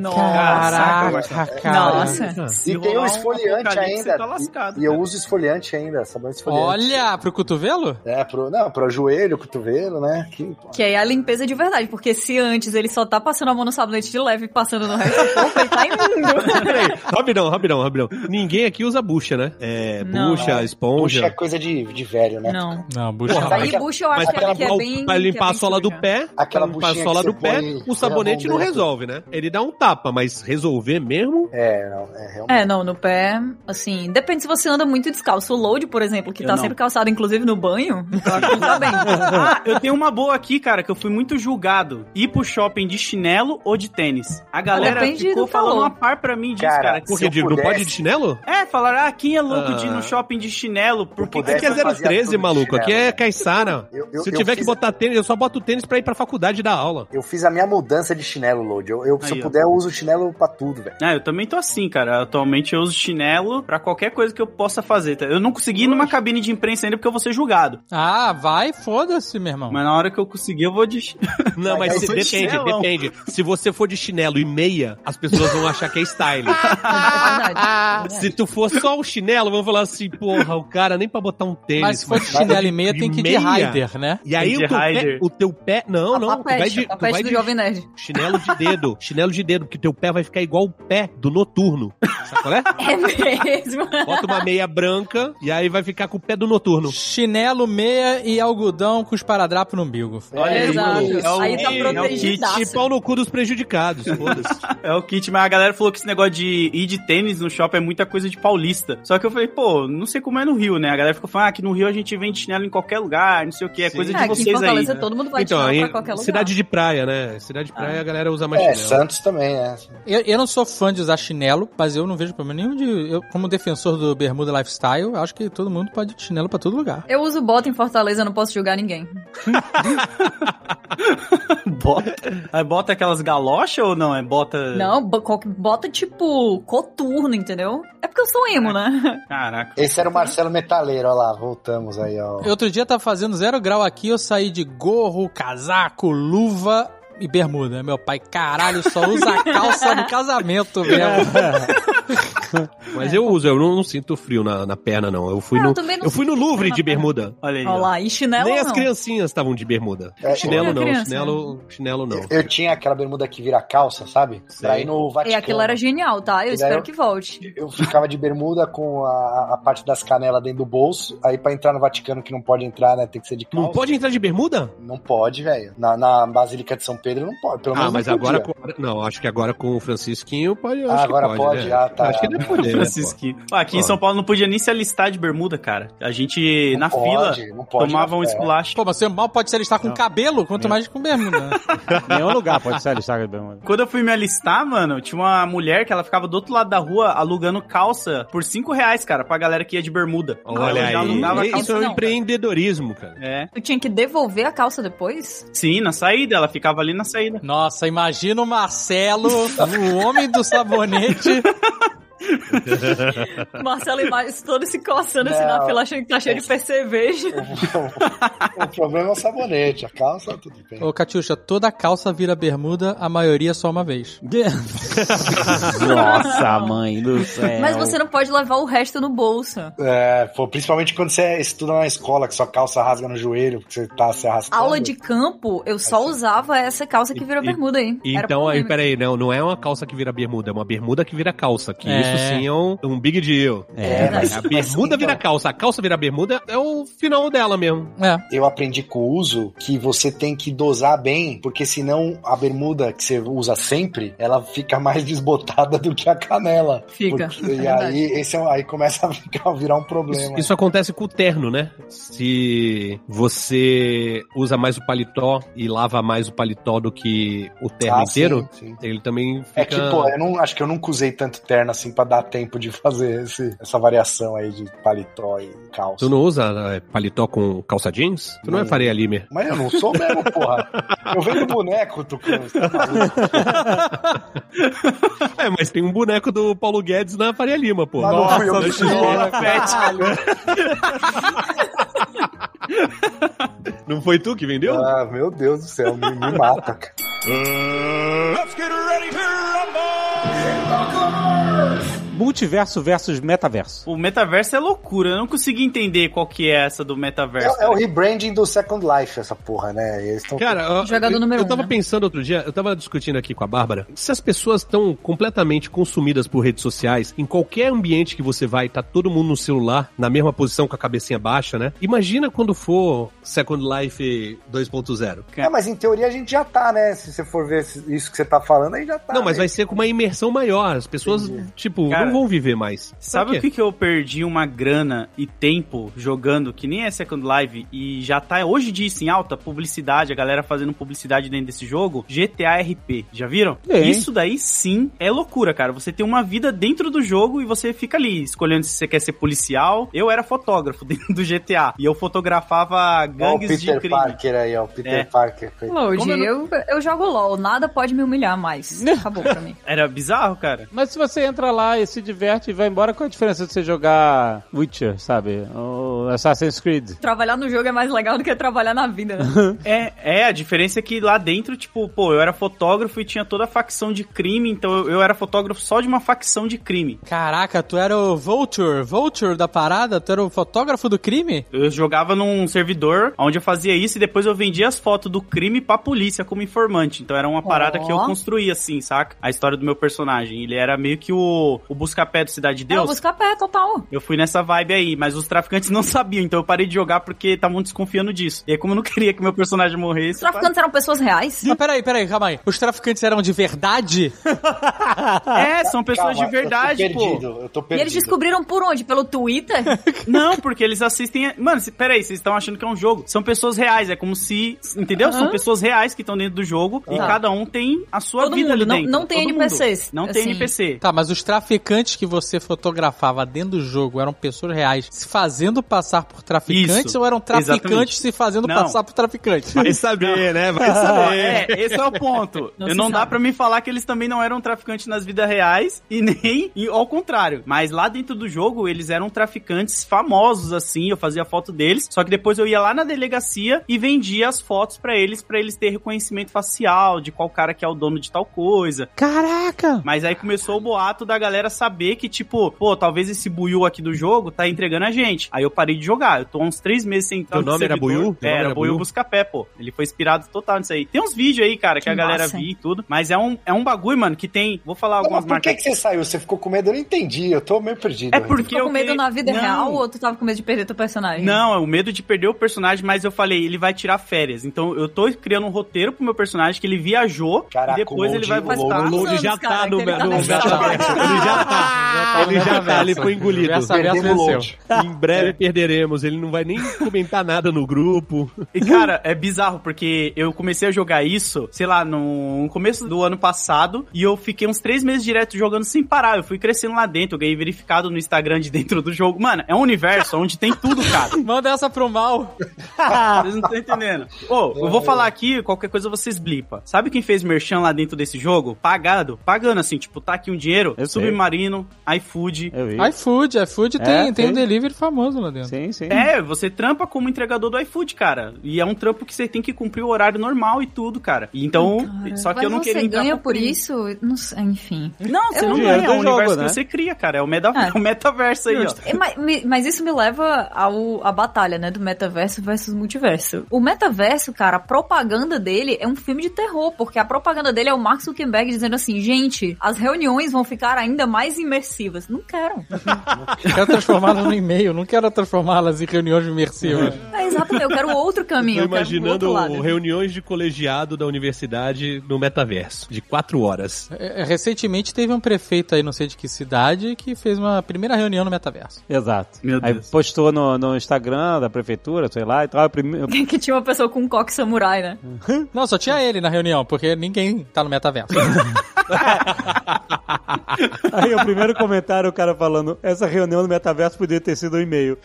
Caraca, cara.
Nossa.
é.
Se
E tem
rolar
o
um
esfoliante
apocalipse,
ainda.
Tá lascado,
e eu
cara.
uso esfoliante ainda, sabonete esfoliante.
Olha, pro cotovelo?
É, pro, não, pro joelho, cotovelo, né? Que-
Que aí é a limpeza de verdade, porque se antes ele só tá passando a mão no sabonete de leve e passando no resto do corpo, ele tá imundo.
Peraí, rapidão, rapidão, rapidão. Ninguém aqui usa bucha, né? É,
Não.
bucha,
Puxa, é
esponja.
coisa de, de velho, né?
Não.
Não, bucha
Porra,
não.
Aí bucha eu
Mas
acho que
pra
é, que
limpar,
é
o-
bem.
pra limpar
que é
a
bem
sola do
suja.
pé,
Aquela
pra limpar a
buchinha
sola
que
do
você
pé,
põe
o
na
sabonete
mão
não
dentro.
resolve, né? Ele dá um tapa, mas resolver mesmo?
É, não, é realmente.
É, não, no pé, assim, depende se você anda muito descalço. O load, por exemplo, que
Eu
tá
não.
sempre calçado, inclusive, no banho, eu acho que não tá bem.
Ah, eu tenho uma boa aqui, cara, que eu fui muito julgado. Ir pro shopping de chinelo ou de tênis? A galera
depende
ficou
do
falando
calor.
uma par pra mim disso,
Cara,
cara.
se
Porque
eu
de, não
pudesse-
pode de chinelo?
É, falaram, ah, quem é louco de ir
Ah.
no shopping de chinelo? Por que
Eu pudesse-
que
Aqui é
eu fazia
013,
tudo de
maluco. Aqui é
chinelo.
Caissara.
Eu- eu-
Se eu
eu
tiver que
fiz-
botar tênis, eu só boto tênis pra ir pra faculdade dar aula.
Eu fiz a minha mudança de chinelo, Load. Eu, eu, se
Aí,
eu
ó.
puder, eu uso chinelo pra tudo, velho.
Ah, eu também tô assim, cara. Atualmente eu uso chinelo pra qualquer coisa que eu possa fazer. tá? Eu não consegui ir numa cabine de imprensa ainda porque eu vou ser julgado.
Ah, vai, foda-se, meu irmão.
Mas na hora que eu conseguir, eu vou de chinelo.
Não, mas
Mas
se-
foi de
depende,
chinelão.
depende. Se você for de chinelo e meia, as pessoas vão achar que é style.
É verdade.
Se tu for só o chinelo, vão falar assim, porra, o cara nem pra botar um tênis.
Mas se for de
mano.
chinelo e meia, tem que ir de
Meia?
rider, né?
E aí
De
o teu, pé,
rider.
o teu pé- Não,
A
não. tu vai
papete,
de,
a
tu
papete
vai
do
de
Jovem Nerd.
chinelo de dedo. Chinelo de dedo, porque teu pé vai ficar igual o pé do noturno. Sabe qual é?
É mesmo.
Bota uma meia branca e aí vai ficar com o pé do noturno.
Chinelo, meia e algodão com esparadrapo no umbigo.
Olha aí,
Exato.
é o-
Aí tá
é o
protegidaço.
E pau no cu dos prejudicados, foda-se.
É o kit, mas a galera falou que esse negócio de ir de tênis no shopping é muita coisa de paulista. Só que eu falei, pô, não sei como é no Rio, né? A galera ficou falando, ah, que no Rio a gente vende chinelo em qualquer lugar, não sei o que, é
Sim.
coisa
É,
de
aqui em
vocês aí. né?
Fortaleza todo mundo vai de
Então,
chinelo
aí,
pra qualquer lugar. Ah.
cidade de praia, né? Cidade de praia a galera usa mais
É,
chinelo.
Santos também, né?
Eu, eu não sou fã de usar chinelo, mas eu não vejo problema nenhum de. Eu, como defensor do Bermuda Lifestyle, eu acho que todo mundo pode ir de chinelo pra todo lugar.
Eu uso bota em Fortaleza, eu não posso julgar ninguém.
Bota, aí bota aquelas galochas ou não? É bota.
Não, bo- qual- bota tipo coturno, entendeu? É porque eu sou emo, né?
Caraca.
Esse era o Marcelo Metaleiro, ó lá, voltamos aí, ó.
Eu Outro dia tava fazendo zero grau aqui, eu saí de gorro, casaco, luva e bermuda. Meu pai, caralho, só usa a calça no casamento mesmo.
Mas eu uso, eu não, não sinto frio na, na perna, não. Eu fui
É,
no.
né? eu
Eu,
também não
fui no
sinto frio
Louvre
na
de
perna.
bermuda.
Olha aí.
Olha
ó.
lá, e chinelo
Nem
ou
as
não?
crianças estavam de bermuda.
É,
chinelo
olha,
não,
criança.
chinelo, chinelo não.
Eu tinha aquela bermuda que vira calça, sabe? Pra ir no
E
Vaticano.
aquilo era genial, tá? Eu
E daí
espero
eu-
que volte.
Eu ficava de bermuda com a, a parte das canelas dentro do bolso. Aí pra entrar no Vaticano, que não pode entrar, né? Tem que ser de calça.
Não pode entrar de bermuda?
Não pode, velho. Na, na Basílica de São Pedro não pode. Pelo menos
Ah, mas
não podia.
agora. com- Não, acho que agora com o Francisquinho pode. acho
um Ah,
que
agora pode,
né?
ah, tá.
Acho que deve poder. né, pô?
Francisquinho. Pô, aqui em
Ó.
São Paulo não podia nem se alistar de bermuda, cara. A gente,
Não
na
pode,
fila,
não é. pode
tomava
na
um
fila.
esculacho.
Pô, mas você mal pode se alistar com
Não.
cabelo, quanto mais com bermuda. né?
Nenhum lugar pode ser alistar de bermuda.
Quando eu fui me alistar, mano, tinha uma mulher que ela ficava do outro lado da rua alugando calça por 5 reais, cara, pra galera que ia de bermuda.
Olha
Ela já alugava
aí. Isso
calça.
calça,
é um
não.
empreendedorismo, cara.
É.
Eu tinha que devolver a calça depois?
Sim, na saída, ela ficava ali na saída.
Nossa, imagina o Marcelo, o homem do sabonete.
Marcelo e Márcio todo se coçando assim
Não.
na fila, achando que tá
É.
cheio de percevejo.
o problema é o sabonete. A calça, tudo bem.
Ô, Catiuxa, toda calça vira bermuda, a maioria só uma vez.
Nossa, mãe do
É.
céu.
Mas você não pode levar o resto no bolso.
É, pô, principalmente quando você estuda na escola, que sua calça rasga no joelho, que você tá se arrastando.
Aula de campo, eu só usava essa calça que virou
E-
bermuda aí. Era
Então, aí,
polêmica.
peraí, não, não é uma calça que vira bermuda, é uma bermuda que vira calça. Que
É.
isso sim é um, um big deal. Né?
É,
mas-
A bermuda
então.
vira calça, a calça vira bermuda é o final dela mesmo.
É.
Eu aprendi com o uso que você tem que dosar bem, porque senão a bermuda que você usa sempre, ela fica mais desbotada do que a canela.
Fica.
Porque- e
verdade.
aí, esse é um- aí começa a ficar- virar um
Isso,
problema.
isso acontece com o terno, né? Se você usa mais o paletó e lava mais o paletó do que o terno
Ah, sim,
é inteiro,
sim.
ele também fica...
É que, pô, eu não, acho que eu nunca usei tanto terno assim pra dar tempo de fazer esse- essa variação aí de paletó e calça.
Tu não usa é, paletó com calça jeans? Tu não é
Não.
Faria Limer.
Mas eu não sou mesmo, porra. Eu vendo boneco, Tucano. você tá maluco?
É, mas tem um boneco do Paulo Guedes na Faria Lima, pô.
Mas Ah, não fui eu que
Nossa,
fiz,
Lola
né?
Pet.
Não foi tu que vendeu?
Ah, meu Deus do céu, me, me mata, cara.
Let's get ready to rumble!
Multiverso versus metaverso.
O metaverso é loucura, eu não consegui entender qual que é essa do metaverso.
É, é o rebranding do Second Life, essa porra, né? Eles estão.
Cara, ó,
Jogador
eu,
número
eu
um,
tava
né?
pensando outro dia, eu tava discutindo aqui com a Bárbara, se as pessoas estão completamente consumidas por redes sociais, em qualquer ambiente que você vai, tá todo mundo no celular, na mesma posição com a cabecinha baixa, né? Imagina quando for Second Life 2.0.
É, mas em teoria a gente já tá, né? Se você for ver esse- isso que você tá falando, aí já tá.
Não, mas
né?
vai ser com uma imersão maior. As pessoas, tipo,
Cara,
não vão viver mais.
Sabe o que, que eu perdi uma grana e tempo jogando que nem é Second Life e já tá hoje disso em alta? Publicidade, a galera fazendo publicidade dentro desse jogo? GTA RP, já viram?
Sim.
Isso daí sim é loucura, cara. Você tem uma vida dentro do jogo e você fica ali escolhendo se você quer ser policial. Eu era fotógrafo dentro do GTA e eu fotografava
Ó, o
gangues de
Peter
crime.
Parker aí, ó. O Peter
É.
Parker. coitado.
Lorde,
Como eu
eu, eu jogo LOL, nada pode me humilhar mais. Acabou pra mim.
Era bizarro, cara.
Mas se você entra lá e se diverte e vai embora, qual é a diferença de você jogar Witcher, sabe? Ou Assassin's Creed?
Trabalhar no jogo é mais legal do que trabalhar na vida. né?
É, é, a diferença é que lá dentro, tipo, pô, eu era fotógrafo e tinha toda a facção de crime, então eu, eu era fotógrafo só de uma facção de crime.
Caraca, tu era o Vulture, Vulture da parada? Tu era o fotógrafo do crime?
Eu jogava num servidor onde eu fazia isso e depois eu vendia as fotos do crime pra polícia como informante. Então era uma parada
Ó.
que eu construía, assim, saca? A história do meu personagem. Ele era meio que o, o buscapé do Cidade de
Não,
Deus.
busca pé, total.
Eu fui nessa vibe aí, mas os traficantes não sabiam, então eu parei de jogar porque estavam desconfiando disso. E aí, como eu não queria que meu personagem
Os
morresse. eu
traficantes eram pessoas reais?
Mas Ah, peraí, peraí, calma aí. Os traficantes eram de verdade?
parei- É, são pessoas
Calma,
de verdade,
eu tô
pô.
perdido, Eu tô
E
perdido.
eles descobriram por onde? Pelo Twitter?
Não, porque eles assistem. a- Mano, cê- peraí, vocês estão achando que é um jogo. São pessoas reais, é como se. Entendeu? São
Aham.
pessoas reais que estão dentro do jogo e
Tá.
cada um tem a sua
Todo
vida
mundo,
ali
não-
dentro.
não tem
Todo mundo.
NPCs,
Não tem
assim.
NPC.
Tá, mas os traficantes que você fotografava dentro do jogo eram pessoas reais se fazendo passar por traficantes
Isso,
ou eram traficantes
exatamente.
se fazendo
Não.
passar por traficantes?
Vai saber, né? Vai
Tá
Não,
saber.
é, esse é o ponto.
Não
Não,
se
não dá
sabe.
pra me falar que eles também não eram traficantes nas vidas reais e nem e ao contrário. Mas lá dentro do jogo, eles eram traficantes famosos, assim. Eu fazia foto deles. Só que depois eu ia lá na delegacia e vendia as fotos pra eles, pra eles terem reconhecimento facial de qual cara que é o dono de tal coisa.
Caraca!
Mas aí começou o boato da galera saber que, tipo, pô, talvez esse Buiu aqui do jogo tá entregando a gente. Aí eu parei de jogar. Eu tô há uns três meses sem entrar
Teu
no
nome era
servidor.
Buiu? Teu
É,
nome
era
era
Buiu
Buiu?
Buscapé, pô. Ele foi inspirado total nisso aí. Tem uns vídeos aí, cara, que,
Que
a galera
massa.
via e tudo. Mas é um, é um bagulho, mano, que tem. Vou falar
Não, mas
algumas
por que,
marcas.
que você saiu? Você ficou com medo? Eu não entendi. Eu tô meio perdido. né?
É porque
Ficou
eu
com medo
criei-
na vida
Não.
real ou tu tava com medo de perder teu personagem?
Não, é o medo de perder o personagem, mas eu falei, ele vai tirar férias. Então eu tô criando um roteiro pro meu personagem que ele viajou
Caraca,
e depois
o
ele vai
Load- é
Faz
o
voltar.
quantos
Load
anos,
já
cara,
tá
que
no-
ele tá
no-
nessa
já tá.
vibe?
Ele já tá. Ele já tá, ele foi engolido.
Essa
Perdemos
versão
o
venceu.
load.
Em breve perderemos. Ele não vai nem comentar nada no grupo.
E, cara, é bizarro, porque eu comecei a jogar isso, sei lá, no começo do ano passado, e eu fiquei uns três meses direto jogando sem parar. Eu fui crescendo lá dentro, eu ganhei verificado no Instagram de dentro do jogo. Mano, é um universo onde tem tudo, cara.
Manda essa pro mal.
Vocês não estão entendendo. Ô, eu vou falar aqui, qualquer coisa vocês blipa. Sabe quem fez merchan lá dentro desse jogo? Pagado. Pagando, assim, tipo, tá aqui um dinheiro.
Eu sei.
Submarino, iFood.
Eu vi.
iFood, iFood tem,
É,
tem
tem.
um delivery famoso lá dentro.
Sim, sim.
É, você trampa como entregador do iFood, cara. E é um trampo que você tem que cumprir o horário normal e tudo, cara. E Então,
Cara,
só que
mas
eu não queria
Você
entrar
ganha
pra
por
frente.
isso? um Não sei, enfim.
Não, você
Eu
não
não
ganha.
ganho.
É o
Do jogo,
universo
né?
que você cria, cara. É o, meda-
Ah.
é o metaverso aí, ó.
É, ma- mi- Mas, isso me leva ao, à batalha, né? Do metaverso versus multiverso. O metaverso, cara, a propaganda dele é um filme de terror, porque a propaganda dele é o Mark Zuckerberg dizendo assim: gente, as reuniões vão ficar ainda mais imersivas. Não quero.
Quero transformá-las no e-mail, não quero transformá-las em reuniões imersivas.
É exatamente, eu quero outro caminho.
Tô
eu quero pro outro
imaginando
lado.
reuniões de colegiado da universidade no metaverso, de quatro horas.
É, é, Recentemente teve um prefeito aí, não sei de que cidade, que fez uma primeira reunião no metaverso.
Exato.
Meu
Aí
Deus.
postou no, no Instagram da prefeitura, sei lá, e tal. Prime...
Que tinha uma pessoa com um coque samurai, né?
Uhum.
Não, só tinha ele na reunião, porque ninguém tá no metaverso.
Aí o primeiro comentário, o cara falando, essa reunião no metaverso podia ter sido um e-mail.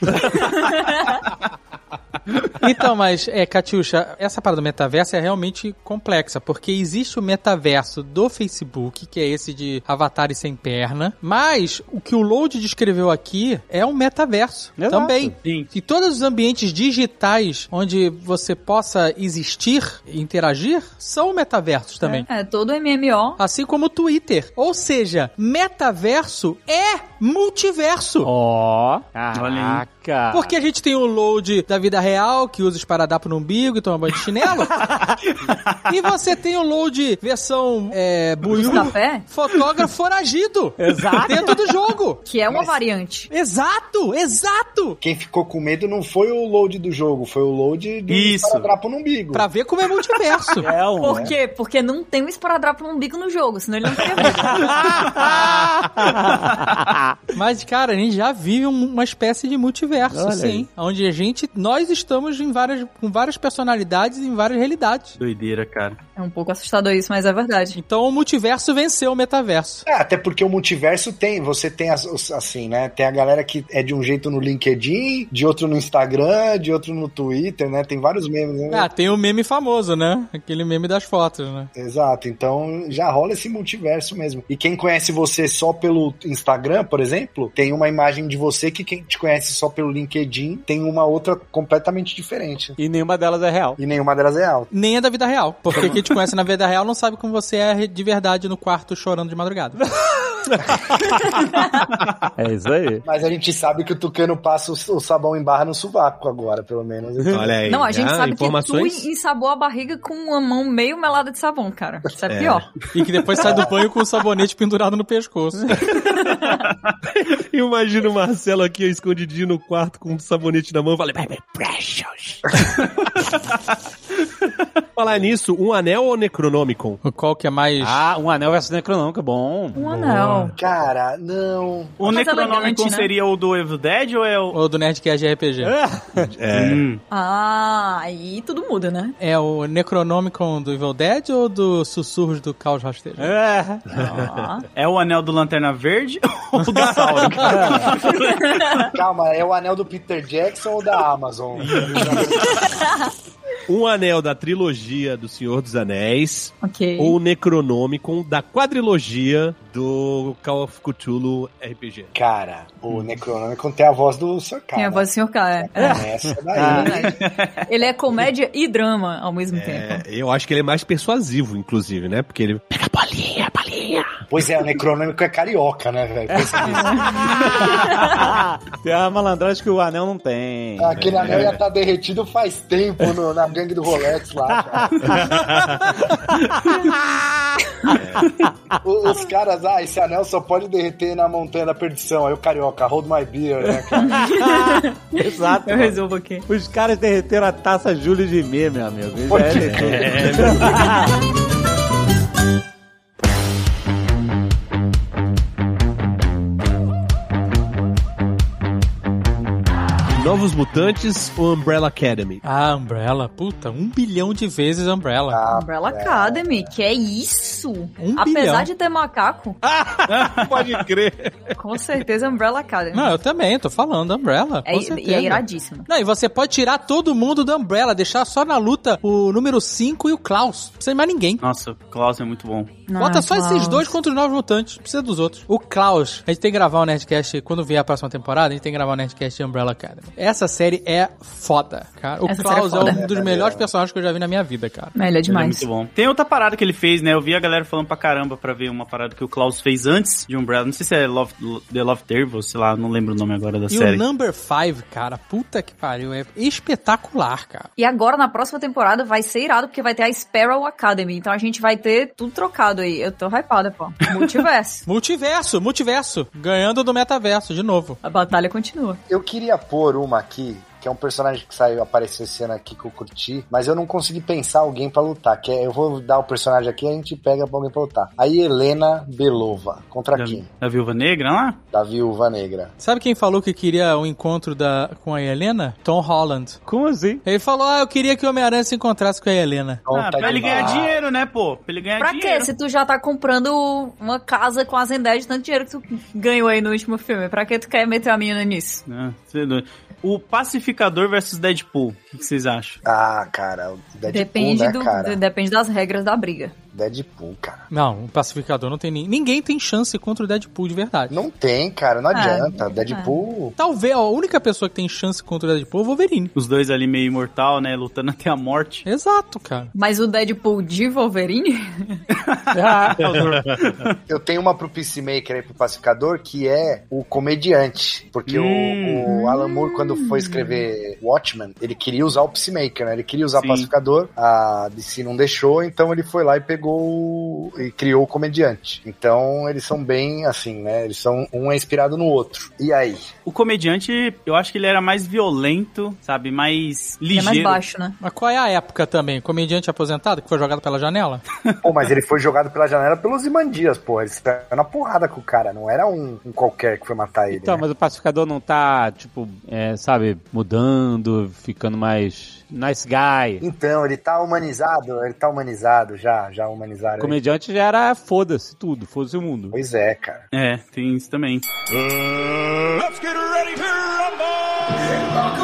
Então, mas, é, Catiuxa, essa parada do metaverso é realmente complexa, porque existe o metaverso do Facebook, que é esse de avatares sem perna, mas o que o Load descreveu aqui é um metaverso
Exato.
também.
Sim.
E todos os ambientes digitais onde você possa existir e interagir são metaversos também.
É, todo MMO.
Assim como o Twitter. Ou seja, metaverso é multiverso.
Ó,
Olha
caraca.
Porque a gente tem o load da vida real, que usa esparadrapo no umbigo e toma banho de chinelo. e você tem o load versão é, buiú,
Buscapé?
fotógrafo foragido.
Exato.
Dentro do jogo.
Que é uma variante.
Exato, exato.
Quem ficou com medo não foi o load do jogo, foi o load do
Isso.
esparadrapo no umbigo.
Pra ver como é multiverso.
É um,
Por
né?
quê? Porque não tem um esparadrapo no umbigo no jogo, senão ele não teria visto.
Mas, cara, a gente já vive um- uma espécie de multiverso,
Olha
sim. Onde a gente, nós estamos em várias, com várias personalidades e em várias realidades.
Doideira, cara.
É um pouco assustador isso, mas é verdade.
Então o multiverso venceu o metaverso.
É, até porque o multiverso tem, você tem as- os- assim, né? Tem a galera que é de um jeito no LinkedIn, de outro no Instagram, de outro no Twitter, né? Tem vários memes,
É.
né?
Ah, tem o meme famoso, né? Aquele meme das fotos, né?
Exato, então já rola esse multiverso mesmo. E quem conhece você só pelo Instagram, por exemplo, tem uma imagem de você que quem te conhece só pelo LinkedIn tem uma outra completamente diferente.
E nenhuma delas é real.
E nenhuma delas é alta.
Nem é da vida real. Porque quem te conhece na vida real não sabe como você é de verdade no quarto chorando de madrugada.
É isso aí.
Mas a gente sabe que o Tucano passa o, o sabão em barra no sovaco agora, pelo menos.
Olha
É
aí.
Não, a gente
né?
sabe
informações.
que tu ensabou a barriga com uma mão meio melada de sabão, cara. Isso é, pior.
E que depois sai do banho com o sabonete pendurado no pescoço.
Imagina o Marcelo aqui escondidinho no quarto com um sabonete na mão e fala, "Baby, precious. Falar nisso, um anel ou Necronomicon?
Qual que é mais.
Ah, um anel versus necronômico, é bom.
Um anel.
Cara, não.
O
Mas
Necronomicon
elegante, né?
seria o do Evil Dead ou é o.
Ou do Nerdcast RPG.
Hum.
Ah, aí tudo muda, né?
É o Necronomicon do Evil Dead ou do Sussurros do Caos Rastejo?
É.
Ah.
É o anel do Lanterna Verde ou o do Sauron?
Calma, é o anel do Peter Jackson ou da Amazon?
Um anel da trilogia do Senhor dos Anéis
ok.
ou Necronomicon da quadrilogia do Call of Cthulhu RPG?
Cara, o Necronomicon tem a voz do Sr. K.
Tem a
né?
voz do Sr. K. É.
Essa daí.
verdade. Ele é comédia e drama ao mesmo tempo.
É, eu acho que ele é mais persuasivo, inclusive, né? Porque ele.
Pois é, o Necronômico é carioca, né, velho? Pensa nisso.
Tem a malandragem que o anel não tem.
Aquele anel já tá derretido faz tempo no- na gangue do Rolex lá, cara. O- Os caras, ah, esse anel só pode derreter na montanha da perdição. Aí o carioca, hold my beer, né, cara?
Exato.
Eu resolvo aqui.
Os caras derreteram a taça Júlio de Mê, meu amigo. Isso
Pode
é
crer.
tudo.
Novos Mutantes ou Umbrella Academy?
Ah, Umbrella. Puta, um bilhão de vezes Umbrella.
Ah,
Umbrella Academy, que é isso?
Um
Apesar
bilhão.
de ter macaco,
Pode crer.
com certeza Umbrella Academy.
Não, eu também, tô falando Umbrella.
É-
com
e
certeza.
é iradíssimo.
Não, e você pode tirar todo mundo da Umbrella, deixar só na luta o número 5 e o Klaus. Não precisa de mais ninguém.
Nossa, o Klaus é muito bom.
Bota
Ah,
só esses
Klaus.
dois contra os novos mutantes. Não precisa dos outros. O Klaus. A gente tem que gravar o Nerdcast quando vier a próxima temporada. A gente tem que gravar o Nerdcast de Umbrella Academy. Essa série é foda, cara. O
Essa série é
Klaus é,
foda.
um dos melhores personagens que eu já vi na minha vida, cara.
É, Ele é
Ele é
demais.
muito bom. Tem outra parada que ele fez, né? Eu vi a galera falando pra caramba pra ver uma parada que o Klaus fez antes de Umbrella. Não sei se é Love, The Love Devil, sei lá, não lembro o nome agora da
E
série.
o Number 5, cara, puta que pariu, é espetacular, cara.
E agora, na próxima temporada, vai ser irado, porque vai ter a Sparrow Academy. Então a gente vai ter tudo trocado aí. Eu tô hypada, pô. Multiverso.
Multiverso, multiverso, ganhando do metaverso de novo.
a batalha continua.
Eu queria pôr uma aqui, que é um personagem que saiu, apareceu esse ano aqui que eu curti, mas eu não consegui pensar alguém pra lutar. Que é, eu vou dar o personagem aqui e a gente pega pra alguém pra lutar. Aí Helena Belova. Contra
da,
quem?
da Viúva Negra lá?
Da Viúva Negra.
Sabe quem falou que queria um encontro da, com a Helena? Tom Holland.
Como assim?
Ele falou, ah, eu queria que o Homem-Aranha se encontrasse com a Helena.
Ah, pra ele ganhar
demais.
dinheiro, né, pô? Pra ele ganhar
Pra quê?
dinheiro.
Se tu já tá comprando uma casa com a Zendaya de tanto dinheiro que tu ganhou aí no último filme. Pra que tu quer meter a menina nisso?
Ah, você é doido. o Pacificador versus Deadpool. O que que vocês acham?
Ah, cara, o Deadpool,
depende,
né,
do,
cara?
de- depende das regras da briga.
Deadpool, cara.
Não, o pacificador não tem nem. Ninguém tem chance contra o Deadpool de verdade.
Não tem, cara, não
Ah,
adianta.
é.
Deadpool.
Talvez a única pessoa que tem chance contra o Deadpool é o Wolverine.
Os dois ali meio imortal, né? Lutando até a morte.
Exato, cara.
Mas o Deadpool de Wolverine? é
Ah.
Eu tenho uma pro Peacemaker aí pro Pacificador, que é o comediante. Porque o-
Hum.
o, Alan Moore, quando foi escrever Watchmen, ele queria usar o Peacemaker, né? Ele queria usar
Sim.
o Pacificador, a DC não deixou, então ele foi lá e pegou o- e criou o comediante. Então eles são bem assim, né? Eles são um é inspirado no outro. E aí?
O comediante, eu acho que ele era mais violento, sabe? Mais
Ele é
ligeiro.
mais baixo, né?
Mas qual é a época também? Comediante aposentado que foi jogado pela janela?
Pô, mas ele foi jogado pela janela pelos Imandias, pô. Ele saiu na porrada com o cara, não era um, um qualquer que foi matar ele.
Então,
né?
mas o pacificador não tá, tipo, é, sabe, mudando, ficando mais nice guy.
Então, ele tá humanizado, ele tá humanizado já, já humanizaram.
O
ele.
comediante já era foda-se tudo, foda-se o mundo.
Pois é, cara.
É, tem isso também.
Uh, Let's get ready to rumble!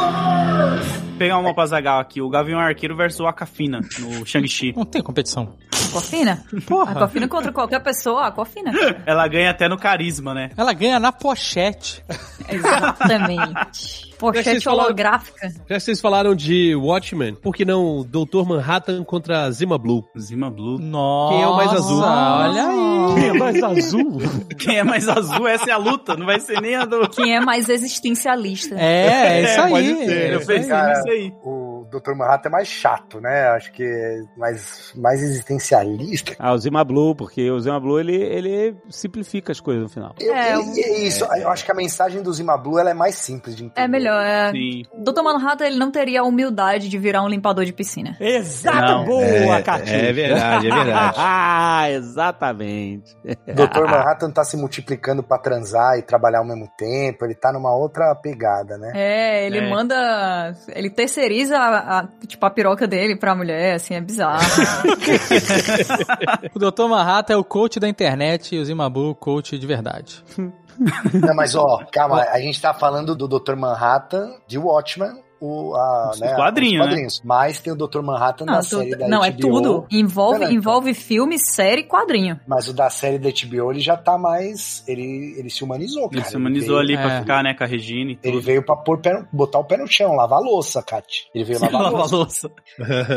Vou pegar uma pra Zagal aqui. O Gavião Arqueiro versus o Akafina no Shang-Chi.
Não tem competição.
Aquafina? Porra. Aquafina contra qualquer pessoa, Aquafina.
Ela ganha até no carisma, né?
Ela ganha na pochete.
Exatamente.
Deixa eu te
Pochete
falar-
holográfica.
Já que vocês falaram de Watchmen, por que não Doutor Manhattan contra Zima Blue?
Zima Blue.
Nossa.
Quem é o mais azul?
Olha aí.
Quem é mais azul?
Quem é mais azul, essa é a luta. Não vai ser nem a do.
Quem é mais existencialista.
É, é isso
pode
aí.
ser.
É
Eu
isso aí.
pensei nisso aí.
O Dr. Manhattan é mais chato, né? Acho que é mais, mais existencialista.
Ah, o Zima Blue, porque o Zima Blue ele, ele simplifica as coisas no final.
Eu,
É,
é,
o-
é isso. Eu acho que a mensagem do Zima Blue ela é mais simples de entender.
É melhor,
Ah,
é.
Sim.
Dr. Manhattan, ele não teria a humildade de virar um limpador de piscina.
tá,
Exato,
boa, Cati. É verdade, é verdade.
Ah, exatamente.
Dr. Manhattan tá se multiplicando pra transar e trabalhar ao mesmo tempo. Ele tá numa outra pegada, né?
É, ele
É.
manda. Ele terceiriza a, a- tipo, a piroca dele pra mulher, assim, é bizarro.
O Dr. Manhattan é o coach da internet e o Zimabu é o coach de verdade.
Não, mas ó, calma, a gente tá falando do Dr. Manhattan de Watchmen. O, a,
Os
né,
quadrinhos,
os Mas tem o Dr. Manhattan
Não,
na
tu-
série da
não, é
HBO,
tudo. Envolve,
Não, não,
envolve filme, série e quadrinho.
Mas o da série da HBO, ele já tá mais. Ele, ele se humanizou, cara.
Ele se humanizou
veio-
ali pra
É.
ficar, né, com a Regina e
Ele
tudo.
veio pra pôr pé no- botar o pé no chão, lavar a louça, Kat. Ele veio lavar a
Lava a
louça.
louça.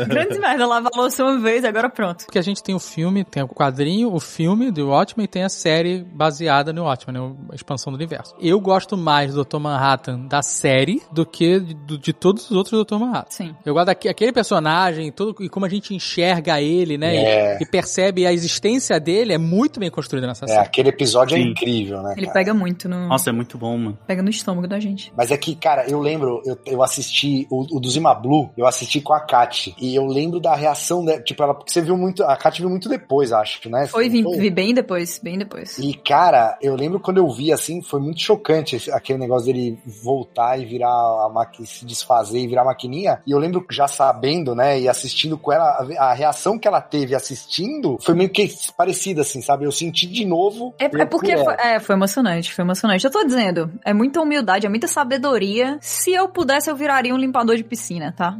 Grande merda, lava a louça uma vez, agora pronto.
Porque a gente tem o filme, tem o quadrinho, o filme do Watchmen e tem a série baseada no Watchmen, né? A expansão do universo. Eu gosto mais do Dr. Manhattan da série do que de, do- de todos os outros Dr. Manhattan.
Sim.
Eu gosto daquele personagem tudo, e como a gente enxerga ele, né? E-
É,
E, percebe a existência dele é muito bem construída nessa
é,
série.
aquele episódio é
Sim.
incrível, né?
Ele
cara?
pega muito no.
Ah, Nossa, é muito bom, mano.
Pega no estômago da gente.
Mas é que, cara, eu lembro, eu, eu assisti o, o do Zima Blue, eu assisti com a Kat. E eu lembro da reação dela. Tipo, ela, porque você viu muito. A Kat viu muito depois, acho, né?
Foi,
Não
vi, vi bem depois, bem depois.
E, cara, eu lembro quando eu vi, assim, foi muito chocante esse- aquele negócio dele voltar e virar a máquina, se desfazer e virar a maquininha. E eu lembro já sabendo, né, e assistindo com ela, a ve- a reação que ela teve assistindo foi meio que parecida, assim, sabe? Eu senti de novo.
É, é
eu
porque
por ela.
foi, é, foi emocionante, foi emocionante. Eu tô dizendo, é muita humildade, é muita sabedoria. Se eu pudesse, eu viraria um limpador de piscina, tá?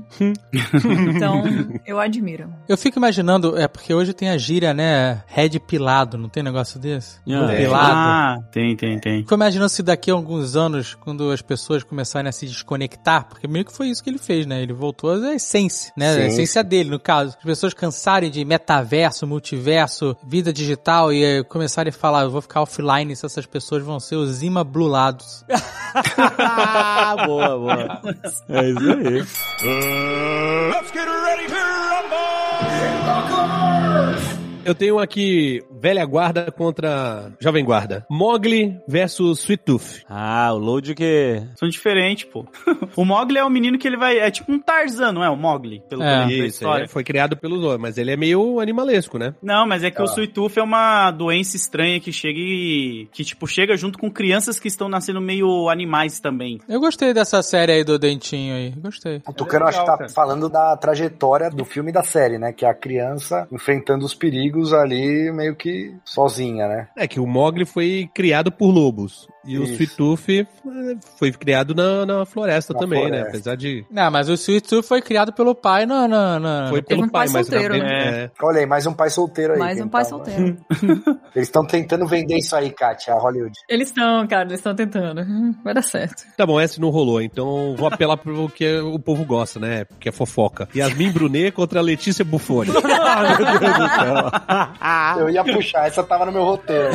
então, eu admiro.
Eu fico imaginando, é porque hoje tem a gíria, né? Red pilado, não tem negócio desse?
Ah,
Compilado.
Ah, tem, tem, tem.
Fico imaginando se daqui a alguns anos, quando as pessoas começarem a se desconectar, porque meio que foi isso que ele fez, né? Ele voltou à essência, né? A
Sim.
essência dele, no caso. As pessoas cansarem de metaverso, multiverso, vida digital e eh, começarem a falar, eu vou ficar offline se essas pessoas vão ser os imablulados.
boa, boa. É isso aí.
Eu tenho aqui Velha Guarda contra Jovem Guarda. Mogli versus Sweet Tooth.
Ah, o load que.
São diferentes, pô. o Mogli é o menino que ele vai. É tipo um Tarzan, não é? O Mogli, pelo
É.
que eu lembro da
Isso,
história.
ele Ah, foi criado pelos homens, mas ele é meio animalesco, né?
Não, mas é que
Ah.
o Suituf é uma doença estranha que chega e. que, tipo, chega junto com crianças que estão nascendo meio animais também.
Eu gostei dessa série aí do Dentinho aí. Gostei.
O Tucano, acho que tá falando da trajetória do filme e da série, né? Que é a criança enfrentando os perigos ali, meio que sozinha, né?
É que o Mogli foi criado por lobos. E o
Isso.
Sweet Tooth eh, foi criado na, na floresta
Na
também, né?
floresta.
Apesar de.
Não, mas o Sweet Tooth foi criado pelo pai na. na, na-
Foi pelo
um pai
pai, mas na
solteiro,
né?
é.
Olha aí, mais um pai solteiro aí. tá
Mais um
tentando-
pai solteiro.
Eles estão tentando vender isso aí, Kátia, a Hollywood.
Eles estão, cara, eles estão tentando. Hum, Vai dar certo.
Tá bom, essa não rolou, então vou apelar pro que o povo gosta, né? Que é fofoca. Yasmin Brunet contra Letícia Buffoni.
Eu ia puxar, essa tava no meu roteiro.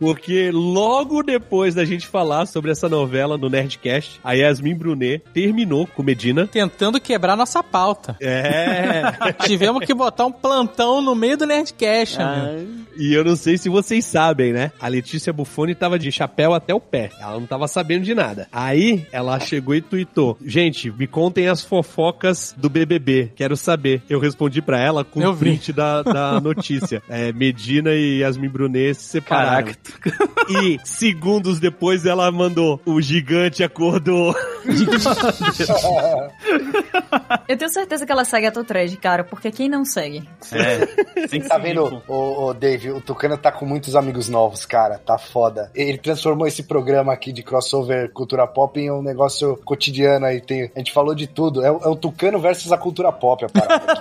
Porque logo depois da gente falar sobre essa novela no Nerdcast, a Yasmin Brunet terminou com Medina.
Tentando quebrar nossa pauta.
É.
Tivemos que botar um plantão no meio do Nerdcast, amigo.
E eu não sei se vocês sabem, né? A Letícia Buffoni tava de chapéu até o pé. Ela não tava sabendo de nada. Aí ela chegou e tuitou: Gente, me contem as fofocas do BBB. Quero saber. Eu respondi pra ela com
Eu
o
vi.
print da, da notícia. É, Medina e Yasmin Brunet se separaram. E segundos depois ela mandou: O gigante acordou. Tá
Eu tenho certeza que ela segue a tua thread, cara, porque quem não segue?
É. Tem que
Tá
seguir,
vendo,
pô.
ô, ô, Dave, o Tucano tá com muitos amigos novos, cara, tá foda. Ele transformou esse programa aqui de crossover cultura pop em um negócio cotidiano aí. Tem, a gente falou de tudo, é, o- é o Tucano versus a cultura pop a parada.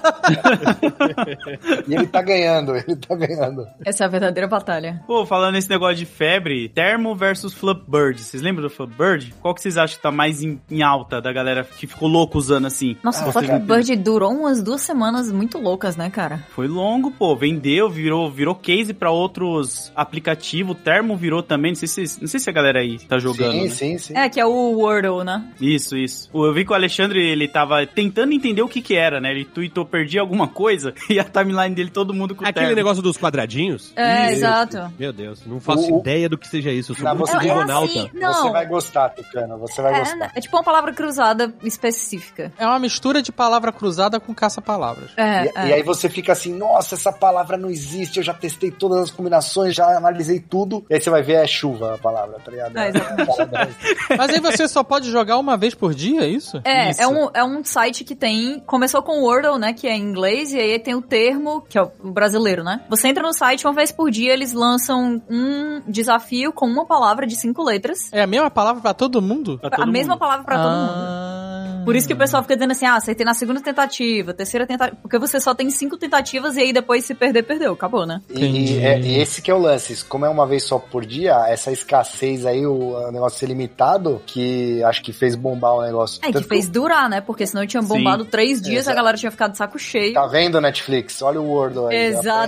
e ele tá ganhando, ele tá ganhando.
Essa é a verdadeira batalha.
Pô, falando nesse negócio de febre, Thermo versus Flapbird. Vocês lembram do Flapbird? Qual que vocês acham que tá mais em, em alta da galera que ficou louco usando assim?
Ah,
Nossa,
Vocês
Flappy
não-
Bird durou umas duas semanas muito loucas, né, cara?
Foi longo, pô. Vendeu, virou, virou case pra outros aplicativos. Termo virou também. Não sei se, não sei se a galera aí tá jogando.
sim,
né?
sim, sim.
É, que é o Wordle, né?
Isso, isso. Eu vi que o Alexandre, ele tava tentando entender o que que era, né? Ele tweetou, perdi alguma coisa, e a timeline dele, todo mundo com
Aquele
terno.
negócio dos quadradinhos?
É,
Isso.
exato.
Meu Deus, não faço
O-
ideia do que seja isso. Eu sou
Não,
muito
você-
diagonalta.
assim,
Você
não.
vai gostar, Tucano, você vai
É,
gostar.
é tipo uma palavra cruzada específica.
É uma mistura de palavra cruzada com caça-palavras.
É,
E,
é.
e aí você fica assim, nossa, essa palavra não existe, eu já testei todas as combinações, já analisei tudo. E aí você vai ver, é chuva a palavra, tá ligado?
É,
assim.
Mas aí você só pode jogar uma vez por dia, é isso?
É,
Isso.
é um, é um site que tem. Começou com o Wordle, né? Que é em inglês, e aí tem o termo, que é o brasileiro, né? Você entra no site, uma vez por dia eles lançam um desafio com uma palavra de cinco letras.
É a mesma palavra pra todo mundo? Ah.
Pra
a
Tá todo
mesma
mundo.
palavra pra todo mundo.
mundo.
Por isso que o pessoal fica dizendo assim, ah, acertei na segunda tentativa, terceira tentativa, porque você só tem cinco tentativas e aí depois se perder, perdeu, acabou, né?
E, e é- e esse que é o lance, como é uma vez só por dia, essa escassez aí, o, o negócio ser limitado, que acho que fez bombar o negócio.
É, que
Tanto-
fez durar, né? Porque senão tinha bombado três dias, a
Exato.
galera tinha ficado de saco cheio.
Tá vendo, Netflix? Olha o Wordle aí.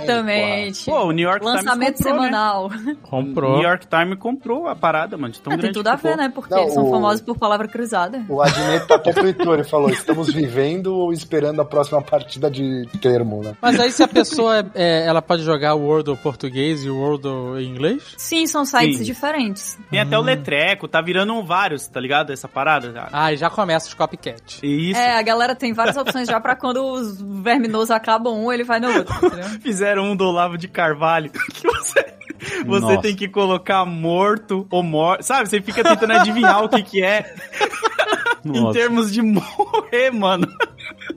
aprende,
Exatamente.
Pô, o New York
Lançamento
Times comprou, né?
semanal.
O
Comprou.
New York Times comprou a parada, mano. De tão
É, tem
grande
tudo
que
a ver,
ficou.
né? Porque
Não,
eles são
o-
famosos por palavra cruzada.
porra. O Adnet tá até tweetou, ele falou, estamos vivendo ou esperando a próxima partida de termo, né?
Mas aí se a pessoa é- é, ela pode jogar o Wordle português e o Wordle em inglês?
Sim, são sites
Sim.
diferentes.
Tem
Ah.
até o Letreco, tá virando vários, tá ligado? Essa parada. cara.
Ah, e já começa os copycat.
E isso.
É, a galera tem várias opções já pra quando os verminosos acabam um, ele vai no outro, entendeu?
Fizeram um do Olavo de Carvalho que você. Você
Nossa.
tem que colocar morto ou morto. Sabe? Você fica tentando adivinhar o que que é em
Nossa.
termos de morrer, mano.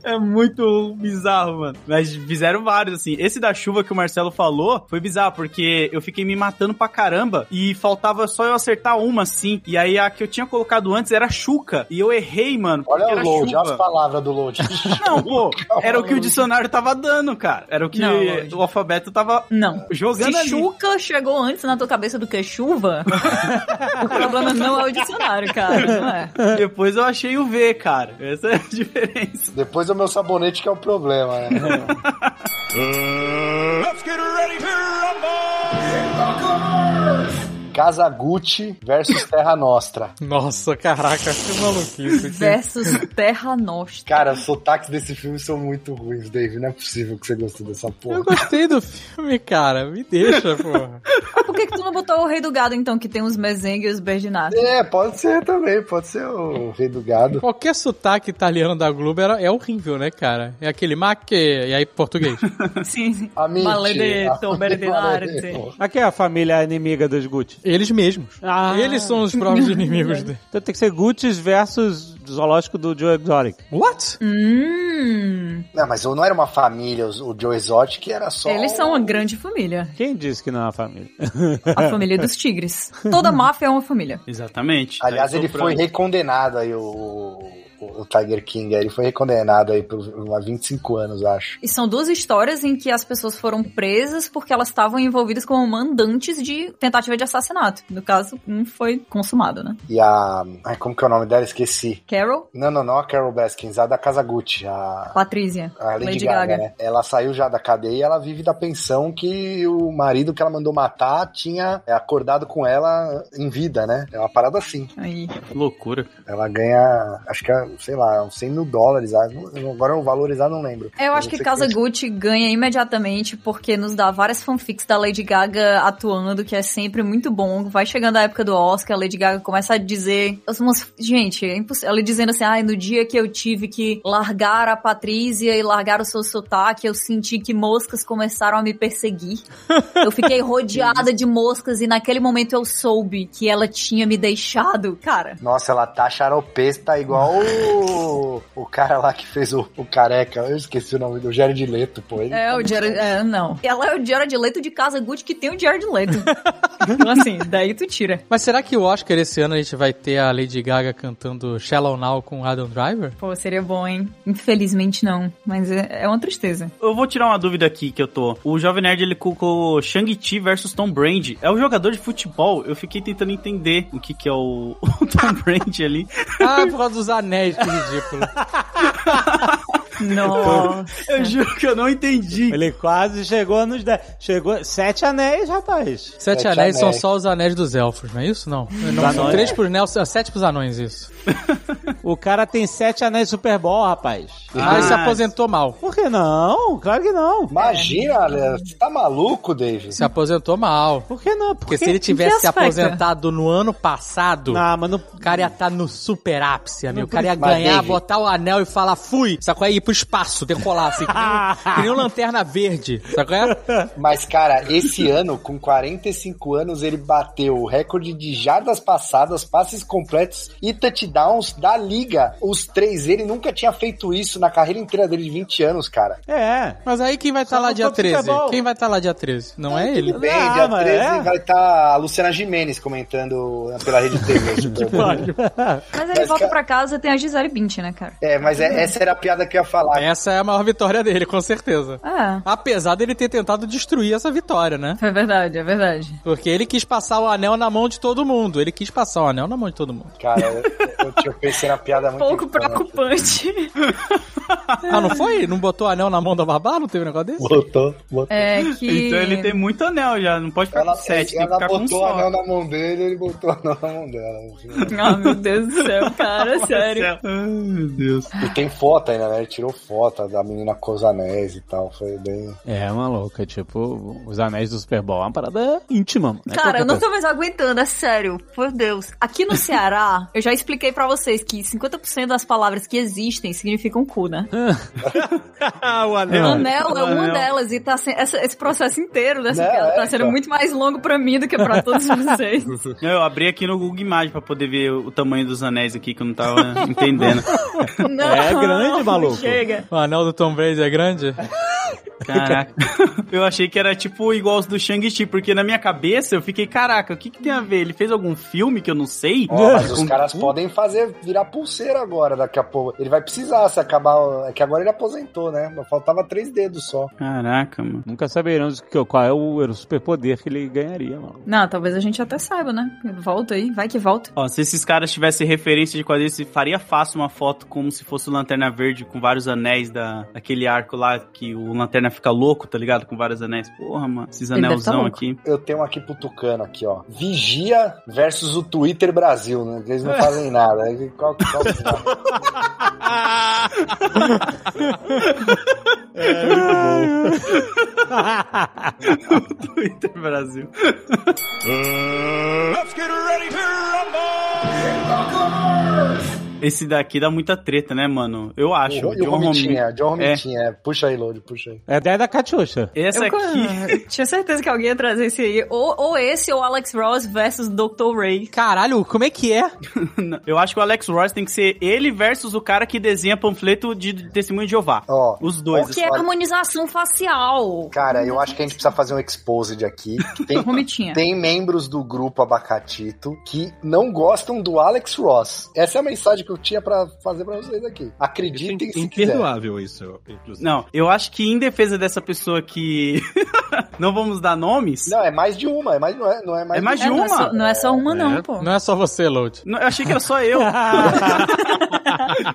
É muito bizarro, mano. Mas fizeram vários, assim. Esse da chuva que o Marcelo falou foi bizarro, porque eu fiquei me matando pra caramba e faltava só eu acertar uma, assim. E aí a que eu tinha colocado antes era chuca. E eu errei, mano. porque
Olha
era
o load, olha as
chuva.
palavras do load.
Não, pô.
Tá
Era o que o dicionário tava dando, cara. Era o que
Não, lógico.
o alfabeto tava
Não.
jogando
Se
ali.
chuca chegou antes na tua cabeça do que chuva, o problema não é o dicionário, cara, não é?
Depois eu achei o V, cara. Essa é a diferença.
Depois é o meu sabonete que é o problema, né?
Let's get ready to rumble!
Casa Gucci versus Terra Nostra.
Nossa, caraca, que maluquice. que-
Versus Terra Nostra.
Cara, os sotaques desse filme são muito ruins, Dave. Não é possível que você gostou dessa
Eu
porra.
gostei do filme, cara. Me deixa, porra.
Ah, por que, que tu não botou o Rei do Gado, então, que tem os mesengues e os berginatos?
É, pode ser também, pode ser o Rei do Gado.
Qualquer sotaque italiano da Globo era, é horrível, né, cara? É aquele maque e aí português.
Sim, sim.
A mente,
Maledetto,
a-
Berdinarte.
Aqui é a família inimiga dos Gucci.
Eles mesmos.
Ah.
Eles são os próprios inimigos dele.
Então tem que ser Gucci versus zoológico do Joe Exotic.
What?
Hum,
Não, mas não era uma família, os- o Joe Exotic era só. um
eles são uma grande família.
Quem disse que não é uma família?
A família dos tigres. Toda máfia é uma família.
Exatamente.
Aliás,
Tá
ele
soprando.
foi recondenado aí, o, o, o Tiger King. aí, Ele foi recondenado aí por uma 25 anos, acho.
E são duas histórias em que as pessoas foram presas porque elas estavam envolvidas como mandantes de tentativa de assassinato. No caso, um foi consumado, né?
E a. Ai, como que é o nome dela? Esqueci.
Carol,
Não, não, não a Carol Baskins, a da Casa Gucci. A,
Patrícia,
A Lady, Gaga, né? Ela saiu já da cadeia e ela vive da pensão que o marido que ela mandou matar tinha é, acordado com ela em vida, né? É uma parada assim.
Aí.
Loucura.
Ela ganha, acho que, é, sei lá, uns 100 mil dólares. ah, não- Agora o valorizar não lembro.
Eu acho
não
que
sei é.
Casa Gucci ganha imediatamente porque nos dá várias fanfics da Lady Gaga atuando, que é sempre muito bom. Vai chegando a época do Oscar, a Lady Gaga começa a dizer. as umas- Gente, é impossível. Ela dizendo assim: ai, no dia que eu tive que largar a Patrícia e largar o seu sotaque, eu senti que moscas começaram a me perseguir. Eu fiquei rodeada de moscas e naquele momento eu soube que ela tinha me deixado. Cara,
Nossa, ela tá xaropesta igual o, o cara lá que fez o, o careca. Eu esqueci o nome do Jared Leto, pô. Ele-
É, o Jared... É, não. Ela é o Jared Leto de Casa Gucci que tem o Jared Leto. então, assim, daí tu tira.
Mas será que o Oscar esse ano a gente vai ter a Lady Gaga cantando Shallow Now com Adam Driver?
Pô, seria bom, hein? Infelizmente não. Mas é, é uma tristeza.
Eu vou tirar uma dúvida aqui que eu tô. O Jovem Nerd, ele colocou Shang-Chi versus Tom Brand. É um jogador de futebol? Eu fiquei tentando entender o que que é o, o Tom Brand ali.
Ah, por causa dos anéis, que ridículo.
Nossa.
Eu juro que eu não entendi.
Ele quase chegou nos 10. Chegou. Sete anéis, rapaz.
Sete,
Sete
anéis são
anéis.
só os anéis dos elfos, não é isso? Não. não são
anões.
três pros Nels, sete pros anões, isso.
O cara tem sete anéis de Super Bowl, rapaz.
Mas Ah, se aposentou mal.
Por que não? Claro que não.
Imagina, né? você tá maluco, David?
Se aposentou mal.
Por que não? Por
Porque
que-
se ele tivesse se
aspecto?
aposentado no ano passado,
Não, mas não.
o cara ia estar no super ápice, amigo. O cara ia
Mas,
ganhar,
David-
botar o anel e falar fui. Sacou? Ia ir pro espaço, decolar assim, que nem, que nem um lanterna verde. Sacou?
Mas, cara, esse ano, com 45 anos, ele bateu o recorde de jardas passadas, passes completos e touchdowns da liga. Os três, ele nunca tinha feito isso na carreira inteira dele de 20 anos, cara.
É.
Mas aí quem vai estar
Só
lá
não
dia
foi pro Super
13?
Bowl.
Quem vai estar lá dia 13? Não é ele.
Bem,
Ah,
dia
mas
13
é?
vai estar a Luciana Jimenez comentando pela rede TV. Super Bowl.
Mas ele
Mas,
volta
cara-
pra casa e tem a Gisele Bündchen, né, cara?
é, mas é- essa era a piada que eu ia falar.
Essa é a maior vitória dele, com certeza.
É.
Apesar dele ter tentado destruir essa vitória, né?
É verdade, é verdade.
Porque ele quis passar o anel na mão de todo mundo. Ele quis passar o anel na mão de todo mundo.
Cara, eu, eu, eu pensei na piada muito.
Pouco
tá
importante.
preocupante.
Ah, não foi? Não botou o anel na mão da babá? Não teve um negócio desse?
Botou, botou.
É que.
Então ele tem muito anel já, não pode ficar
Ela,
com sete, tem que
ela
ficar com um
botou a
só.
anel na mão dele, ele botou a anel na mão dela.
Ah, meu Deus do céu, cara, sério.
Ai, meu Deus.
E tem foto ainda, né? Ele tirou foto da menina com os anéis e tal. Foi bem.
É, maluco. É tipo, os anéis do Super Bowl. É uma parada íntima, mano.
Cara, eu não tô mais aguentando, é sério. Por Deus. Aqui no Ceará, eu já expliquei pra vocês que 50% das palavras que existem significam cu, né?
Ah, o anel.
O anel é uma
Anel.
delas e tá se- essa- esse processo inteiro dessa
Né,
piada tá
é,
sendo
cara.
muito mais longo pra mim do que pra todos vocês.
Eu abri aqui no Google Imagens pra poder ver o tamanho dos anéis aqui que eu não tava entendendo.
Não,
É grande, maluco.
Chega.
O anel do Tom Brady é grande?
Caraca. Eu achei que era tipo igual os do Shang-Chi, porque na minha cabeça eu fiquei, caraca, o que, que tem a ver? Ele fez algum filme que eu não sei?
Ó, mas os
Com-
caras podem fazer virar pulseira agora, daqui a pouco. Ele vai precisar se acabar. o- É que agora ele aposentou, né? Mas Faltava três dedos só.
Caraca, mano.
Nunca saberemos que- qual é o, era o superpoder que ele ganharia, mano.
Não, talvez a gente até saiba, né? Volta aí, vai que volta.
Ó, se esses caras tivessem referência de quadrinhos, se faria fácil uma foto como se fosse o Lanterna Verde com vários anéis da, daquele arco lá que o Lanterna fica louco, tá ligado? Com vários anéis. Porra, mano, esses
Ele deve tá
anelzão
louco.
aqui.
Eu tenho um aqui pro Tucano aqui, ó. Vigia versus o Twitter Brasil, né? Eles não fazem nada. Qual, qual, é? qual-
Twitter Brasil.
Let's get ready to rumble!
Esse daqui dá muita treta, né, mano? Eu acho.
E o
John Romita.
Romitinha, John Romitinha. é. Puxa aí, Lodi, puxa aí.
É a ideia da Catiuxa.
Essa
Eu co-
aqui.
tinha certeza que alguém ia trazer esse aí. Ou, ou esse, ou Alex Ross versus Dr. Ray.
Caralho, como é que é?
Eu acho que o Alex Ross tem que ser ele versus o cara que desenha panfleto de testemunho de Jeová.
Ó,
Os dois. assim.
Que é harmonização facial.
Cara, eu acho que a gente precisa fazer um exposed aqui. que Tem,
Romitinha.
tem membros do grupo Abacatito que não gostam do Alex Ross. Essa é a mensagem que eu tinha pra fazer pra vocês aqui.
Isso é
Acreditem se quiser.
imperdoável isso, inclusive.
Não, eu acho que em defesa dessa pessoa que. não vamos dar nomes.
Não, é mais de uma, é mais, não, é, não é mais
É mais
É,
de
não,
uma.
é só, não é só uma, não,
É.
pô.
Não é só você, Load.
Não, eu achei que era só eu.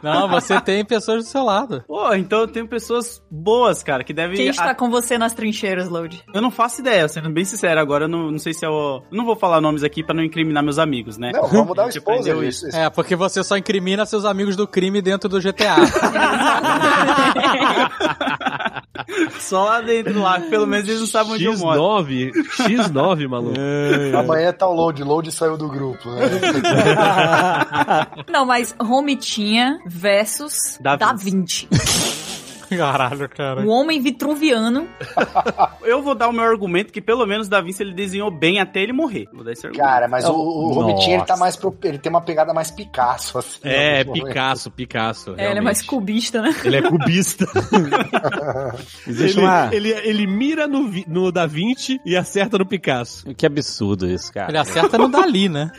Não, você tem pessoas do seu lado.
Pô, então tem pessoas boas, cara, que devem.
Quem
a-
está com você nas trincheiras, Load?
Eu não faço ideia, sendo bem sincero agora. Eu não, não sei se é o. eu Não vou falar nomes aqui pra não incriminar meus amigos, né?
Não, vamos dar um
A gente
exposed.
aprendeu
Isso.
É, porque você só incrimina seus amigos do crime dentro do GTA.
Só lá dentro lá, que pelo menos eles não sabem onde eu moro.
X9, X9, maluco.
Amanhã tá o load, load saiu do grupo. Né?
Não, mas Romitinha versus
Da
Da,
Vinci.
Vinci.
Caralho, cara.
O homem vitruviano.
Eu vou dar o meu argumento que pelo menos da Vinci ele desenhou bem até ele morrer. Vou dar esse argumento.
Cara, mas o, o
Nossa.
Romitinho ele tá mais pro, ele tem uma pegada mais Picasso, assim.
É,
né?
Picasso, Picasso.
É, ele é
realmente.
mais cubista, né?
Ele é cubista.
Existe
ele,
uma.
ele, ele mira no, vi- no Da Vinci e acerta no Picasso.
Que absurdo isso, cara.
Ele acerta no Dali, né?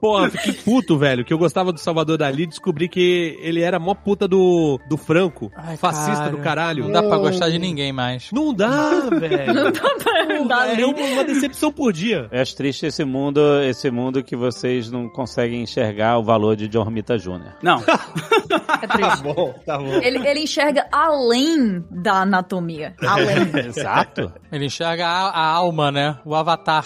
Porra, eu fiquei puto, velho, que eu gostava do Salvador Dali e descobri que ele era mó puta do, do Franco.
Ai,
fascista
cara.
do caralho.
Não dá pra gostar de ninguém semanais.
Não dá, velho.
Não dá pra
Tá
andar
É uma uma decepção por dia.
Eu acho triste esse mundo, esse mundo que vocês não conseguem enxergar o valor de John Romita Jr.
Não,
É triste.
Tá bom.
Ele, ele enxerga além da anatomia. Além.
Exato.
Ele enxerga a, a alma, né? O avatar.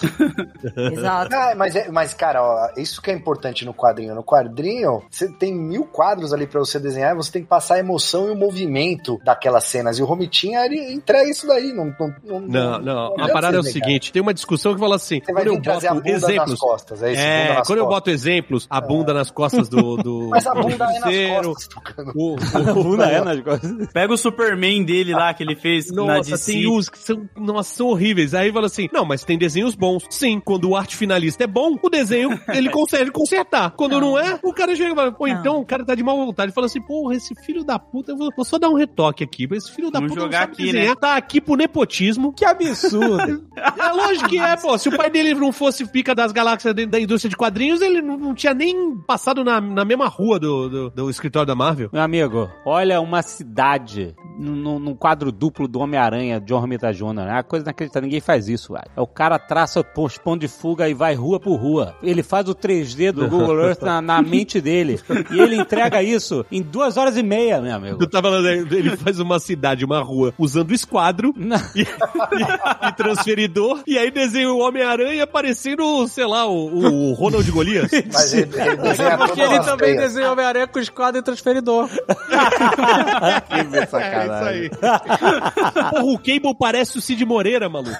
Exato.
Ah, mas, é- mas, cara, ó, isso que é importante no quadrinho. No quadrinho, você tem mil quadros ali pra você desenhar, você tem que passar a emoção e o movimento daquelas cenas. E o Romitinha, ele entrega isso daí. Não, não, não,
Não, não. A
adianta
parada é o
você negar.
seguinte: tem uma discussão que fala assim.
Você vai
quando eu
vir trazer a
boto
bunda nas
exemplos.
costas. É, isso, bunda
É,
nas
quando eu
costas.
boto exemplos, a bunda nas costas do. do
Mas a bunda é nas
terceiro,
costas, Tucano.
o,
A
o,
bunda é nas costas.
pega o Superman dele lá que ele fez na
Nossa,
DC.
tem uns que são, nossa, são horríveis. Aí fala assim, não, mas tem desenhos bons. Sim, quando o arte finalista é bom, o desenho, ele consegue consertar. Quando não, é, o cara chega e fala, pô,
Não.
então o cara tá de má vontade. Fala assim, porra, esse filho da puta, eu vou, vou só dar um retoque aqui. mas Esse filho da
Vamos
puta não
jogar
sabe
aqui,
desenhar. Tá aqui pro nepotismo.
Que absurdo.
É lógico que é, pô. Se o pai dele não fosse pica das galáxias dentro da indústria de quadrinhos, ele não, não tinha nem passado na, na mesma rua do, do, do escritório da Marvel.
Meu amigo, olha uma cidade num, num quadro duplo do Homem-Aranha, John Romita Jr. É uma coisa inacreditável, ninguém faz isso, velho. É o cara traça os pão de fuga e vai rua por rua. Ele faz o 3D do Google Earth na, na mente dele. E ele entrega isso em duas horas e meia, meu amigo.
Tu tá falando, ele faz uma cidade, uma rua, usando esquadro,
Não.
e, e- e transferidor, e aí desenha o Homem-Aranha parecendo, sei lá, o, o Ronald Golias.
Mas ele,
É,
ele desenha todas
Porque ele
as
também
teias.
desenhou Homem-Aranha com esquadro e transferidor.
Que sacanagem.
É, aí. Porra, o Cable parece o Cid Moreira, maluco.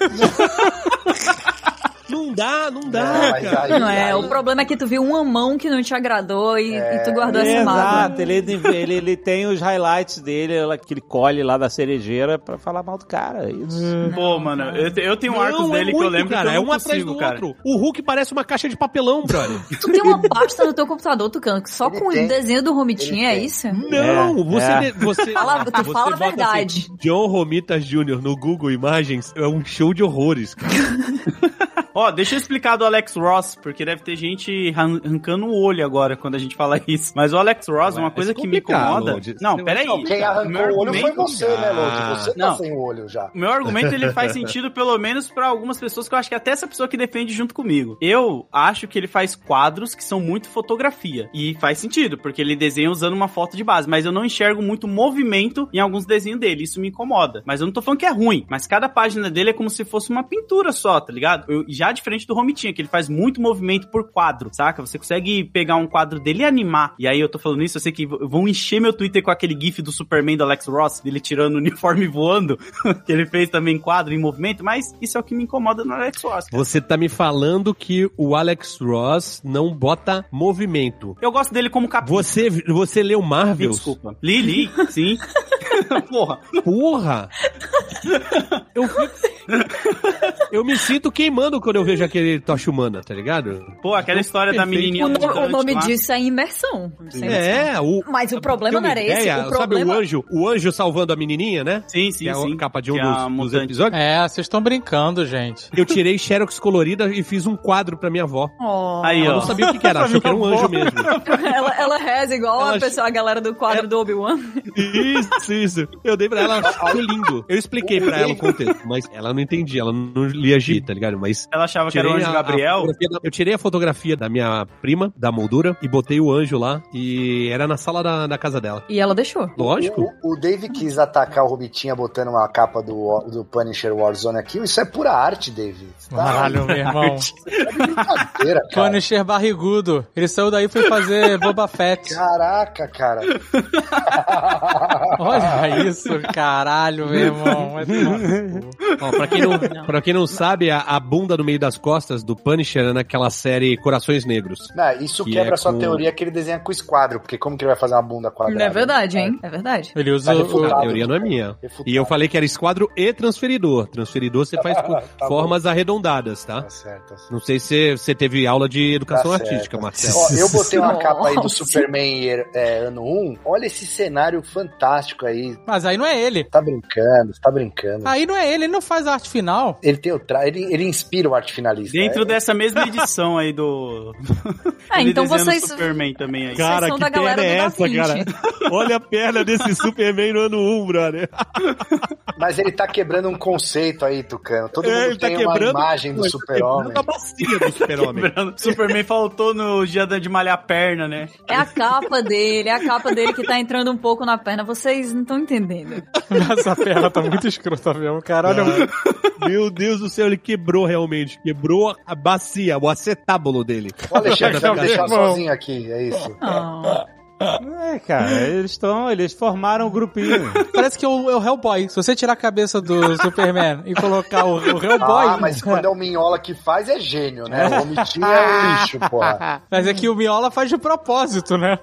Não dá, não dá,
Não, mas
cara.
aí-
Não é,
aí- É,
o problema é que tu viu uma mão que não te agradou e, e tu guardou essa mágoa.
Exato, ele, ele, ele tem os highlights dele, ela- que ele colhe lá da cerejeira pra falar mal do cara. É
Hum.
Isso.
Pô, mano, eu, te- eu tenho arcos
Não, é
um dele que eu
muito,
lembro
cara,
que
é
eu não
um atrás
consigo,
do
cara.
outro. O Hulk parece uma caixa de papelão, brother.
Tu tem uma pasta no teu computador, Tucano, que só
Ele
com o
tem.
desenho do Romitinha, é
Ele tem.
isso?
Não,
É,
você,
é.
você.
Fala- tu
você
fala a
bota assim,
verdade.
John Romitas Jr. no Google Imagens é um show de horrores, cara.
Ó, deixa eu explicar do Alex Ross, porque deve ter gente arran- arrancando o olho agora quando a gente fala isso. Mas o Alex Ross,
Ué,
uma coisa
é
que me
complicado,
incomoda.
Lodi.
Não,
Você-
peraí.
Não,
Quem arrancou
Meu
o olho foi
argumento-
você, né, Lodi? Você tá
Não.
sem o olho já.
Meu argumento ele faz sentido pelo menos pra algumas pessoas que eu acho que até essa pessoa que defende junto comigo. Eu acho que ele faz quadros que são muito fotografia e faz sentido, porque ele desenha usando uma foto de base, mas eu não enxergo muito movimento em alguns desenhos dele, isso me incomoda. Mas eu não tô falando que é ruim, mas cada página dele é como se fosse uma pintura só, tá ligado? Eu- já diferente do Romitinha, que ele faz muito movimento por quadro, saca? Você consegue pegar um quadro dele e animar. E aí eu tô falando isso, eu sei que v- vão encher meu Twitter com aquele gif do Superman do Alex Ross, dele tirando o uniforme e voando que ele fez também quadro em movimento, mas isso é o que me incomoda no Alex Ross.
Você tá me falando que o Alex Ross não bota movimento.
Eu gosto dele como capitão.
Você, você leu Marvel?
Desculpa. Lili, sim. Porra.
Porra! Eu, fico- eu me sinto queimando quando eu vejo aquele tocha humana, tá ligado?
Pô, aquela história da
Perfeito.
menininha
O, no- o
mutante
nome
lá.
disso é imersão. Não sei se-
É, o.
Mas o problema
tem
não
uma
era esse.
ideia,
O
Sabe o
problema.
anjo, o anjo salvando a menininha, né?
Sim,
que
sim,
é
sim.
a capa de um
Que é a
dos, dos
mutante.
episódios.
É, vocês estão brincando, gente.
Eu tirei xerox colorida e fiz um quadro pra minha avó.
Oh.
Aí,
Ela não
ó.
sabia o que, que era, achou que era um anjo mesmo.
ela, ela reza igual
Ela
a, pessoa, a galera do quadro do Obi-Wan.
Isso, isso. Eu dei pra ela, ela achou lindo. Eu expliquei pra ela o contexto, mas ela não entendia, ela não lia gibi, tá ligado? Mas
Ela achava que era o anjo
a- a
Gabriel.
fotografia da- eu tirei a fotografia da minha prima, da moldura, e botei o anjo lá, e era na sala da, da casa dela.
E ela deixou.
Lógico.
O, o Dave quis atacar o Robitinha botando uma capa do, do Punisher Warzone aqui. Isso é pura arte, Dave. Você tá-
Caralho, meu irmão.
É brincadeira, cara.
Punisher barrigudo. Ele saiu daí e foi fazer Boba Fett.
Caraca, cara.
Olha isso, caralho, meu irmão. É Vai tomar no cu.
Ó, pra, quem não, pra quem não sabe, a, a bunda no meio das costas do Punisher é naquela série Corações Negros.
Não, isso
Que
quebra
é
a sua
com-
teoria que ele desenha com esquadro, porque como que ele vai fazer uma bunda quadrada?
Não é verdade, hein? É verdade.
Ele usa
Tá
o,
refutado.
A teoria não é minha.
Refutado.
E eu falei que era esquadro e transferidor. Transferidor você faz com
Tá bom.
formas arredondadas, tá?
Tá certo. tá certo.
Não sei se você teve aula de educação
Tá certo.
artística, Marcelo.
Ó, eu botei uma
Nossa.
capa aí do Superman é, ano 1. Olha esse cenário fantástico aí.
Mas aí não é ele.
Tá brincando, tá brincando.
Aí não é ele, ele não faz a arte final.
Ele tem o tra... ele, ele inspira o arte finalista.
Dentro
é.
dessa mesma edição aí do.
Ah,
ele
então
desenha no
vocês-
Superman também aí.
Cara, são da galera
é
é
do Da Vinci.
Olha a perna desse Superman no ano 1, brother.
Mas ele tá quebrando um conceito aí, Tucano. Todo
É,
mundo
ele tá
tem
quebrando-
uma imagem do
Ele tá
super-homem.
quebrando a bacia do super-homem.
Lembrando, Superman faltou no dia da- de malhar a perna, né?
É a capa dele, é a capa dele que tá entrando um pouco na perna. Vocês não estão entendendo.
Essa perna tá muito escrota mesmo, cara. Olha,
Meu Deus do céu, ele quebrou realmente. Quebrou a bacia, o acetábulo dele.
O
tá
Alexandre vai me deixar
Meu irmão.
sozinho aqui, é isso.
Ah.
É, cara, eles estão. Eles formaram um grupinho.
parece que é o, é o Hellboy. Se você tirar a cabeça do Superman e colocar o, o Hellboy.
Ah, mas quando é o Minhola que faz, é gênio, né? O Vomitinho é um lixo, porra.
Mas é que o Miola faz de propósito, né?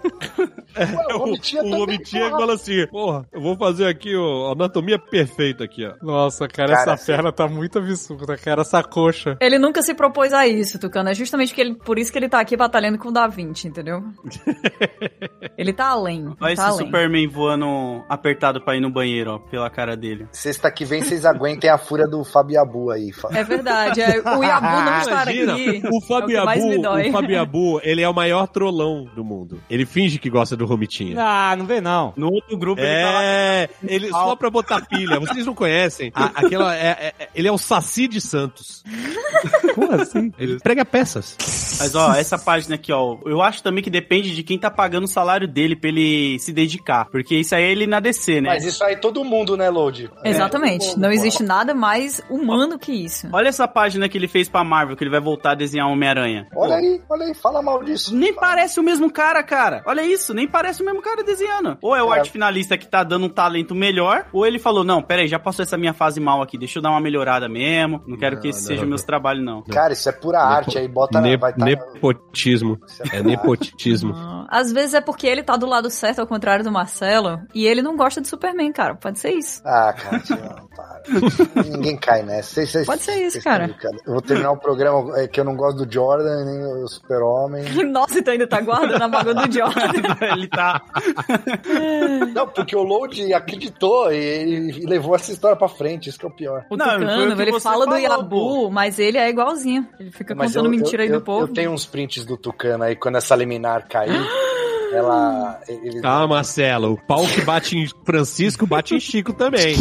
Ué,
O, o Omitinha fala assim: Porra, eu vou fazer aqui ó, a anatomia perfeita aqui, ó.
Nossa, cara,
Cara,
essa perna tá muito absurda, cara. Essa coxa.
Ele nunca se propôs a isso, Tucano. É justamente que ele, por isso que ele tá aqui batalhando com o Da Vinci, entendeu? ele tá além.
Olha
tá
esse
além.
Superman voando apertado pra ir no banheiro, ó, pela cara dele.
Sexta que vem vocês aguentem a fúria do Fabiabu aí. fa-
É verdade. é, o Iabu
Ah,
não estar aqui.
O
é o que mais
Fabiabu,
me dói.
o Fabiabu, ele é o maior trollão do mundo. Ele finge que gosta do Romitinha.
Ah, não vem não.
No outro grupo ele tá lá.
É, ele só pra botar pilha. Vocês não conhecem? A- aquela é- é- é- ele é o Saci de Santos.
Como assim?
Ele prega peças.
assim, Mas ó,
É.
essa página aqui, ó, eu acho também que depende de quem tá pagando o salário dele pra ele se dedicar. Porque isso aí é ele na DC, né?
Mas isso aí todo mundo, né, Load? É,
Exatamente.
todo mundo,
Não
porra.
existe nada mais humano que isso.
Olha essa página que ele fez pra Marvel, que ele vai voltar a desenhar Homem-Aranha.
Olha aí, olha aí, fala mal disso.
Nem parece o mesmo cara, cara. Olha isso, nem parece o mesmo cara desenhando. Ou é o
É.
arte finalista que tá dando um talento melhor, ou ele falou: Não, peraí, já passou essa minha fase mal aqui, deixa eu dar uma melhorada mesmo. Não quero que esse
Não,
seja
não,
meus trabalhos, não.
Cara, isso é pura arte aí, bota na.
Ne-
Vai tá,
nepotismo.
isso
É
pura arte.
nepotismo.
Ah, Às vezes é porque ele tá do lado certo, ao contrário do Marcelo, e ele não gosta de Superman, cara. Pode ser isso.
Ah, cara, não, para. Ninguém cai nessa. Vocês- vocês-
Pode ser isso,
vocês
cara.
estão brincando. Eu vou terminar o programa é, que eu não gosto do Jordan, nem do Super-Homem.
Nossa, então ainda tá guardando a bagulho do Jordan.
ele tá.
Não, porque o Load acreditou e, e- e levou essa história pra frente, isso que é o pior.
O
Não, foi o
Tucano,
que
ele
você
fala do
falou,
Iabu,
pô.
mas ele é igualzinho. Ele fica
Mas
contando mentira aí
eu,
do povo.
Eu tenho uns prints do Tucano aí, quando essa liminar caiu, ela... Ele,
Ah, Marcelo, o pau que bate em Francisco bate em Chico também.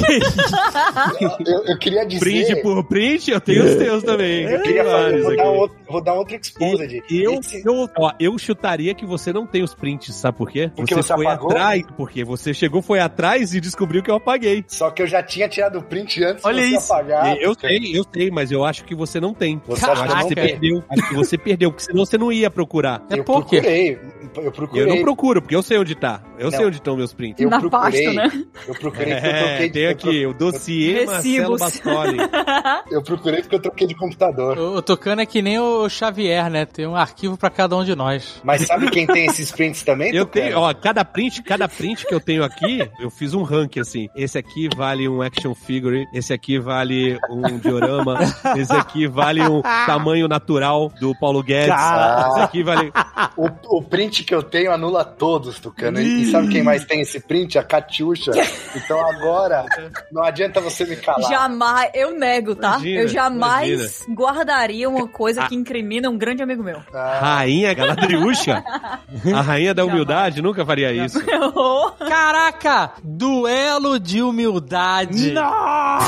eu, eu queria dizer...
Print por print, eu tenho os teus também. Tem
Eu queria fazer,
vários
vou,
aqui.
dar outro, vou dar outro exposed.
Eu,
Esse-
eu, ó, eu chutaria que você não tem os prints, sabe por quê?
Porque você
foi
apagou?
atrás, porque você chegou, foi atrás e descobriu que eu apaguei.
Só que eu já tinha tirado o print antes
Olha
de você
isso.
apagar.
eu sei, eu sei, mas eu acho que você não tem.
Você acha
Eu
que
acho
não
que você
tem?
perdeu. Acho que você perdeu, porque senão você não ia procurar.
É
Eu
por quê?
procurei. Eu procurei.
Eu não procuro, porque eu sei onde tá. Eu sei
Não.
onde estão meus prints.
Eu
Na
procurei,
pasta, né?
Eu procurei porque eu
É,
troquei de
tem aqui o dossiê Marcelo
Recibos.
Bastoni.
Eu procurei porque eu troquei de computador.
O, o Tucano é que nem o Xavier, né? Tem um arquivo pra cada um de nós.
Mas sabe quem tem esses prints também?
Eu
Tucano?
tenho, ó, cada print, cada print que eu tenho aqui, eu fiz um ranking assim. Esse aqui vale um action figure, esse aqui vale um diorama, esse aqui vale um tamanho natural do Paulo Guedes.
Cara.
Esse aqui vale.
O, o print que eu tenho anula todos, Tucano. E, e sabe quem mais tem esse print? A Catiuxa. Então agora, não adianta você me calar.
Jamais, eu nego, tá?
Imagina,
eu jamais guardaria uma coisa
Ah.
que incrimina um grande amigo meu.
Ah,
Rainha Galadriúcha? A rainha da humildade nunca faria isso.
Oh,
Caraca! Duelo de humildade!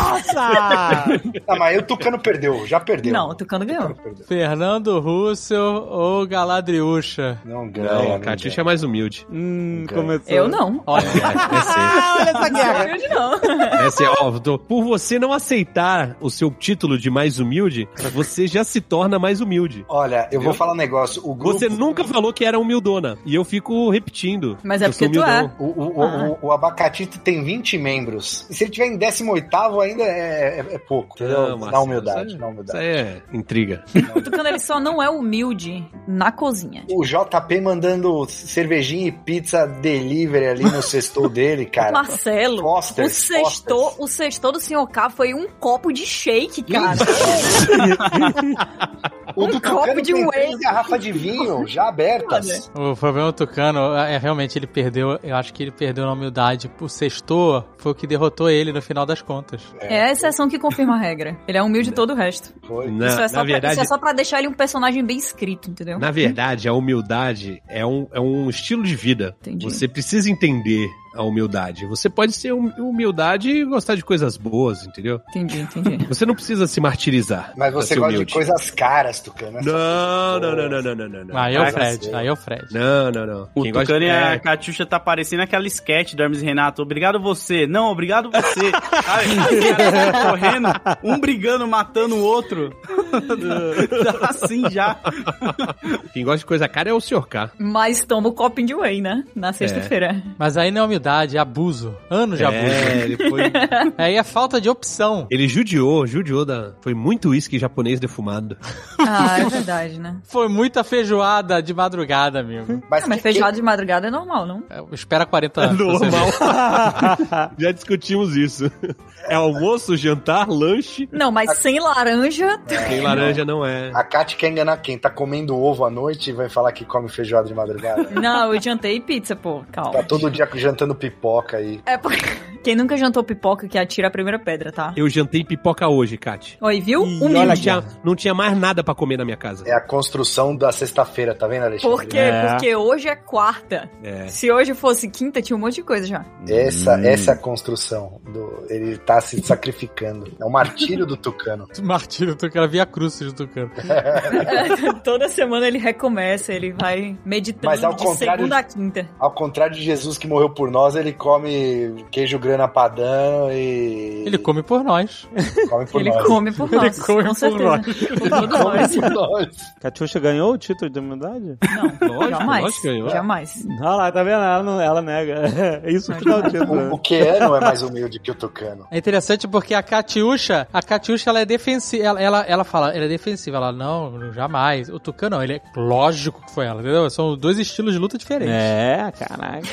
Nossa!
ah, mas aí o Tucano perdeu, já perdeu.
Não, o Tucano ganhou.
perdeu.
Fernando Russell ou Galadriúcha?
Não ganha.
Não, a
não
Catiuxa é
ganha.
mais humilde.
hum, começou.
Eu não.
É, é
Ah, Olha essa guerra.
Eu não.
ser, é ser, ó, tô- por você não aceitar o seu título de mais humilde, você já se torna mais humilde.
Olha, eu vou falar um negócio. O grupo,
Você nunca falou que era humildona. E eu fico repetindo.
Mas é
Eu sou
porque tu
humildão.
o, o, o-
Ah.
o- o Abacatito tem 20 membros. E se ele tiver em 18 ainda é, é- é pouco. Entendeu?
Não,
na
Marcelo,
humildade,
isso aí-
na humildade.
Isso aí é intriga.
O Tucano ele só não é humilde na cozinha.
O JP mandando cervejinha e pizza delivery ali no sextou dele, cara.
Marcelo,
Foster,
o sextou,
Foster.
o sextou do Sr. K foi um copo de shake, cara.
O
Um
Tucano
copo de
tem
whey.
três garrafas de vinho já abertas.
O problema do Tucano é é, realmente ele perdeu. Eu acho que ele perdeu na humildade. O sextor foi o que derrotou ele no final das contas.
É a exceção que confirma a regra. Ele é humilde todo o resto.
Foi.
Na,
isso, é
na
só pra,
verdade,
isso é só pra deixar ele um personagem bem escrito, entendeu?
Na verdade, a humildade é um, é um estilo de vida.
Entendi.
Você precisa entender a humildade. Você pode ser hum- humildade e gostar de coisas boas, entendeu?
Entendi, entendi.
Você não precisa se martirizar.
Mas
pra
você
ser
gosta
humilde.
de coisas caras, Tucano.
Não, não, não, não, não, não, não, não.
Aí é o
Vai-
Fred, aí é o Fred.
Não, não, não.
O
Quem gosta-
Tucano e
é,
a Catiuxa tá parecendo aquela sketch do Hermes e Renato. Obrigado você. Não, obrigado você. Aí, os caras saem correndo, um brigando, matando o outro. tá assim já.
Quem gosta de coisa cara é o Sr. K.
Mas toma o copinho de whey, né?
É.
Na sexta-feira.
Mas aí não é humildade, é abuso. Anos de abuso.
É, ele foi.
Aí é falta de opção.
Ele judiou, judiou da. Foi muito uísque japonês defumado.
Ah, é verdade, né?
Foi muita feijoada de madrugada, amigo.
Mas,
Ah, mas
que-
feijoada de madrugada é normal, não?
É, Espera 40 anos. pra você ver.
Já discutimos isso. É almoço, jantar, lanche.
Não, mas sem laranja.
Quem laranja não é.
A Kat quer enganar quem? Tá comendo ovo à noite e vai falar que come feijoada de madrugada?
Não, eu jantei pizza, pô. Calma.
tá todo dia jantando pipoca aí.
É porque. Quem nunca jantou pipoca que atira a primeira pedra, tá?
Eu jantei pipoca hoje, Kat.
Oi, viu?
Ih,
Humilde.
olha
Não tinha, não tinha mais nada pra comer na minha casa.
É a construção da sexta-feira, tá vendo,
Por
Alexandre?
quê? Porque hoje é quarta.
É.
Se hoje fosse quinta, tinha um monte de coisa já.
Essa,
Hum.
essa é a construção. Do, ele tá se sacrificando. É o martírio do Tucano.
Martírio do Tucano, via cruz do Tucano.
Toda semana ele recomeça, ele vai meditando
Mas ao
de
contrário-
segunda a quinta.
Ao contrário de Jesus que morreu por nós, ele come queijo grana padão e.
Ele come por nós.
come por
ele
nós.
come por nós.
Ele come
com
por
certeza.
nós.
Por todos nós.
Por nós.
Catiuxa ganhou o título de humildade?
Não,
Lógico,
jamais.
lógico que ganhou.
Jamais.
Olha lá, tá vendo? Ela, não, ela nega. É isso que dá
O,
o
o
título.
Keanu é mais humilde que o Tucano.
É interessante porque a Catiuxa, a Catiuxa ela é defensiva, ela, ela, ela fala, ela é defensiva, ela não, jamais. O Tucano não, ele é lógico que foi ela, entendeu? São dois estilos de luta diferentes.
É, caraca.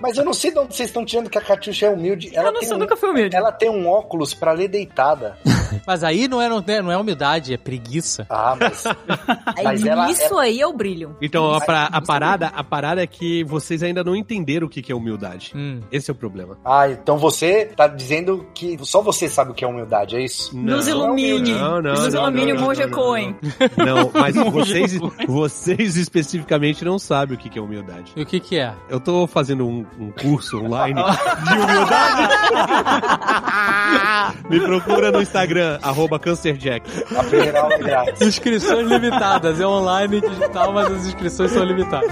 Mas eu não sei de onde vocês estão tirando que a Catiuxa é humilde. Ela
eu não
tem
sou,
um-
nunca fui humilde.
Ela tem um óculos pra ler deitada.
Mas aí não é, não é, não é humildade, é preguiça.
Ah, mas. mas
Aí,
ela-
isso aí é o brilho.
Então, a, pra- a parada, a parada é que vocês ainda não entenderam o que, que é humildade.
Hum.
Esse é o problema.
Ah, então você tá dizendo que só você sabe o que é humildade, é isso?
Nos
Não.
ilumine.
Não, não,
Nos
não,
ilumine
não,
o
não,
Monja
não,
Cohen.
Não, mas vocês, vocês especificamente não sabem o que, que é humildade.
E o que que é?
Eu tô fazendo um, um curso online de humildade. Me procura no Instagram, arroba cancerjack.
A primeira aula é grátis.
Inscrições limitadas, é online digital, mas as inscrições são limitadas.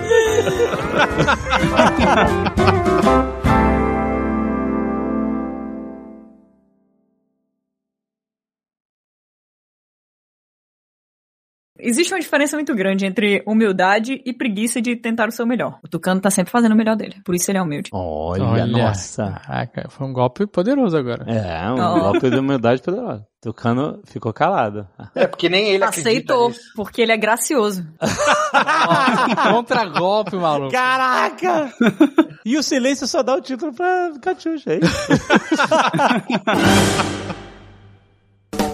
Existe uma diferença muito grande entre humildade e preguiça de tentar o seu melhor. O Tucano tá sempre fazendo o melhor dele, por isso ele é humilde.
Olha, nossa.
Caraca, foi um golpe poderoso agora.
É, um
Ó.
golpe de humildade poderosa. Tucano ficou calado.
É porque nem ele acredita
Aceitou,
nisso.
porque ele é gracioso.
Contra golpe, maluco.
Caraca! e o silêncio só dá o título pra Catiuxa, hein?